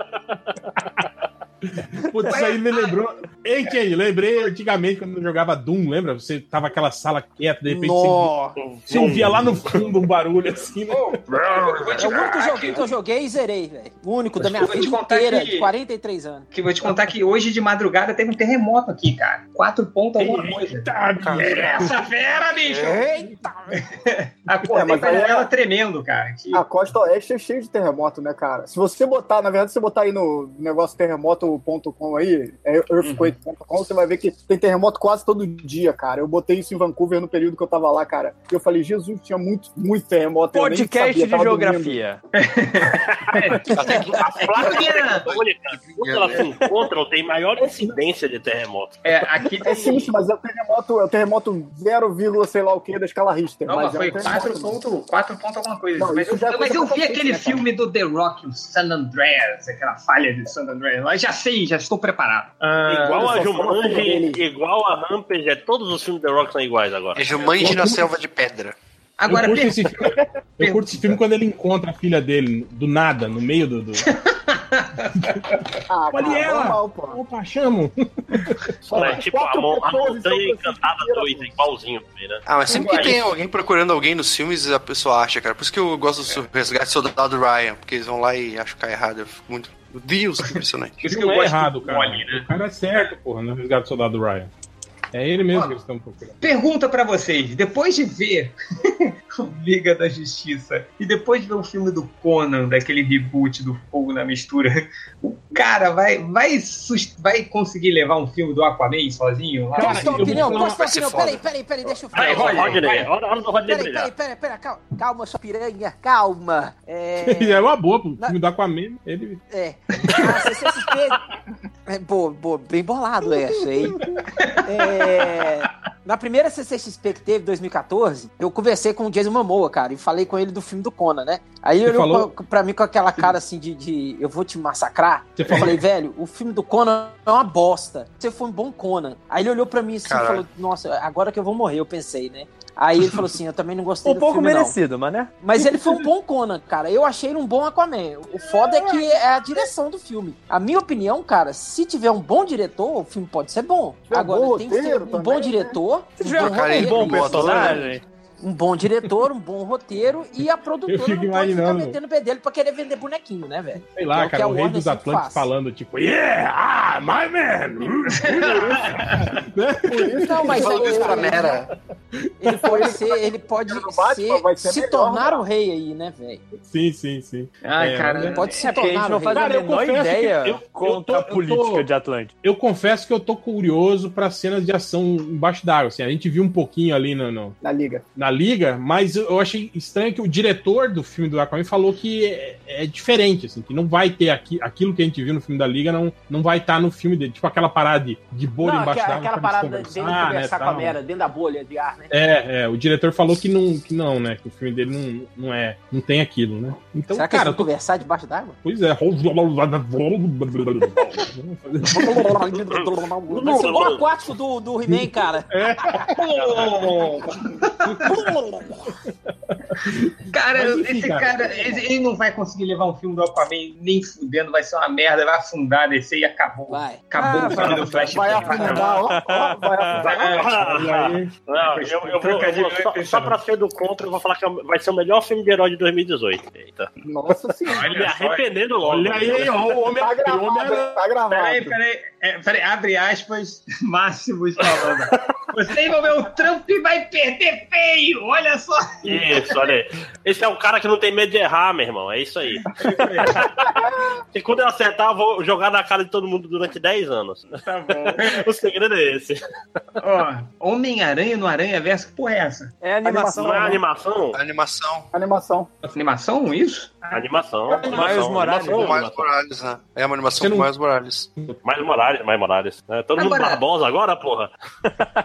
Putz, isso aí me lembrou. Ei, Kenny, lembrei antigamente quando eu jogava Doom, lembra? Você tava aquela sala quieta, de repente
Nó.
você, via- você ouvia lá no fundo um barulho assim, né?
É o único joguinho que eu joguei e zerei, velho. O único da minha
Eu vou te
vida
contar
inteira,
que-
de 43 anos.
Que vou te contar que hoje de madrugada teve um terremoto aqui, cara. Quatro pontos alguma coisa. Essa fera, bicho!
Eita!
Acordei
É, mas
com a
aí
janela
é-
tremendo, cara. Que-
Ah.
A costa oeste é cheia de terremoto, né, cara? Se você botar, na verdade, se você botar aí no negócio terremoto.com aí, é earthquake.com, você vai ver que tem terremoto quase todo dia, cara. Eu botei isso em Vancouver no período que eu tava lá, cara. E eu falei, Jesus, tinha muito, muito terremoto. eu nem
Podcast
sabia,
de
tava
geografia.
A placa tectônica, quando ela se encontra, tem maior incidência de terremoto.
É, aqui
É simples, mas é o terremoto, é o terremoto 0, sei lá o que da escala Richter.
Não,
mas
mas
é
foi
um terremoto.
4 ponto, quatro ponto alguma coisa.
Não,
mas,
isso já é
mas
coisa
eu vi
complexa,
aquele
né, cara?
filme do The Rock, o San Andreas, aquela falha de San Andreas. Mas já sei, já estou preparado.
Igual a
Ah, olha só, fala
Jumanji,
dele.
igual a Rampage, é, todos os filmes do The Rock são iguais agora.
É Jumanji na selva de pedra.
Agora,
eu, curto esse filme, eu curto esse filme quando ele encontra a filha dele, do nada, no meio do. do...
um-
Ah,
Olha
cara,
ela!
normal, pô.
Opa, um chamo!
é tipo a, mon- a Montanha Encantada 2, é igualzinho também, né?
Ah, mas sempre que tem alguém procurando alguém nos filmes, a pessoa acha, cara. Por isso que eu gosto do su- resgate soldado Ryan, porque eles vão lá e acham que é errado. Eu fico muito. Meu Deus, que impressionante.
Por isso que eu
Não é
gosto
errado,
do
cara.
Molly, né?
O cara é certo, porra, no resgate do soldado Ryan. É ele mesmo que eles estão procurando.
Pergunta pra vocês, depois de ver o Liga da Justiça e depois de ver o filme do Conan, daquele reboot do Fogo na Mistura, o cara vai vai sus- vai conseguir levar um filme do Aquaman sozinho? Lá?
Posso dar uma
eu vou
opinião?
falar-
Posso dar
vai
uma
ser
opinião?
foda.
Peraí, peraí, peraí, deixa eu falar.
Aí,
Rodney,
É, Rodney,
vai.
hora hora do Rodney
Peraí,
brilhar.
peraí, peraí, peraí, calma, calma, sua piranha, calma.
E
É,
é uma boa, pô. O filme do Aquaman, ele.
é. A CCXP. É, boa, boa, bem bolado essa, hein? É, na primeira CCXP que teve, 2014, eu conversei com o Jason Momoa, cara, e falei com ele do filme do Conan, né? Aí
Você
ele
falou?
olhou pra- pra mim com aquela cara assim de, de eu vou te massacrar.
Você
Eu
falou
falei, velho, o filme do Conan é uma bosta. Você foi um bom Conan. Aí ele olhou pra mim assim e
Caralho.
falou, nossa, agora que eu vou morrer, eu pensei, né? Aí ele falou assim, eu também não gostei
Um
do
pouco
filme, não.
merecido, mas né?
Mas ele foi um bom Conan, cara. Eu achei ele um bom Aquaman. O foda é que é a direção do filme. A minha opinião, cara, se tiver um bom diretor, o filme pode ser bom.
É
Agora,
bom
tem que ter
roteiro
um
também,
bom
né?
diretor,
Se
um
tiver
bom,
um
cara, ele
roteiro,
bom
bom né?
personagem.
um bom diretor, um bom roteiro e a
Eu
produtora
fico
não pode ficar
imaginando.
metendo o pé dele pra querer vender bonequinho, né, velho?
Sei
É o
lá,
que
cara,
a
o rei
Warner
dos
sempre
Atlantes
faz.
falando, tipo, yeah, ah, my man!
Não, mas
Falando
aí-
isso pra Mera.
ele pode ser, ele pode
Ele não bate,
ser-
mas vai ser
se
melhor,
tornar
cara.
o rei aí, né, velho?
Sim, sim, sim.
Ai,
É,
cara,
mas é-
Pode se
É porque a
tornar
gente
o
não
rei.
faz a
Cara, eu
menor
confesso que eu- eu
ideia
tô-
contra
eu
a
tô-
política de Atlântico.
Eu confesso que eu tô curioso para cenas de ação embaixo d'água. Assim, a gente viu um pouquinho ali no, no-
Na liga.
na liga, mas eu achei estranho que o diretor do filme do Aquaman falou que é, é diferente, assim, que não vai ter aqui, aquilo que a gente viu no filme da Liga, não, não vai estar no filme dele. Tipo aquela parada de, de bolha
Não,
embaixo
aquela,
d'água.
aquela
pra eles
parada dele
Ah,
né,
conversar com a
tal.
Mera, dentro da bolha de ar, né?
É, é, o diretor falou que não, que não, né? Que o filme dele não, não é, não tem aquilo, né? Então,
Será que
cara,
eles
eu
vão
tô
conversar debaixo d'água?
Pois é.
Mas o bom aquático do, do He-Man, cara.
Cara,
Mas enfim,
esse
cara.
cara, esse- ele não vai conseguir levar um filme do Aquaman nem fudendo, vai ser uma merda, vai afundar, descer e acabou.
Vai.
Acabou
Ah,
o filme do Flash.
Vai
Vai É.
afundar, ó, ó, vai afundar.
Ah, Não, eu, eu vou, eu vou- só, só pra ser do contra, eu vou falar que é o- vai ser o melhor filme de herói de 2018. Eita.
Nossa senhora.
Me arrependendo logo.
Olha aí, ó, o homem
Tá
o Homem-Aranha.
gravado, tá
Peraí,
gravado.
peraí, é, peraí, abre aspas, máximos falando. Você envolveu o Trump e vai perder feio, olha só.
Isso, olha aí. Esse é o cara que não tem medo de errar, meu irmão. É isso aí. E quando eu acertar, eu vou jogar na cara de todo mundo durante 10 anos.
Tá bom.
O segredo é esse.
Ó, Homem-Aranha no Aranha Verso, que porra é essa?
É animação.
Tá
Não é animação?
A animação.
Animação.
Animação, isso?
Animação.
Miles Morales.
Do Miles
Animação.
Morales, né? É uma
Você
animação
não-
do Miles Morales.
Mais Morales, mais Morales. É, todo mundo
Agora-
Barbosa agora, porra.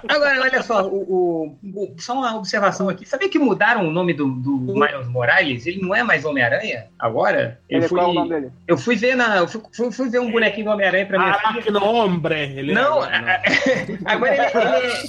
Agora, olha só, o, o- o- só uma observação aqui. Sabia que mudaram o nome do, do Miles Morales? Ele não é mais Homem-Aranha agora?
Ele,
Eu fui,
qual é o nome dele?
eu fui ver na. Eu fui, fui- fui ver um bonequinho do Homem-Aranha pra
Ah,
minha filha.
Hombre. Ele
Não,
é-
é- Agora ele, ele é,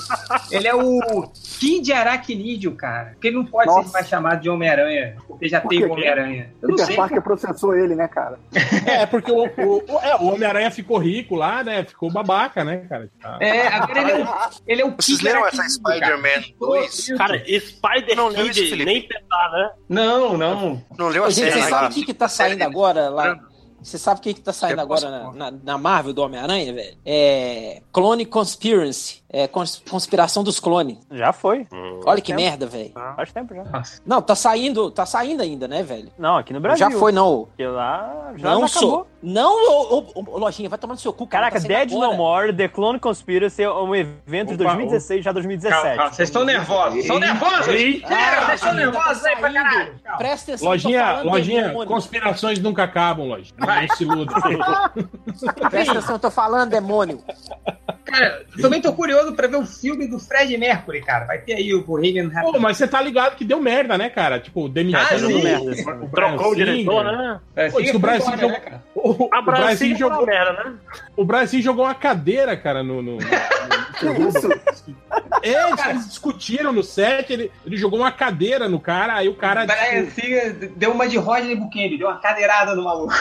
ele é o Kid Aracnídeo, cara. Porque ele não pode
Nossa.
ser mais chamado de Homem-Aranha, porque já
Por
tem
quê? é
o Homem-Aranha. Eu não
Peter
sei, é
Parker processou ele, né, cara?
É, porque o, o- o- é, o Homem-Aranha ficou rico lá, né? Ficou babaca, né, cara? Tá.
É, agora ele é o, ele é o
Vocês
Peter
leram
aqui,
essa
cara.
Spider-Man 2?
Cara, Spider-Kid, nem pensar, né?
Não, não.
Não leu
Ô,
a
gente,
série,
você sabe
cara?
o que, que tá saindo agora lá?
É.
Você sabe o que, que tá saindo
Eu posso
agora na, na- na Marvel do Homem-Aranha, velho? É. Clone Conspiracy. É cons- conspiração dos clones.
Já foi.
Olha
É.
que merda, velho.
Faz tempo já.
Não, tá saindo, tá saindo ainda, né, velho?
Não, aqui no Brasil.
Já foi, não.
Porque lá já
Não
acabou.
sou. Não, ô, ô, ô, Lojinha, vai tomar no seu cu, cara.
Caraca,
tá saindo
Dead No
agora.
More, The Clone Conspiracy é um evento de
Opa,
2016 já
Calma,
2017.
calma, vocês estão nervosos. São nervosos.
Eita.
Cara, vocês estão
Tá
nervosos aí pra
saindo.
caralho. Calma.
Presta atenção. tô
Lojinha,
falando,
lojinha,
demônio.
conspirações nunca acabam, lojinha. Não se iluda.
Presta atenção, eu tô falando, demônio.
Cara, eu também tô curioso pra ver o filme do Fred Mercury, cara. Vai ter aí o Bohemian
Pô,
Rhapsody.
mas você tá ligado que deu merda, né, cara? Tipo,
Tá
demitiram
Ah, sim.
o Brian
Trocou o diretor,
Singer.
né?
É,
Pô, diz que o Brian Singer
né, cara?
O, o,
A
Brian
Brasil
Singer
jogou
jogou,
merda, né?
o Brian Singer jogou uma cadeira, cara, no. no, no- no- É, eles, eles discutiram no set, ele, ele jogou uma cadeira no cara, aí o cara. tipo,
Brian Singer é, deu uma de Rodney Buchanan, deu uma cadeirada no maluco.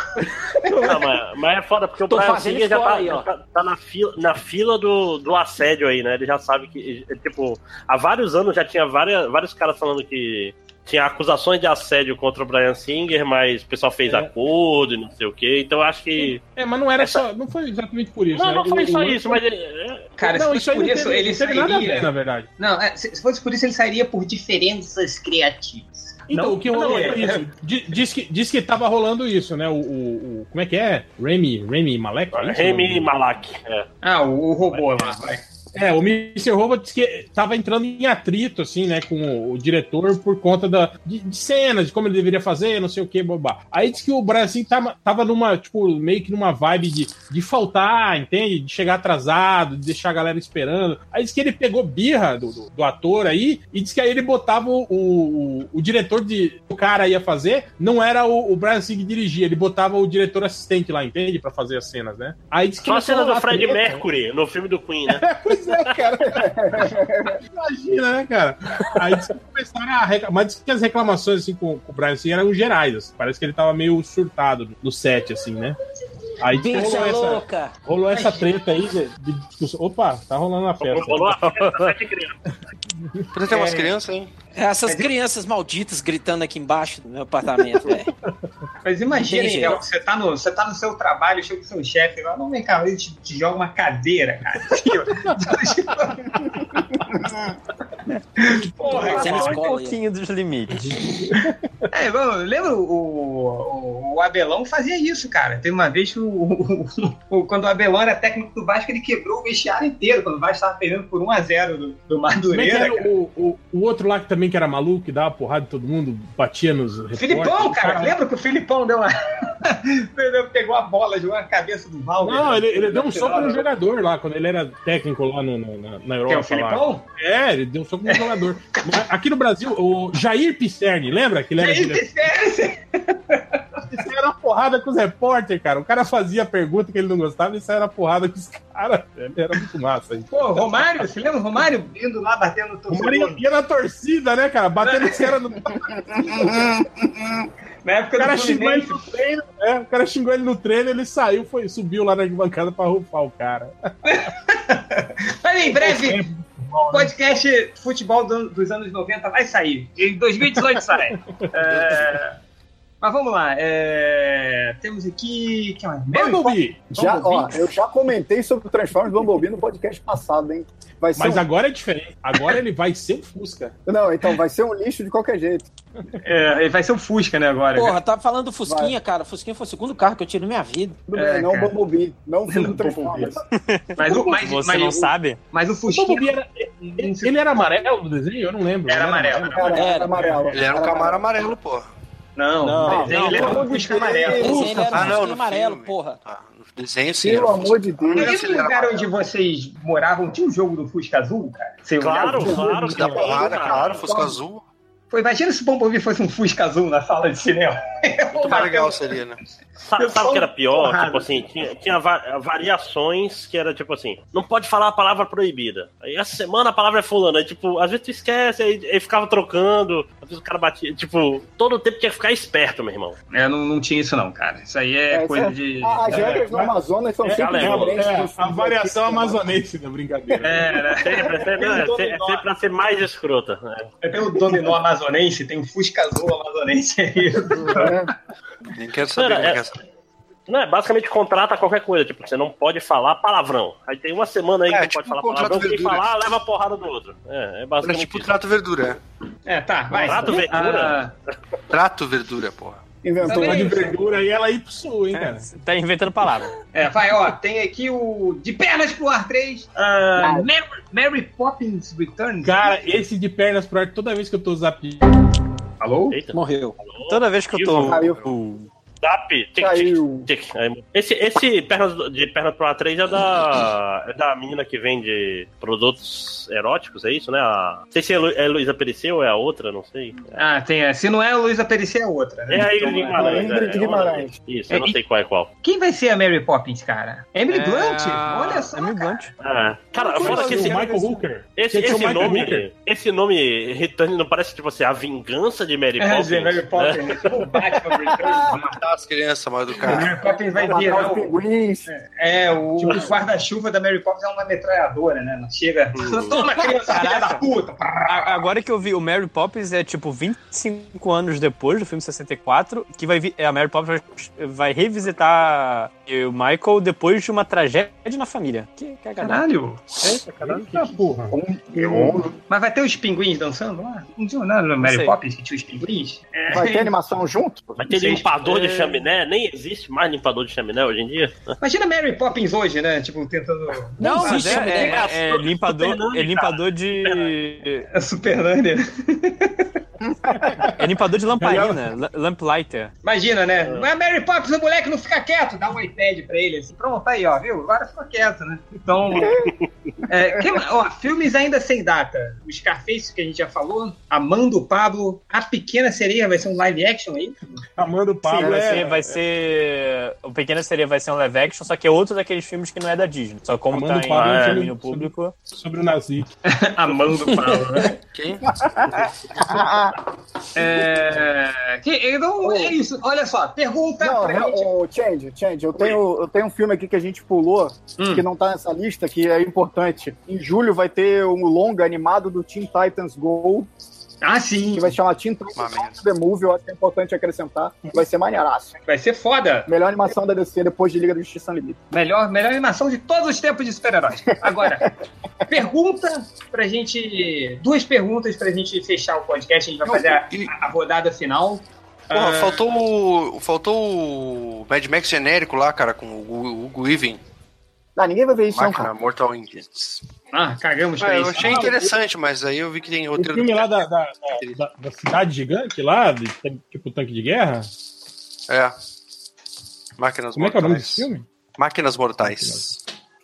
Não, mas, mas é foda, porque o
Tô
Brian
fazendo
Singer já tá,
escola aí, ó.
tá- tá na fila, na fila do, do assédio aí, né? Ele já sabe que, eh, tipo, há vários anos já tinha várias, vários caras falando que tinha acusações de assédio contra o Brian Singer, mas o pessoal fez
É.
acordo e não sei o quê. Então eu acho que.
É, mas não era só. Não foi exatamente por isso.
Não,
né?
não foi
O-
só
o-
isso, mas. eh,
Cara,
não,
se
isso
fosse
aí
por
não
isso,
teve,
ele
não teve nada a ver,
sairia.
na verdade.
Não, é, se se fosse por isso, ele sairia por diferenças criativas.
Então,
Não
o que rolou
é.
foi isso. Di- Diz que, diz que tava rolando isso, né? O, o- o- como é que é? Remy, Remy Malek? é
eh,
isso?
Remy Malak. é.
Ah, o, o robô lá. vai.
É, o Mr. Robot disse que tava entrando em atrito, assim, né, com o, o diretor por conta da, de, de cenas, de como ele deveria fazer, não sei o que, babá. Aí disse que o Brasil tava, tava numa, tipo, meio que numa vibe de, de faltar, entende? De chegar atrasado, de deixar a galera esperando. Aí disse que ele pegou birra do, do, do ator aí e disse que aí ele botava o, o, o diretor de o cara ia fazer, não era o, o Brian Singer que dirigia, ele botava o diretor assistente lá, entende? Pra fazer as cenas, né? Aí disse que
Só a cena
começou
do
a
Fred
treta.
Mercury no filme do Queen, né?
Pois é, cara. Imagina, né, cara? Aí disse que começaram a reclamar. Mas disse que as reclamações assim, com, com o Brian assim, eram gerais. assim. Parece que ele tava meio surtado no set, assim, né? Aí disse que
Bicha
rolou essa,
louca.
rolou essa treta aí de, de discussão. Opa, tá rolando a festa.
Rolou a festa, sete crianças.
Podia ter umas crianças, hein?
Essas crianças malditas gritando aqui embaixo do meu apartamento, velho.
Mas imagina,
Entendi.
hein, Léo, você tá, no, você tá no seu trabalho, chega o seu chefe lá, não vem cá, ele te, te joga uma cadeira, cara. Tipo, Porra,
Você é na
Só um
escola aí.
pouquinho dos limites.
É, bom, lembra o, o, o Abelão fazia isso, cara. Teve uma vez que o, o- o- quando o Abelão era técnico do Vasco, ele quebrou o vestiário inteiro, quando o Vasco tava perdendo por 1x0 do, do
Como é que
Madureira.
era
cara.
o, o, o outro lá que também que era maluco, que dava porrada em todo mundo, batia nos. um
Filipão,
repórteres,
cara, lembra que o Filipão deu uma. pegou a bola, jogou na cabeça do né? Valder.
Não, ele, ele deu um soco no
Não,
jogador lá, quando ele era técnico lá no, no- na, na
Quem é
Europa.
o
lá.
Filipão?
É, ele deu um soco no jogador. Mas Aqui no Brasil, o Jair Pisserni, lembra que ele era diretor?
é.
Ele saiu na porrada com os repórteres, cara. O cara fazia pergunta que ele não gostava e saiu na porrada com os caras. velho. Era muito massa. Hein?
Pô, Romário, você lembra o Romário vindo lá batendo no
O
torcedor?
Marinho ia na torcida, né, cara? Batendo os caras no. O
Na época
cara
do
xingou ele
Fluminense.
no treino, né? O cara xingou ele no treino, ele saiu, foi, subiu lá na arquibancada pra rufar o cara.
Olha, em breve, podcast futebol do- dos anos 90 vai sair. Em 2018 sai. É, Mas vamos lá. é, Temos aqui. Que mais?
Bumblebee!
Já, ó,
Bumblebee.
eu já comentei sobre o Transformers Bumblebee no podcast passado, hein? Vai ser
Mas
um-
agora é diferente. Agora ele vai ser o Fusca.
Não, então vai ser um lixo de qualquer jeito.
É, ele vai ser o Fusca, né, agora.
Porra, eu tava falando do Fusquinha, cara. Fusquinha foi o segundo carro que eu tive na minha vida.
Tudo
É,
bem, não
cara.
o Bumblebee, não o filme do Transformers.
Mas, o- mas,
Você
mas
não
o,
sabe?
Mas o
O
Fusquinha.
Bumblebee era, ele era amarelo no desenho? Eu não lembro.
Era
Não
amarelo. era amarelo.
Era,
Era.
era amarelo.
Ele era um camaro amarelo, pô.
Não,
Não,
não, não, ele
não,
era
pelo
um
amor de
Fusca
Deus.
amarelo.
Esse ele
tá
era
Ah, não,
um Fusquinha
no
amarelo,
filme.
porra.
Tá. No desenho, sim.
Pelo
era um Fusca.
amor de Deus.
Não,
Naquele
ele era
lugar
amarelo.
onde vocês moravam, tinha um jogo do Fusca Azul, cara? Você olhava o
Claro,
jogo?
claro.
Da porrada,
cara.
claro, Fusca azul.
Pô, imagina se o Bumblebee fosse um Fusca Azul na sala de cinema.
Muito mais legal seria, né?
Sabe, sabe o que era pior?
Porrada.
Tipo assim, tinha, tinha va- variações que era tipo assim, não pode falar a palavra proibida. Aí essa semana a palavra é fulano. Aí, tipo, às vezes tu esquece, aí, aí ficava trocando, às vezes o cara batia. Tipo, todo tempo tinha que ficar esperto, meu irmão.
É, não, não tinha isso não, cara. Isso aí é,
É,
coisa
isso é-
de.
a- as
é.
regras
no Amazonas
são sempre diferentes
É,
dos-
a variação amazonense da brincadeira.
É, né?
Sempre, sempre,
Tem um
é,
dominó.
sempre, é sempre pra ser mais escrota. né?
Tem o É dominó amazonense, tem o Fusca Azul amazonense aí.
Nem quero
saber,
nem
é,
quero
Não, é basicamente contrata qualquer coisa. Tipo, você não pode falar palavrão. Aí tem uma semana aí que não pode falar
contrato
palavrão. Quem
verdura.
falar, leva a porrada do outro. É, é
É
basicamente
tipo trato verdura.
É, tá,
vai. Trato
Ah,
verdura?
Trato verdura, porra.
Inventou uma de
Exatamente.
verdura aí ela é Y, hein, cara?
Tá inventando palavra.
É, vai, ó, tem aqui o De Pernas pro Ar 3, ah, Mary, Mary Poppins Returns.
Cara, esse de pernas pro ar, toda vez que eu tô zap.
Alô?
Morreu.
Toda vez que eu tô.
Zap, tic, tic, tic. Aí, Esse, esse pernas do- de perna pro A3 é da, é da menina que vende produtos eróticos, é isso, né? A, não sei se é, Lu, é Luísa Periceu ou é a outra, não sei.
Ah, tem. é, Se não é a Luísa Perecer, é outra.
É a Ingrid Guimarães.
Ingrid
é, é uma
Guimarães.
delas. isso, eu não sei qual é qual.
Quem vai ser a Mary Poppins, cara? Emily
É
Blunt?
a-
Olha só. Emily
Blunt.
Ah,
Tá,
cara,
Não,
fora
assim,
não,
que
não,
esse
o Michael
Hooker.
Esse,
Tinha que ser é o
esse
Michael
nome,
Hooker.
esse nome irritante não parece tipo assim, a vingança de Mary
É,
Poppins.
de Mary Poppins,
né?
Vai matar Tá, as crianças mais do
A
cara.
Mary Poppins vai né?
Vai matar
virar.
os
o- É, é, o, o guarda-chuva da Mary Poppins é uma metralhadora, né? Ela chega.
Hum.
Toma, criança, filha da puta!
A- Agora que eu vi o Mary Poppins é tipo 25 anos depois do filme 64, que vai vi- é, a Mary Poppins vai, vai revisitar o Michael depois de uma tragédia na família. Que é cagada.
Caralho.
Eita, caralho.
porra.
Mas vai ter os pinguins dançando lá? Não tinha nada no
Não
Mary
sei.
Poppins que tinha os pinguins? É.
Vai ter animação junto?
Vai ter
Gente,
limpador
é.
de chaminé? Nem existe mais limpador de chaminé hoje em dia.
Imagina Mary Poppins hoje, né? Tipo, tentando.
Não,
Ah,
mas é,
né?
é- é limpador,
Supernanny,
é limpador de.
É Supernanny.
É limpador de lamparina, la- lamplighter.
Imagina, né? Mas a Mary Poppins, o moleque não fica quieto, dá um iPad pra ele, assim, pronto, aí, ó, viu? Agora ficou quieto, né? Então. é, que ma- ó, filmes ainda sem data. O Scarface, que a gente já falou, Amando Pablo, A Pequena Sereia vai ser um live action aí?
Amando
Sim, vai,
é
ser, vai ser. O Pequena Sereia vai ser um live action, só que é outro daqueles filmes que não é da Disney. Só como
Amando
tá em
Pablo é um
ah,
filme
domínio público.
Sobre o nazismo.
Amando Pablo, né?
Quem?
É. Que, não, é isso, olha só, pergunta
Não,
pra gente.
ô, Change, Change, eu tenho, eu tenho um filme aqui que a gente pulou,
Hum.
que não tá nessa lista, que é importante. Em julho vai ter um longa animado do Teen Titans Go.
Ah, sim.
Que vai chamar Teen Titans Go to The Movie, eu acho que é importante acrescentar. Vai ser maneiraço.
Vai ser foda.
Melhor animação da DC depois de Liga da Justiça Sem Limite.
Melhor, melhor animação de todos os tempos de super-heróis. Agora, pergunta pra gente. Duas perguntas pra gente fechar o podcast. A gente vai fazer a, a rodada final.
Porra,
Ah,
faltou o. Faltou o Mad Max genérico lá, cara, com o Hugo- Hugo Even.
Ah, ninguém vai ver isso, não,
Máquina
cara.
Mortal Engines.
Ah, cagamos
eu achei interessante, mas aí eu vi que tem
O
outro.
filme lá da, da, da- da- da cidade gigante lá, de, tipo tanque de guerra.
É. Máquinas
Como é que é o nome
Mortais.
desse filme?
Máquinas Mortais.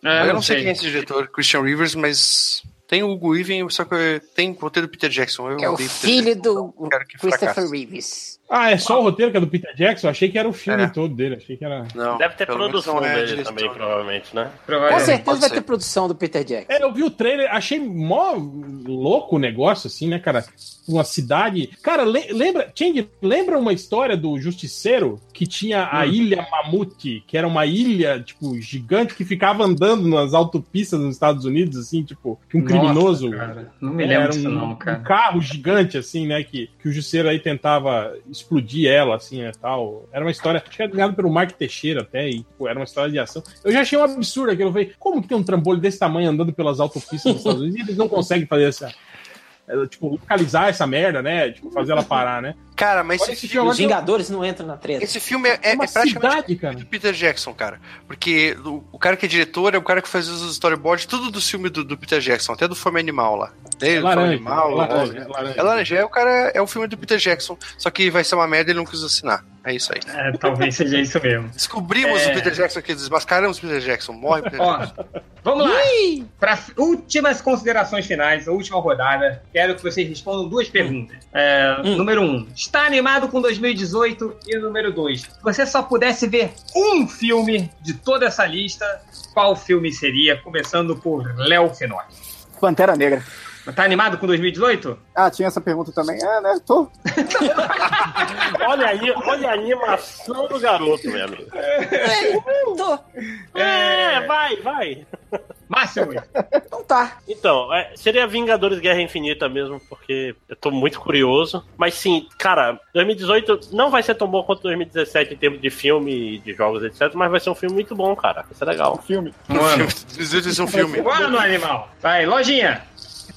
É,
eu
não
não sei
sei.
quem é esse diretor, Christian Rivers, mas tem o Hugo Even, só que tem o roteiro do Peter Jackson. Eu
É o
odeio Peter
filho
Jackson,
do
então quero que
Christopher
fracasse.
Reeves.
Ah, é só o roteiro que é do Peter Jackson? Eu achei que era o filme todo dele. Achei que era.
Não,
Deve ter
pelo menos
produção
não é
dele
diretor,
também, provavelmente, né?
Com certeza
pode
vai
ser.
ter produção do Peter Jackson.
É, eu vi o trailer, achei mó louco o negócio, assim, né, cara? Uma cidade. Cara, le- lembra, Chang, lembra uma história do Justiceiro que tinha
Hum.
a Ilha Mamute, que era uma ilha, tipo, gigante que ficava andando nas autopistas nos Estados Unidos, assim, tipo, que um
Nossa,
criminoso.
cara, não me lembro
era
disso
um,
não, cara.
um carro gigante, assim, né, que, que o Justiceiro aí tentava explodir ela, assim, né, tal. Era uma história. Acho que era ganhado pelo Mark Teixeira até, e, pô, era uma história de ação. Eu já achei um absurdo aquilo. Eu falei, como que tem um trambolho desse tamanho andando pelas autopistas dos Estados Unidos e eles não conseguem fazer essa. é, Tipo, localizar essa merda, né? Tipo, fazer ela parar, né?
Cara, mas
Olha
esse
esse
filme-
filme.
Os Vingadores não entram na treta.
Esse filme é, é,
uma
é praticamente
cidade, cara.
do Peter Jackson, cara. Porque o, o cara que é diretor é o cara que faz os storyboards, tudo do filme do, do Peter Jackson, até do Fome Animal lá. Tem
É
o Fome
laranja,
um
é
Animal, o Robin.
laranja, é laranja.
É laranja, é o cara, é o filme do Peter Jackson, só que vai ser uma merda e ele não quis assinar. É isso aí.
É, talvez seja isso mesmo.
Descobrimos
É.
o Peter Jackson aqui, desmascaramos o Peter Jackson, morre o Peter
Ó,
Jackson.
vamos lá. Para últimas
Hum.
considerações finais, a última rodada, quero que vocês respondam duas perguntas. É, Número um, está animado com 2018 e o número 2. Se você só pudesse ver um filme de toda essa lista, qual filme seria? Começando por Léo Fenoc.
Pantera Negra.
Tá animado com 2018?
Ah, tinha essa pergunta também. É, né? Tô.
Olha aí, olha a animação do garoto, meu amigo. É, vai, vai.
Máximo.
Então tá. Então, é, seria Vingadores Guerra Infinita mesmo, porque eu tô muito curioso. Mas sim, cara, 2018 não vai ser tão bom quanto 2017 em termos de filme, de jogos, etc. Mas vai ser um filme muito bom, cara. Vai ser
Um
legal.
Filme.
Um
Mano.
Existe um filme.
Mano, animal. Vai, lojinha.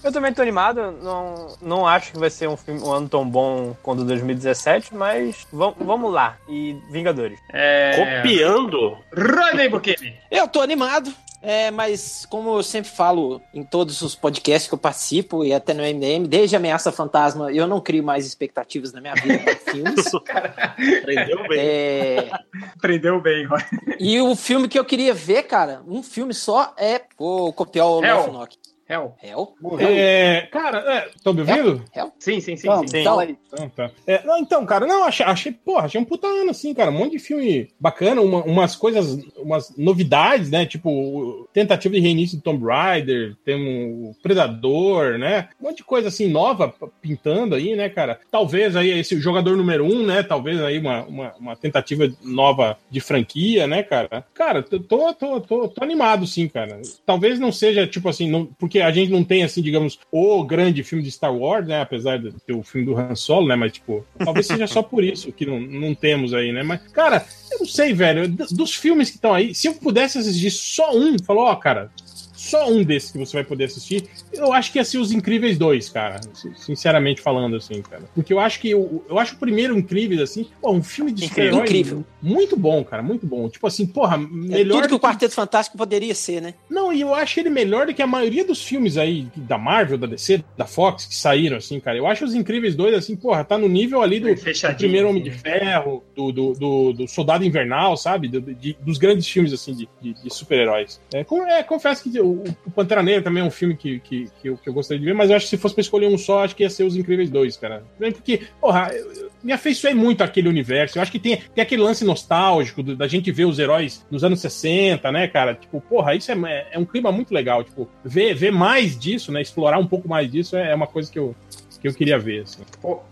Eu também tô animado, não, não acho que vai ser um, filme- um ano tão bom quanto 2017, mas vam- vamos lá. E Vingadores.
É...
Copiando?
Rodney Bukemi.
Eu tô animado. É, mas como eu sempre falo em todos os podcasts que eu participo e até no MDM, desde Ameaça Fantasma, eu não crio mais expectativas na minha vida para filmes.
Aprendeu bem.
É.
Aprendeu bem, Rodney.
E o filme que eu queria ver, cara, um filme só é. Vou copiar o
Hell.
Léo Nock.
Hell.
Hell.
É, cara, é, tô me ouvindo?
Sim, sim, sim.
Então,
sim.
então- então tá. É, não, então, cara, não, achei, achei, porra, achei um puta ano, assim, cara. Um monte de filme bacana, uma- umas coisas, umas novidades, né? Tipo, o- tentativa de reinício do Tomb Raider, tem um Predador, né? Um monte de coisa assim nova p- pintando aí, né, cara? Talvez aí esse jogador número um, né? Talvez aí uma, uma, uma tentativa nova de franquia, né, cara? Cara, tô, tô, tô, tô, tô animado, sim, cara. Talvez não seja, tipo assim, não, porque a gente não tem, assim, digamos, o grande filme de Star Wars, né? Apesar de ter o filme do Han Solo, né? Mas, tipo, talvez seja só por isso que não, não temos aí, né? Mas, cara, eu não sei, velho. D- Dos filmes que estão aí, se eu pudesse assistir só um, falou, ó, cara, só um desses que você vai poder assistir, eu acho que ia ser Os Incríveis 2, cara. Sin- Sinceramente falando, assim, cara. Porque eu acho que eu, eu acho o primeiro Incríveis, assim, pô, um filme de
Incrível.
super-herói
Incrível. É
Muito bom, cara, muito bom. Tipo assim, porra, melhor.
tudo que
do
o Quarteto Fantástico poderia ser, né?
Não, e eu acho ele melhor do que a maioria dos filmes aí da Marvel, da DC, da Fox que saíram, assim, cara. Eu acho os Incríveis dois, assim, porra, tá no nível ali do,
É
do primeiro Homem de Ferro, do, do, do, do Soldado Invernal, sabe? Do- do- de- dos grandes filmes, assim, de, de- de super-heróis. É, com- é, confesso que o, o Pantera Negra também é um filme que, que, que, eu, que eu gostaria de ver, mas eu acho que se fosse pra escolher um só, acho que ia ser os Incríveis dois, cara. Bem, Porque, porra, eu- eu me afeiçoei muito àquele universo. Eu acho que tem, tem aquele lance nostálgico do- da gente ver os heróis nos anos 60, né, cara? Tipo, porra, isso é, é um clima muito legal. Tipo, ver, ver mais disso, né? Explorar um pouco mais disso é, é uma coisa que eu, que eu queria ver, assim.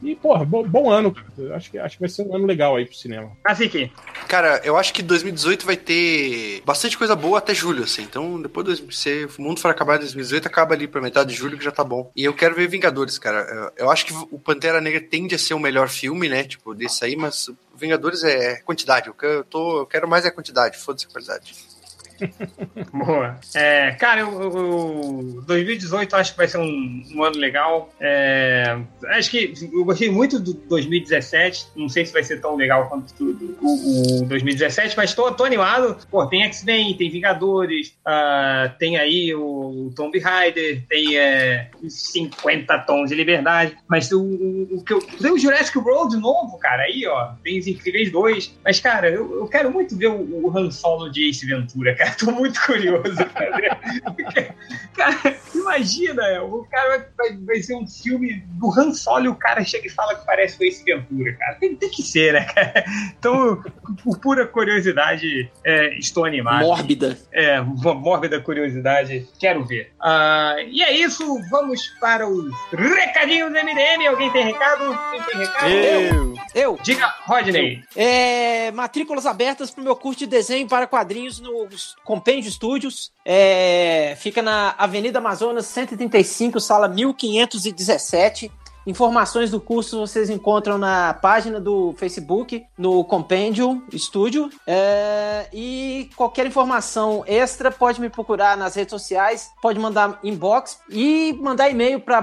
E, porra, bom, bom ano. cara. Eu Acho que, acho que vai ser um ano legal aí pro cinema.
Cacique.
Cara, eu acho que 2018 vai ter bastante coisa boa até julho, assim. Então, depois do se o mundo for acabar em 2018, acaba ali pra metade de julho, que já tá bom. E eu quero ver Vingadores, cara. Eu eu acho que o Pantera Negra tende a ser o melhor filme, né? Tipo, desse aí, mas o Vingadores é quantidade. Eu que- eu tô, eu quero mais é quantidade, foda-se a qualidade.
Boa. É, cara, eu, eu- eu- 2018 acho que vai ser um, um ano legal. É, acho que eu gostei muito do 2017. Não sei se vai ser tão legal quanto tudo, o, o 2017, mas tô, tô animado. Pô, tem X-Men, tem Vingadores, ah, tem aí o Tomb Raider, tem é, 50 Tons de Liberdade. Mas o, o, o que eu. Tem o Jurassic World novo, cara, aí, ó. Tem os Incríveis 2. Mas, cara, eu, eu quero muito ver o, o Han Solo de Ace Ventura, cara. Tô muito curioso, cara. cara, imagina, o cara vai, vai, vai ser um filme do Han Solo e o cara chega e fala que parece o Ace Ventura, cara. Tem, tem que ser, né, cara? Então, por pura curiosidade, é, estou animado.
Mórbida.
É, uma mórbida curiosidade. Quero ver. Ah, e é isso, vamos para os recadinhos do MDM. Alguém tem recado? Quem tem recado?
Eu. Eu.
Diga, Rodney.
É, matrículas abertas para o meu curso de desenho para quadrinhos no Compêndio Studios. É, fica na Avenida Amazonas 135, sala 1517. Informações do curso vocês encontram na página do Facebook, no Compêndio Studio. É, e qualquer informação extra pode me procurar nas redes sociais, pode mandar inbox e mandar e-mail para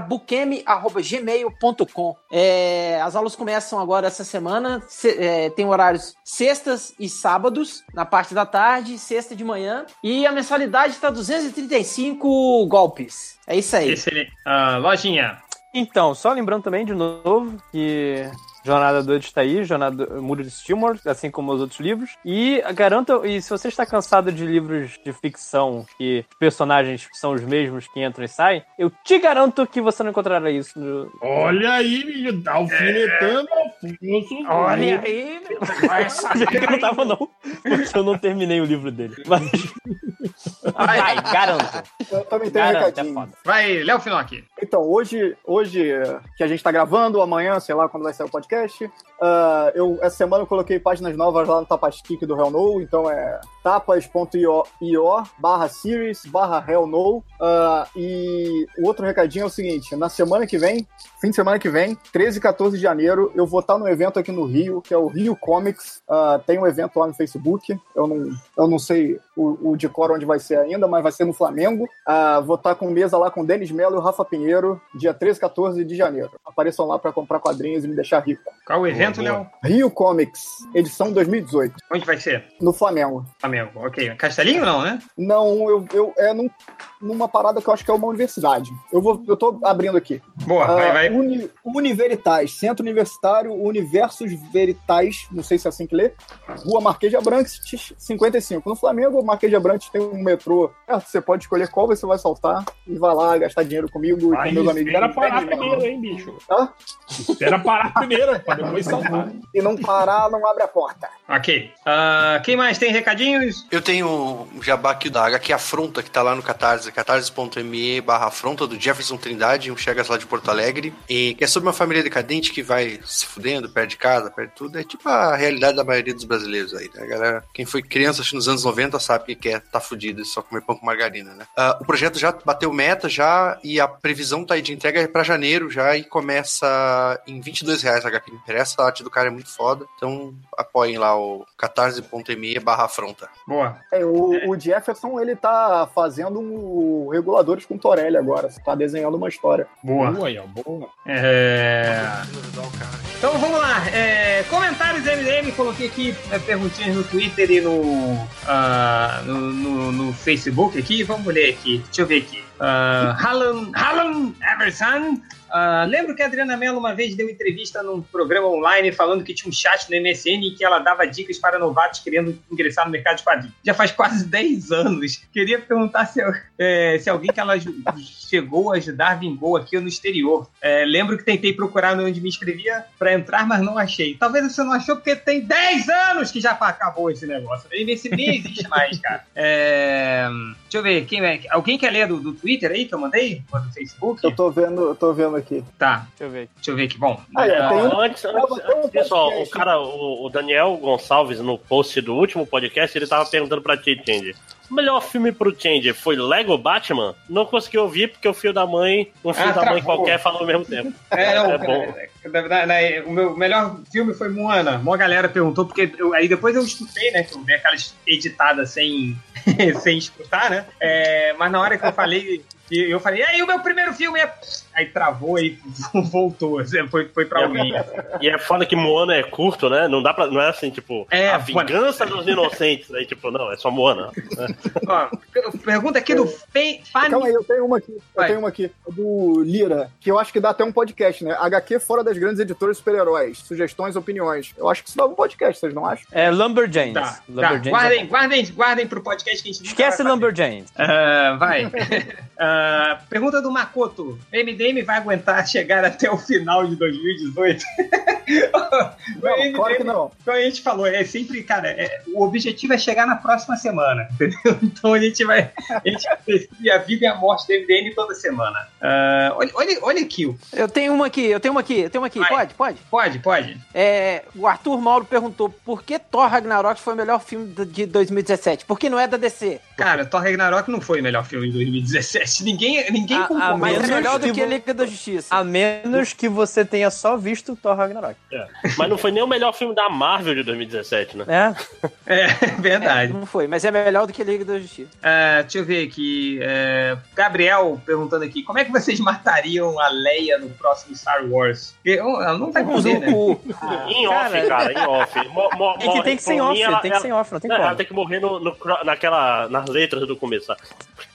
buqueme.gmail.com. É, as aulas começam agora essa semana, se- é, tem horários sextas e sábados, na parte da tarde, sexta de manhã. E a mensalidade tá está 235 golpes. É isso aí.
Excelente. Ah, lojinha.
Então, só lembrando também de novo que Jornada do Edge tá aí, Jornada do Muro de Stilmore, assim como os outros livros. E garanto, e se você está cansado de livros de ficção que os personagens são os mesmos que entram e saem, eu te garanto que você não encontrará isso no.
Olha aí, alfinetando Afonso.
Olha aí, Eu não tava, não, porque eu não terminei o livro dele. Mas. Vai, vai, garanto.
Eu também tenho um
Garanto, é
recadinho.
Vai, Léo Finocchi.
Então, hoje, hoje é, que a gente tá gravando, amanhã, sei lá, quando vai sair o podcast, ah, eu, essa semana eu coloquei páginas novas lá no Tapastic do Hell No, então é tapas.io barra series barra Hell No. Ah, e o outro recadinho é o seguinte, na semana que vem, fim de semana que vem, 13 e 14 de janeiro, eu vou estar num evento aqui no Rio, que é o Rio Comics. Ah, tem um evento lá no Facebook, eu não, eu não sei o, o de cor onde vai ser ainda, mas vai ser no Flamengo. Ah, vou estar com mesa lá com o Denis Melo e o Rafa Pinheiro, dia 13 e 14 de janeiro. Apareçam lá para comprar quadrinhos e me deixar rico.
Qual o evento,
Boa,
Léo?
boa. Rio Comics, edição 2018,
Onde vai ser?
no Flamengo.
Flamengo. Ok. Castelinho não, né?
Não, eu, eu é num- numa parada que eu acho que é uma universidade. Eu vou, eu tô abrindo aqui.
Boa, vai,
Ah,
vai.
Uni- Universitais, Centro Universitário Universos Veritais, não sei se é assim que lê, Rua Marquês de Abrantes, 55. No Flamengo, Marquês de Abrantes tem um metrô perto, você pode escolher qual você vai saltar e vai lá gastar dinheiro comigo e
Aí,
com meus amigos.
espera parar
Denis Melo.
primeiro, hein, bicho?
Hã?
Espera parar primeiro, pra depois saltar.
E não parar, não abre a porta.
Ok. Ah, quem mais tem recadinhos?
Eu tenho um jabá aqui da HQ Afronta, que tá lá no Catarse, catarse.me barra afronta, do Jefferson Trindade, um Chegas lá de Porto Alegre, e que é sobre uma família decadente que vai se fudendo, perde casa, perde tudo, é tipo a realidade da maioria dos brasileiros aí, né, galera? Quem foi criança acho que nos anos 90 sabe que é tá fudido e só comer pão com margarina, né? Ah, o projeto já bateu meta já, e a previsão tá aí de entrega é pra janeiro já, e começa em 22 reais a HQ impressa, a arte do cara é muito foda, então apoiem lá o catarse.me barra afronta.
Boa.
É, o, o Jefferson, ele tá fazendo um- reguladores com Torelli agora, tá desenhando uma história.
Boa.
Boa aí, ó, boa.
É... Então vamos lá. É, comentários MDM, coloquei aqui é, perguntinhas no Twitter e no, ah, no, no- no Facebook aqui. Vamos ler aqui. Deixa eu ver aqui. Ah, Hallam Hallam Everson. Ah, lembro que a Adriana Mello uma vez deu entrevista num programa online falando que tinha um chat no MSN em que ela dava dicas para novatos querendo ingressar no mercado de quadrinhos. Já faz quase 10 anos. Queria perguntar se, é, se alguém que ela ju- chegou a ajudar vingou aqui no exterior. É, lembro que tentei procurar onde me inscrevia para entrar, mas não achei. Talvez você não achou porque tem 10 anos que já acabou esse negócio. Ele nem se- nem existe mais, cara. É, deixa eu ver, quem é? Alguém quer ler do, do Twitter aí que eu mandei? Ou do Facebook?
Eu tô vendo, eu tô vendo aqui.
Tá,
Deixa eu ver.
deixa eu ver aqui. Bom, então,
Ah, é, tem um-
Antes,
Ah,
antes,
você é um
pessoal, o
podcast.
cara, o, o Daniel Gonçalves, no post do último podcast, ele tava perguntando pra ti, Change. O melhor filme pro Change foi Lego Batman? Não consegui ouvir porque o filho da mãe, um filho
Ah,
da mãe
travou.
qualquer falou ao mesmo tempo.
É, não,
É
cara,
bom.
na verdade, né, o meu melhor filme foi Moana. Uma galera perguntou, porque eu- aí depois eu escutei, né? Que eu dei aquelas editadas sem, sem escutar, né? É, mas na hora que eu falei, que eu falei, aí o meu primeiro filme é. Aí travou e voltou. assim, Foi, foi pra alguém.
E é foda que Moana é curto, né? Não dá pra. Não é assim, tipo,
É,
a
Moana.
vingança dos inocentes. Aí, tipo, não, é só Moana.
Ó, pergunta aqui do Fe-
É. Calma
Fanny.
aí, eu tenho uma aqui.
Ah, Vai.
Eu tenho uma aqui. Do Lira, que eu acho que dá até um podcast, né? HQ fora das grandes editoras de super-heróis. Sugestões, opiniões. Eu acho que isso dá um podcast, vocês não acham?
É Lumberjanes.
Tá, tá.
Lumberjanes é
Guardem,
bom.
guardem, guardem pro podcast que a gente nunca vai
Esquece
fazer.
Lumberjanes.
Ah, vai. Ah, pergunta do Makoto. MDM vai aguentar chegar até o final de 2018?
Não,
O MDM,
claro que não.
Como a gente falou, é sempre, cara, é- o objetivo é chegar na próxima semana, entendeu? Então a gente vai. A gente decide a vida e a morte do MDM toda semana. Ah, olha, olha, olha aqui,
Eu tenho uma aqui, eu tenho uma aqui, eu tenho uma aqui.
Vai.
Pode, pode?
pode, pode.
É, o Arthur Mauro perguntou por que Thor Ragnarok foi o melhor filme do- de 2017? Porque não é da DC.
Cara, Thor Ragnarok não foi o melhor filme de 2017. Ninguém, ninguém
Ah, ah,
concorda.
Mas é
menos
melhor do
que
que
vo-
Liga da Justiça.
A menos que você tenha só visto Thor Ragnarok.
Mas não foi nem o melhor filme da Marvel de 2017, né?
É?
É, verdade.
Não foi, mas é melhor do que Liga da Justiça.
Ah, deixa eu ver aqui. é, Gabriel perguntando aqui: como é que vocês matariam a Leia no próximo Star Wars? Porque, oh, Ela não vai morrer, né?
em off,
Ah, cara.
cara, em off. Mo- mo-
É que
morre.
tem que ser em
Por
off,
mim, ela-
tem que ser em off, não tem
Não, ela
como.
tem que morrer no, no cro- naquela, nas letras do começo. tá?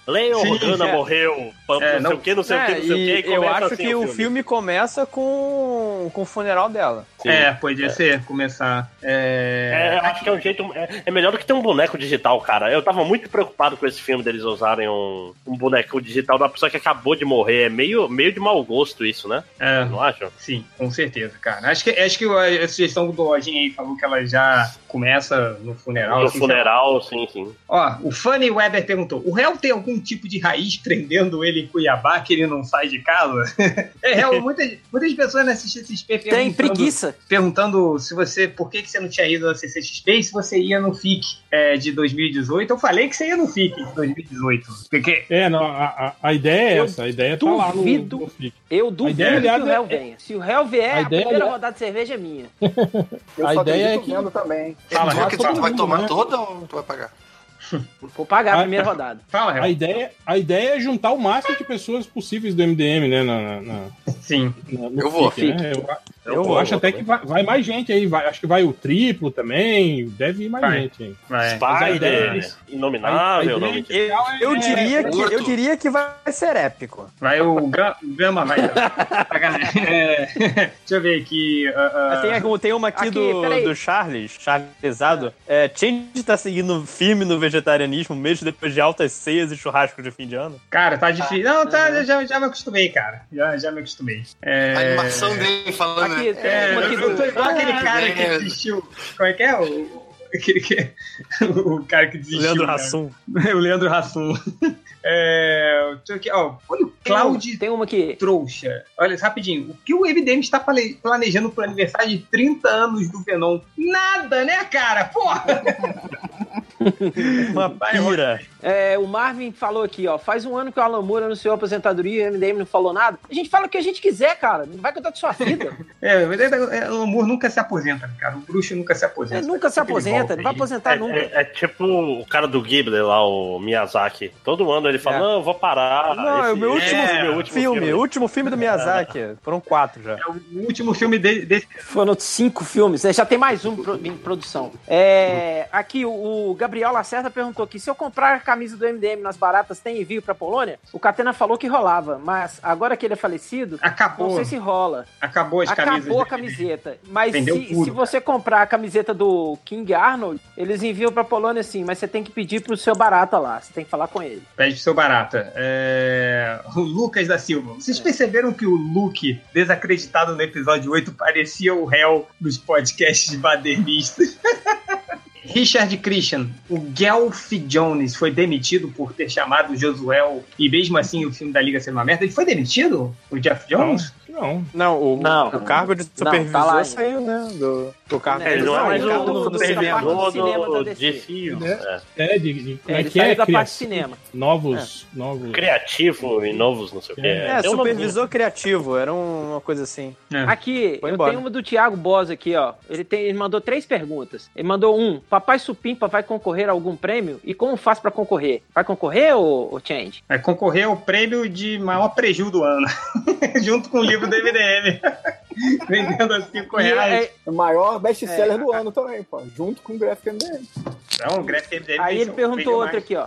Leia
Sim,
Organa
é.
morreu, pam,
É,
não, sei o que, não sei o que, não sei assim o
É,
que.
e Eu acho que o filme. começa com, com o funeral dela.
É, podia
ser, começar.
É, eu acho que é um jeito. É, é melhor do que ter um boneco digital, cara. Eu tava muito preocupado com esse filme deles usarem um, um boneco digital da pessoa que acabou de morrer. É meio, meio de mau gosto isso, né?
É.
Não acho?
Sim, com certeza, cara. Acho que, acho que a, a sugestão do Lojinha aí falou que ela já começa no funeral.
No
assim,
funeral, sim, sim.
Ó, o Fanny Weber perguntou: o réu tem algum tipo de raiz prendendo ele em Cuiabá que ele não sai de casa? é, réu, muitas, muitas pessoas na CCXP
Tem
perguntando-
preguiça.
Perguntando se você. Por que, que você não tinha ido na CCXP e se você ia no FIC é, de 2018. Eu falei que você ia no FIC de 2018. Porque.
É, não, a, a- a ideia é essa. A ideia tá lá no,
duvido-
no Flick.
Eu
A
duvido
ideia,
que
aliás,
o réu
é-
venha. Se o réu vier, a,
a ideia,
primeira
aliás-
rodada de cerveja é minha.
Eu
A
só
ideia é
acredito
que-
vendo também.
Fala,
tu,
vai
que
todo
tu vai
mundo,
tomar
né?
toda ou tu vai pagar?
Vou pagar a
Ah,
primeira
tá.
rodada.
Fala,
A ideia, a ideia é juntar o máximo de pessoas possíveis do MDM, né? Na, na- na-
Sim.
na- no
Eu vou.
FIC, né? Eu, a-
Eu
eu
vou,
acho
eu
até
vou
que vai, vai mais gente aí. vai- acho que vai o triplo também. Deve ir mais
Vai.
gente aí.
Vai.
Mas a ideia é
Spider,
isso.
Inominável,
A- a
nome.
ideia inicial é-
Eu diria,
é,
que, eu
morto.
diria que vai ser épico.
Vai o Ga- Gama, vai. É, deixa eu ver aqui. ah, ah,
Tem, aqui- tem uma aqui,
Aqui,
do,
peraí.
do Charles, Charlesado. É, Change tá seguindo firme no vegetarianismo, mesmo depois de altas ceias e churrasco de fim de ano.
Cara, tá difícil. Não, tá, já, já me acostumei, cara. Já, já me acostumei. É,
A animação dele falando, né?
Aqui, tem
é,
uma
eu,
Ah, aqui
eu tô
do...
igual aquele cara que
É.
desistiu. Como é que é? O, o- aquele que- o cara que desistiu. né?
Leandro
cara.
Hassum.
o Leandro Rassum. É, deixa eu aqui, ó, olha o Cláudio
Tem uma que...
Trouxa. Olha, rapidinho. O que o MDM está pale- planejando pro aniversário de 30 anos do Venom? Nada, né, cara? Porra!
Uma pira.
É, o Marvin falou aqui, ó. Faz um ano que o Alan Moore anunciou a aposentadoria e o MDM não falou nada. A gente fala o que a gente quiser, cara. Não vai contar de sua vida.
É, mas é- é, o amor nunca se aposenta, cara. O bruxo nunca se
Ele
aposenta.
nunca se
Sempre ele
aposenta,
volta,
não vai
gente.
aposentar nunca.
É, é- é tipo o cara do Ghibli lá, o Miyazaki. Todo ano ele fala:
É.
Não, eu vou parar.
Não, é o meu último
é, meu
filme, o último filme do Miyazaki. Foram quatro já.
É o último filme dele. desse-
Foram cinco filmes, né? Já tem mais um pro- em produção.
Uhum.
É, aqui, o o Gabriel Lacerda perguntou aqui: se eu comprar a camisa do MDM nas baratas, tem envio pra Polônia? O Catena falou que rolava, mas agora que ele é falecido, não
Acabou.
sei se rola.
Acabou as camisas.
Acabou a
dele.
camiseta. Mas
Vendeu
se,
tudo,
se você comprar a camiseta do King Arnold, eles enviam pra Polônia sim, mas você tem que pedir pro seu barata lá. Você tem que falar com ele.
Pede pro seu barata. É, O Lucas da Silva. Vocês perceberam que o Luke, desacreditado no episódio 8, parecia o réu dos podcasts badernistas? Richard Christian, o Gelf Jones foi demitido por ter chamado o Josuel e mesmo assim o filme da Liga ser uma merda. Ele foi demitido? O Jeff Jones?
Não.
Não, o,
Não.
o cargo de
tá
supervisor
lá ainda.
saiu, né? Do, do cargo
É, ele não é mais
Não,
o
do- do- do
supervisor
cinema da
do
DC.
DC.
Né?
é.
É, de, de- como é
ele
que é?
saiu da parte de
Criação,
cinema.
novos. novos...
Criativo e novos, não sei o que.
É,
É,
Tem um nominho.
supervisor criativo, era um- uma coisa assim.
Aqui,
Foi
eu
embora.
tenho uma do Thiago Bosa aqui, ó. Ele, tem, ele mandou três perguntas. Ele mandou um: Papai Supimpa vai concorrer a algum prêmio? E como faz pra concorrer? Vai concorrer, ô, ô Change?
Vai concorrer É, ao prêmio de maior prejuízo do ano, junto com o livro do MDM. Vendendo a 5
E,
reais.
é,
O maior best-seller do ano também, pô. Junto com o Graphic MDM.
Então, o Graphic MDM
aí
fez
ele
um
perguntou
prêmio
outra
mais-
aqui, ó.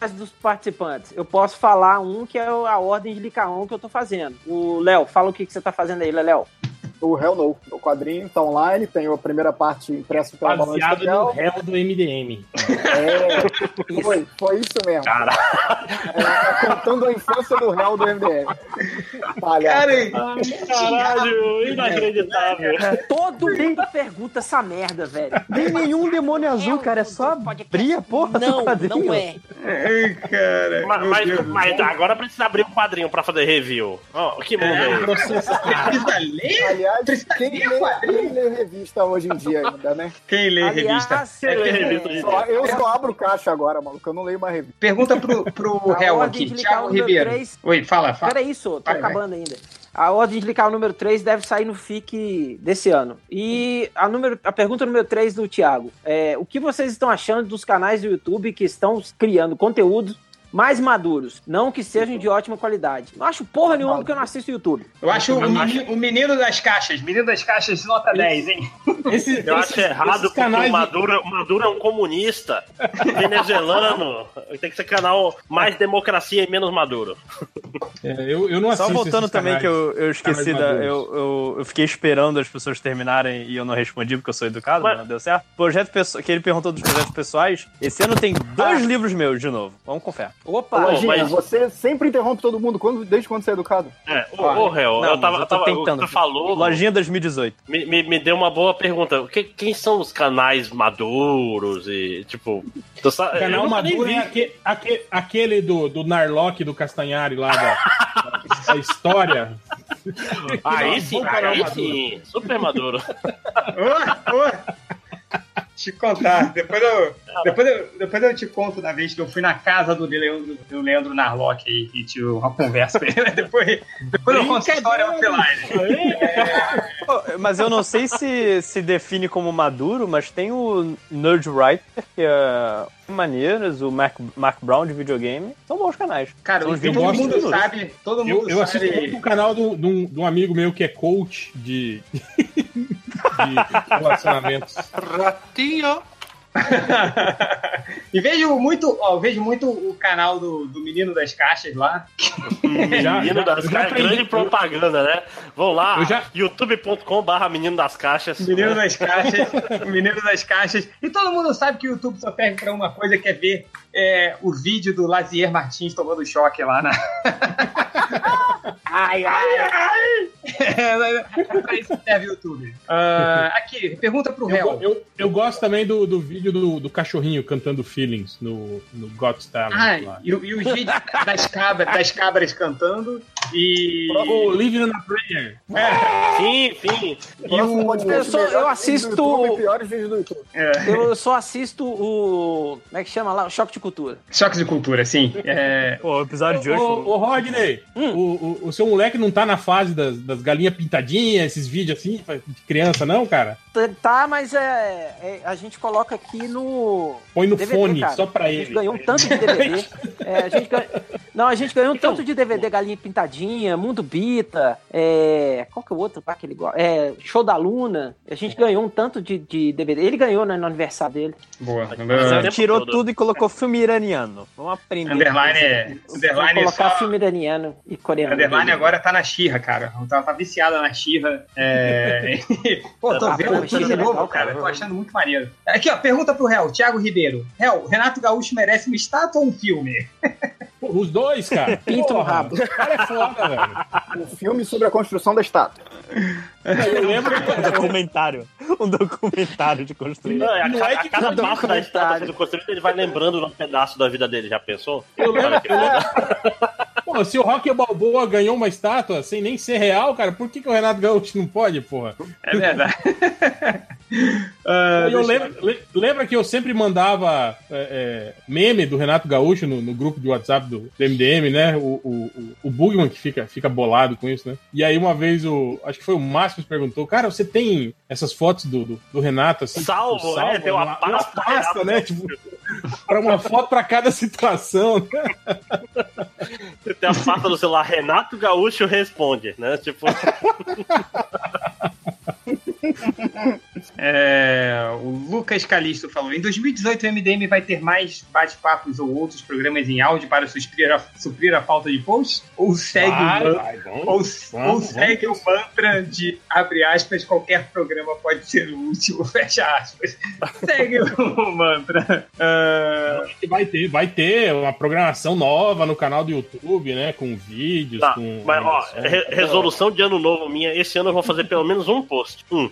Mas Dos participantes, eu posso falar um que é a ordem de Licaon que eu tô fazendo. O Léo, fala o que, que você tá fazendo aí, Léo.
O Hell No. O quadrinho tá online, tem a primeira parte impressa pela Balanço
Baseado no
Papel.
réu do MDM.
É, foi, foi isso mesmo.
Caralho.
É, contando a infância do Hell do MDM. Palhaço.
Cara,
Caralho, inacreditável.
Todo mundo pergunta essa merda, velho.
Tem nenhum demônio azul,
o
cara. É só
do podcast.
abrir a porra do
Não,
quadrinho.
não é.
Ai, cara.
Mas,
meu Deus.
mas, mas agora precisa abrir um quadrinho pra fazer review. Ó, que mundo é esse?
Precisa ler?
Aliás,
Precisa
quem
ler
lê,
quadrinho.
quem lê revista hoje em dia ainda, né?
Quem lê revista?
Aliás,
É que
é,
revista de-
Só- eu só abro caixa agora, maluco. Eu não leio mais revista.
Pergunta pro, pro
A
réu
ordem
aqui,
de ligar
Thiago
o número
Ribeiro.
três.
Oi, fala, fala.
Peraí, sou, tô
Tá. Vai, vai.
acabando ainda. A ordem de clicar o número 3 deve sair no FIC desse ano. E a, número, a pergunta número 3 do Thiago. É, o que vocês estão achando dos canais do YouTube que estão criando conteúdo mais maduros. Não que sejam de ótima qualidade. Não acho porra nenhuma porque eu não assisto YouTube.
Eu acho o menino, o menino das caixas, menino das caixas nota 10, hein?
eu acho errado porque o Maduro, o Maduro é um comunista venezuelano. Tem que ser canal mais democracia e menos Maduro.
É, eu, eu não
Só
assim
assisto
voltando
esses
também
canais.
que
Tá
eu, eu esqueci
Canais
da.
maduros.
Eu, eu, eu fiquei esperando as pessoas terminarem e eu não respondi porque eu sou educado, mas não deu certo. Projeto pessoal, que ele perguntou dos projetos pessoais. Esse ano tem dois livros meus de novo. Vamos confiar.
Opa!
Ô, Gina,
mas-
você sempre interrompe todo mundo quando, desde quando você é educado.
É, ô, ô, réu,
Não,
eu tava,
mas
eu tava o que tu falou.
Lojinha 2018.
Me, me, me deu uma boa pergunta. O que- quem são os canais maduros e, tipo... tu sa-
O canal
eu nunca nem
Maduro
vi.
é aque- aque- aquele, do, do Narlock do Castanhari lá da, da história.
Aí sim,
Bom canal
aí
Maduro.
sim. Super maduro.
Te contar, depois eu, depois, eu, depois eu te conto da vez que eu fui na casa do Leandro, do Leandro Narlock e, e tive uma conversa. depois, depois eu conto a história offline.
Pô, Mas eu não sei se se define como maduro, mas tem o Nerd Writer, que é maneiras, o Mark, Mark Brown de videogame. São bons canais.
Cara,
São uns
todo
20
mundo
minutos.
sabe, todo mundo
Eu, eu assisto
sabe.
muito o canal de do, do, um- de um amigo meu que é coach de, de relacionamentos.
Ratinho.
E vejo muito, ó, eu vejo muito o canal do, do menino das caixas lá.
Já-
Menino
já-
das
eu já
Caixas,
aprendi-
grande propaganda, né? Vão lá,
Eu já-
youtube.com/barra Menino das Caixas.
Menino das caixas, o menino das caixas. E todo mundo sabe que o YouTube só serve pra uma coisa, que é ver é, o vídeo do Lazier Martins tomando choque lá na. ai, ai, ai! É, pra isso que serve o YouTube. Ah, aqui, pergunta pro réu.
Eu, eu, eu gosto também do, do vídeo do, do cachorrinho cantando Feelings no, no Got Talent.
Ai,
lá.
e, o- e os vídeos das cabras, das cabras cantando e.
O Living on a Prayer.
Sim, sim.
e o-
Eu, sou- eu assisto.
piores vídeos do YouTube.
Eu só assisto o. Como é que chama lá? O Choque de Cultura.
Choque de cultura, sim. É,
Pô, o episódio de
Ô,
hoje. foi-
ô Rodney, o, o, o seu moleque não tá na fase das, das galinhas pintadinhas, esses vídeos assim, de criança, não, cara?
T- Tá, mas é, é- A gente coloca aqui no.
Põe no
DVD,
fone,
cara.
só pra
A gente
ele.
ganhou um tanto de DVD. É, a gente ganha- Não, a gente ganhou um
Então,
tanto de DVD Galinha Pintadinha, Mundo Bita, é, qual que é o outro lá que ele gosta? É, Show da Luna. A
É.
gente ganhou um tanto de, de DVD. Ele ganhou né, no aniversário dele.
boa.
Você
tempo
é tirou
todo.
tudo e colocou filme iraniano. Vamos aprender.
Underline é.
Vou
Underline é
colocar
só.
filme iraniano e coreano.
Underline agora tá na Xirra, cara. Tá, tá viciada na Xirra. É... Pô, tô
Ah,
vendo
pô,
tudo de
Xirra é
novo,
legal,
cara.
cara.
Tô achando muito maneiro. Aqui, ó, pergunta pro réu, Thiago Ribeiro. Réu, Renato Gaúcho merece uma estátua ou um filme?
Pô, Os dois, cara.
Pinta no
Porra,
rabo.
O cara é foda, velho.
Um filme sobre a construção da estátua.
Eu lembro
Um documentário. Um documentário de construir.
Não, a,
Não
ca-
é
a
que
cada
cada
passo da
comentário.
estátua sendo construída, ele vai lembrando um pedaço da vida dele, já pensou?
Eu lembro-
Olha que foda.
Pô, se o Rock Balboa ganhou uma estátua sem nem ser real, cara, por que, que o Renato Gaúcho não pode, porra? Ah,
É verdade.
Eu lembro- le- lembra que eu sempre mandava é, é, meme do Renato Gaúcho no, no grupo de WhatsApp do, do MDM, né? O, o, o, o Bugman que fica, fica bolado com isso, né? E aí uma vez o. Acho que foi o Márcio que perguntou, cara, você tem essas fotos do, do, do Renato assim?
Salvo,
tipo,
né? Tem uma pasta, Renato
né? Tipo, para uma foto pra cada situação, né?
Você tem a pasta do celular, Renato Gaúcho responde, né? Tipo,
É, o Lucas Calisto falou: em 2018 o MDM vai ter mais bate-papos ou outros programas em áudio para suprir a, suprir a falta de posts? Ou segue
Vai,
o
vai, vamos.
Ou, ou
vamos
segue o mantra de abre aspas, qualquer programa pode ser o último, fecha aspas. Segue o mantra. Ah,
Vai ter, vai ter uma programação nova no canal do YouTube, né? Com vídeos,
tá.
com.
Mas, ó,
animação.
re- resolução de ano novo minha, esse ano eu vou fazer pelo menos um post. Um.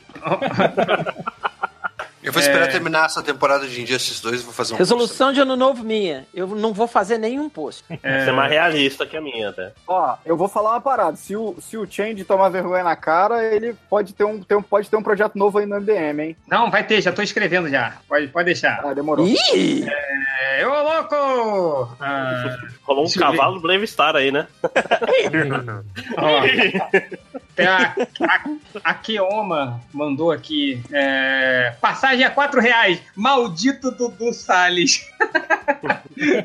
Eu
É.
vou esperar terminar essa temporada de Injustice 2 e vou fazer um.
Resolução de ano novo minha. Eu não vou fazer nenhum post.
Essa é mais realista que a minha, né? até.
Ó, eu vou falar uma parada. Se o, se o Change tomar vergonha na cara, ele pode ter um, ter um- pode ter um projeto novo aí no MDM, hein?
não, vai ter, já tô escrevendo já. Pode, pode deixar.
Ah, demorou.
Ih!
É, ô louco! Ah,
Rolou um
Sim.
cavalo Brave Star aí, né?
Tem É, a, a, a Keoma mandou aqui. é, passagem a 4 reais. Maldito Dudu Salles. É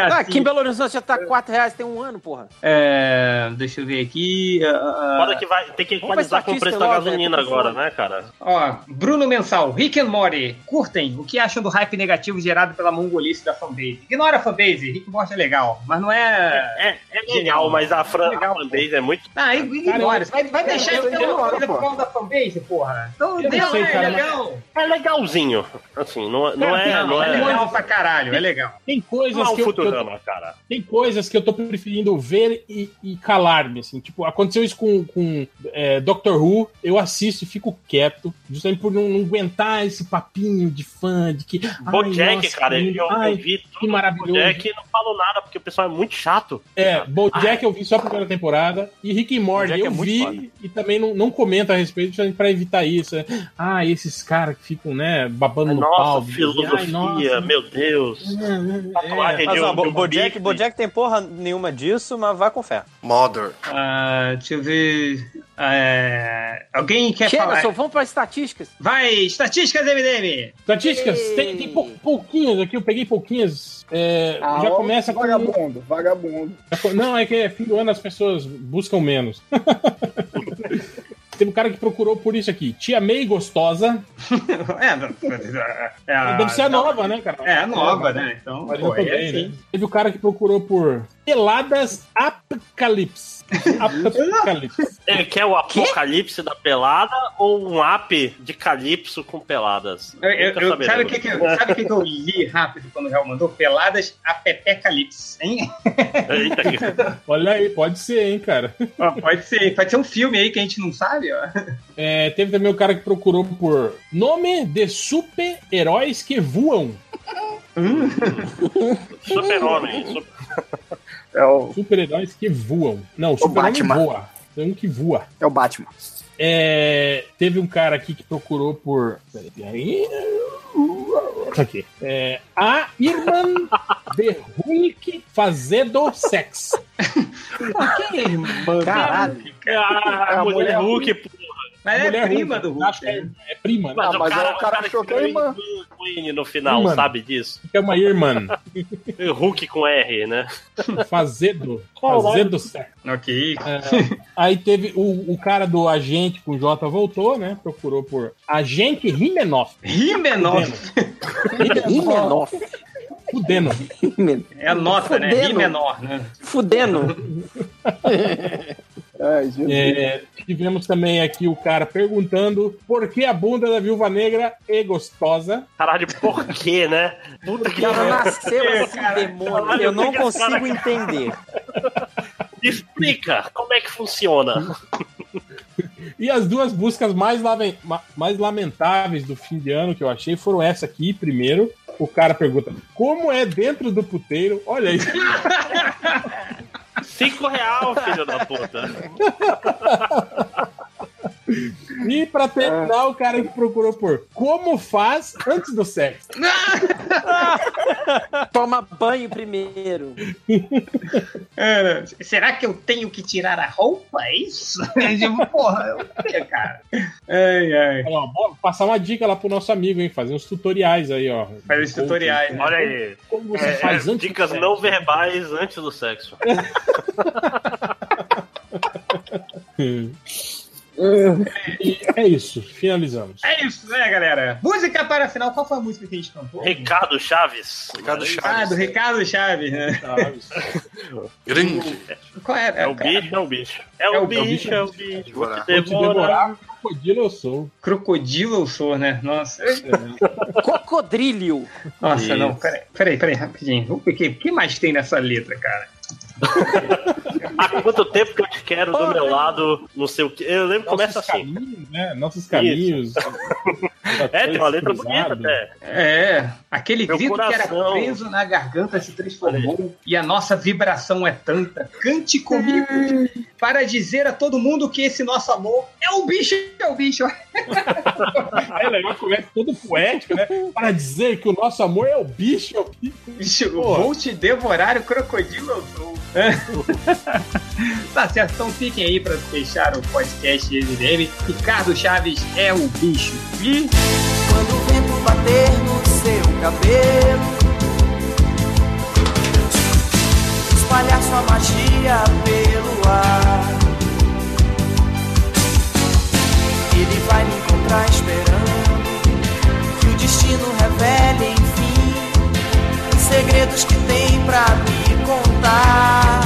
Ah,
assim.
aqui em Belo Horizonte já tá 4 reais tem um ano, porra.
É, deixa eu ver aqui. ah,
Bora que vai, tem que
Vamos pra
equalizar com o preço
estatística
da
logo,
gasolina
é, tô com
agora,
fome.
né, cara?
Ó, Bruno Mensal, Rick and Morty, curtem. O que acham do hype negativo gerado pela mongolice da fanbase? Ignora a fanbase, Rick and Morty é legal, mas não é.
É, é legal, mas a, Fran, a fanbase é muito.
Ah, ig- ignora.
Cara,
Você vai, vai
eu-
deixar
eu-
isso
eu
pela
ignoro,
coisa
pô.
por causa da fanbase, porra. Então,
Eu não
dela
sei,
é
cara, mas-
legal.
É legalzinho. Assim, não, não
Cara,
é.
não,
Não
é
é,
legal
pra caralho, é legal.
Tem coisas
Não é um
que eu-
Futurama,
que eu-
cara.
Tem coisas que eu tô preferindo ver e, e calar-me, assim. Tipo, aconteceu isso com, com é, Doctor Who, eu assisto e fico quieto, justamente por não, não aguentar esse papinho de fã, de que... ai,
Bojack,
nossa,
cara, é um eu,
lindo,
eu
ai,
vi tudo
que maravilhoso.
Bojack e não falo nada, porque o pessoal é muito chato.
É, Bojack eu vi só a primeira temporada, e Rick e Morty
Ah. Bojack
eu
é muito
vi
foda.
e também não, não comento a respeito justamente pra evitar isso. né? Ah, esses caras que ficam, né, babando no
Nossa,
pau.
filosofia,
ai, nossa, É.
meu Deus. Tatuagem
Mas,
de
ó,
um- de
Bo-
um
Bojack,
bife.
Bojack tem porra nenhuma disso, mas vá com fé.
Mother.
Ah, deixa eu ver. É, alguém quer
Chega,
falar?
só vamos para estatísticas.
Vai, estatísticas, MDM!
Estatísticas, tem, tem pou- pouquinhas aqui, eu peguei pouquinhas. é,
Ah,
já começa com.
Vagabundo, vagabundo.
Já co- Não, é que é fim do ano as pessoas buscam menos. Teve um cara que procurou por isso aqui. Tia May gostosa.
É,
Ah,
a-
Deve ser a nova, né, cara?
É, a nova, né? Então,
Mas
pô,
eu tô
é
bem,
assim.
né? Teve o cara que procurou por Peladas Apocalipse. Apocalipse.
Ele quer o apocalipse da pelada ou um app de calypso com peladas?
Eu- eu-
Nunca né?
eu-
saberemos.
sabe o que, que eu- sabe o que, que eu li rápido quando o réu mandou? Peladas a Pepecalipse, hein?
Eita, que-
Olha aí, pode ser, hein, cara.
Ó, pode ser, pode ser um filme aí que a gente não sabe, ó.
É, teve também o cara que procurou por nome de super-heróis que voam.
Super-homem. super-
É o,
Super-heróis que voam. Não, o super-homem
Batman.
voa. Tem um que voa.
é o Batman.
É, teve um cara aqui que procurou por. Peraí, peraí. Tá Aqui. É, a irmã de Hulk fazendo sexo.
Quem é irmã?
Caralho.
Ah,
É a
mulher
mulher
Hulk, pô.
Mas é
Mulher
prima
Hulk. Acho
do Hulk.
que é,
né?
é prima, né?
Mas,
Ah, mas
o cara,
aí o cara achou que é irmã.
Queen no final,
Irmã.
sabe disso?
Que é uma irmã.
Hulk com R, né?
Fazendo. Fazendo sexo.
Ok.
É, aí teve o, o cara do agente com o J voltou, né? Procurou por agente Rimenoff.
Rimenoff.
Rimenor.
Fudendo.
É a nota, né?
Fudendo.
Rimenor, né?
Fudendo.
Ai, Jesus.
É, tivemos também aqui o cara perguntando por que a bunda da viúva negra é gostosa.
Caralho, por quê, né? Puta que
Ela
pariu.
nasceu assim, demônio.
Caralho,
Eu não
É, o que que esse cara-
consigo entender.
Me Explica como é que funciona.
E as duas buscas mais, laven- ma- mais lamentáveis do fim de ano que eu achei foram essa aqui, primeiro. O cara pergunta, como é dentro do puteiro? Olha aí,
Cinco real, filho da puta.
E pra terminar, o cara que procurou por como faz antes do sexo.
Toma banho primeiro.
É, será que eu tenho que tirar a roupa? É isso? Tipo, Porra, eu não sei, cara. Ai, ai.
Olha, ó, bora passar uma dica lá pro nosso amigo, hein? Fazer uns tutoriais aí, ó.
Fazer os tutoriais, né?
Olha aí.
Como você
É,
faz
é,
antes
dicas
do sexo.
não verbais antes do sexo.
E é isso, finalizamos.
É isso, né, galera? Música para a final. Qual foi a música que a gente cantou?
Ricardo Chaves.
Ricardo
Ah,
Chaves.
do Ricardo Chaves, né?
tá?
Grande.
Qual era?
É o bicho, é o bicho. É
É
o
o
bicho, é o bicho. Vou
Vou
te
te
Vou te
devorar.
devorar, crocodilo eu sou.
Crocodilo eu sou, né? Nossa.
É.
Cocodrilho.
Nossa, não, peraí, peraí, peraí, rapidinho. O que, que mais tem nessa letra, cara?
Há quanto tempo que eu te quero do meu lado, não sei o que. Eu lembro que começa
Nossos
assim.
caminhos, né? Nossos caminhos.
É, tem uma letra bonita
Cruzado.
até.
É, aquele
Meu
grito que era
coração.
preso na garganta se transformou e a nossa vibração é tanta. Cante comigo para dizer a todo mundo que esse nosso amor é o bicho, é o bicho.
Aí legal começa todo poético, né? Para dizer que o nosso amor é o bicho. é o bicho.
Bicho,
Pô.
vou te devorar, o crocodilo eu sou. tá certo, então fiquem aí para fechar o podcast MDM. Ricardo Chaves é o bicho. E
Quando o vento bater no seu cabelo, espalhar sua magia pelo ar. Ele vai me encontrar esperando que o destino revele, enfim, os segredos que tem pra me contar.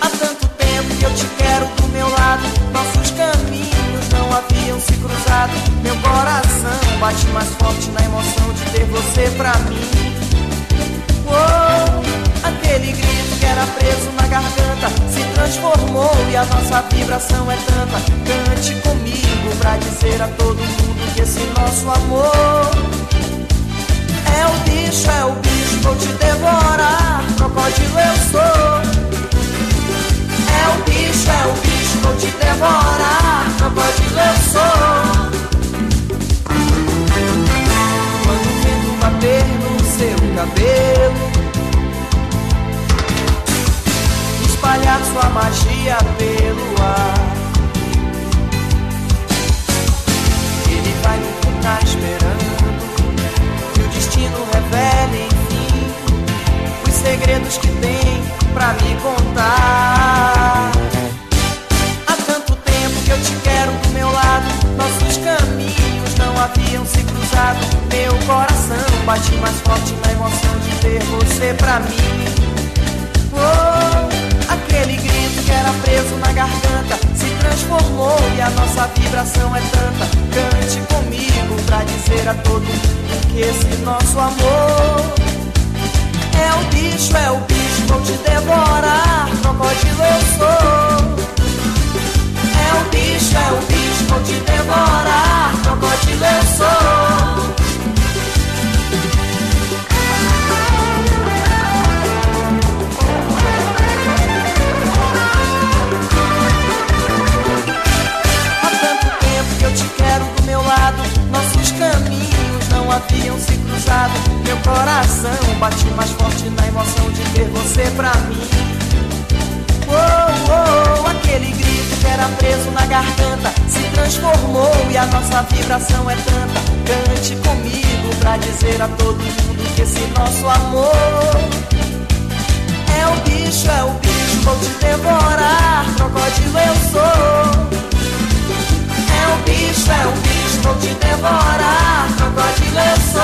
Há tanto tempo que eu te quero do meu lado. Nossos caminhos não haviam se cruzado. Meu coração bate mais forte na emoção de ter você pra mim. Uou, aquele grito que era preso na garganta se transformou e a nossa vibração é tanta. Cante comigo pra dizer a todo mundo que esse nosso amor é o bicho, é o bicho, vou te devorar. Crocodilo eu sou. É o bicho, é o bicho, vou te devorar. Crocodilo eu sou. Quando o vento bater no seu cabelo, espalhar sua magia pelo ar. Ele vai me encontrar esperando que o destino revele, enfim, os segredos que tem pra me contar. Há tanto tempo que eu te quero do meu lado, nossos caminhos não haviam se cruzado. Meu coração bate mais forte na emoção de ter você pra mim. Oh, aquele grito que era preso na garganta se transformou e a nossa vibração é tanta. Cante comigo pra dizer a todo mundo que esse nosso amor é o bicho, é o bicho, vou te devorar. Crocodilo eu sou. É o bicho, é o bicho, vou te devorar. Crocodilo eu sou. Há tanto tempo que eu te quero do meu lado. Nossos caminhos não haviam se cruzado. Meu coração bate mais forte na emoção de ter você pra mim. Oh, oh, aquele grito que era preso na garganta se transformou e a nossa vibração é tanta. Cante comigo pra dizer a todo mundo que esse nosso amor é o bicho, é o bicho, vou te devorar. Crocodilo eu sou. É o bicho, é o bicho, vou te devorar. Crocodilo eu sou. É É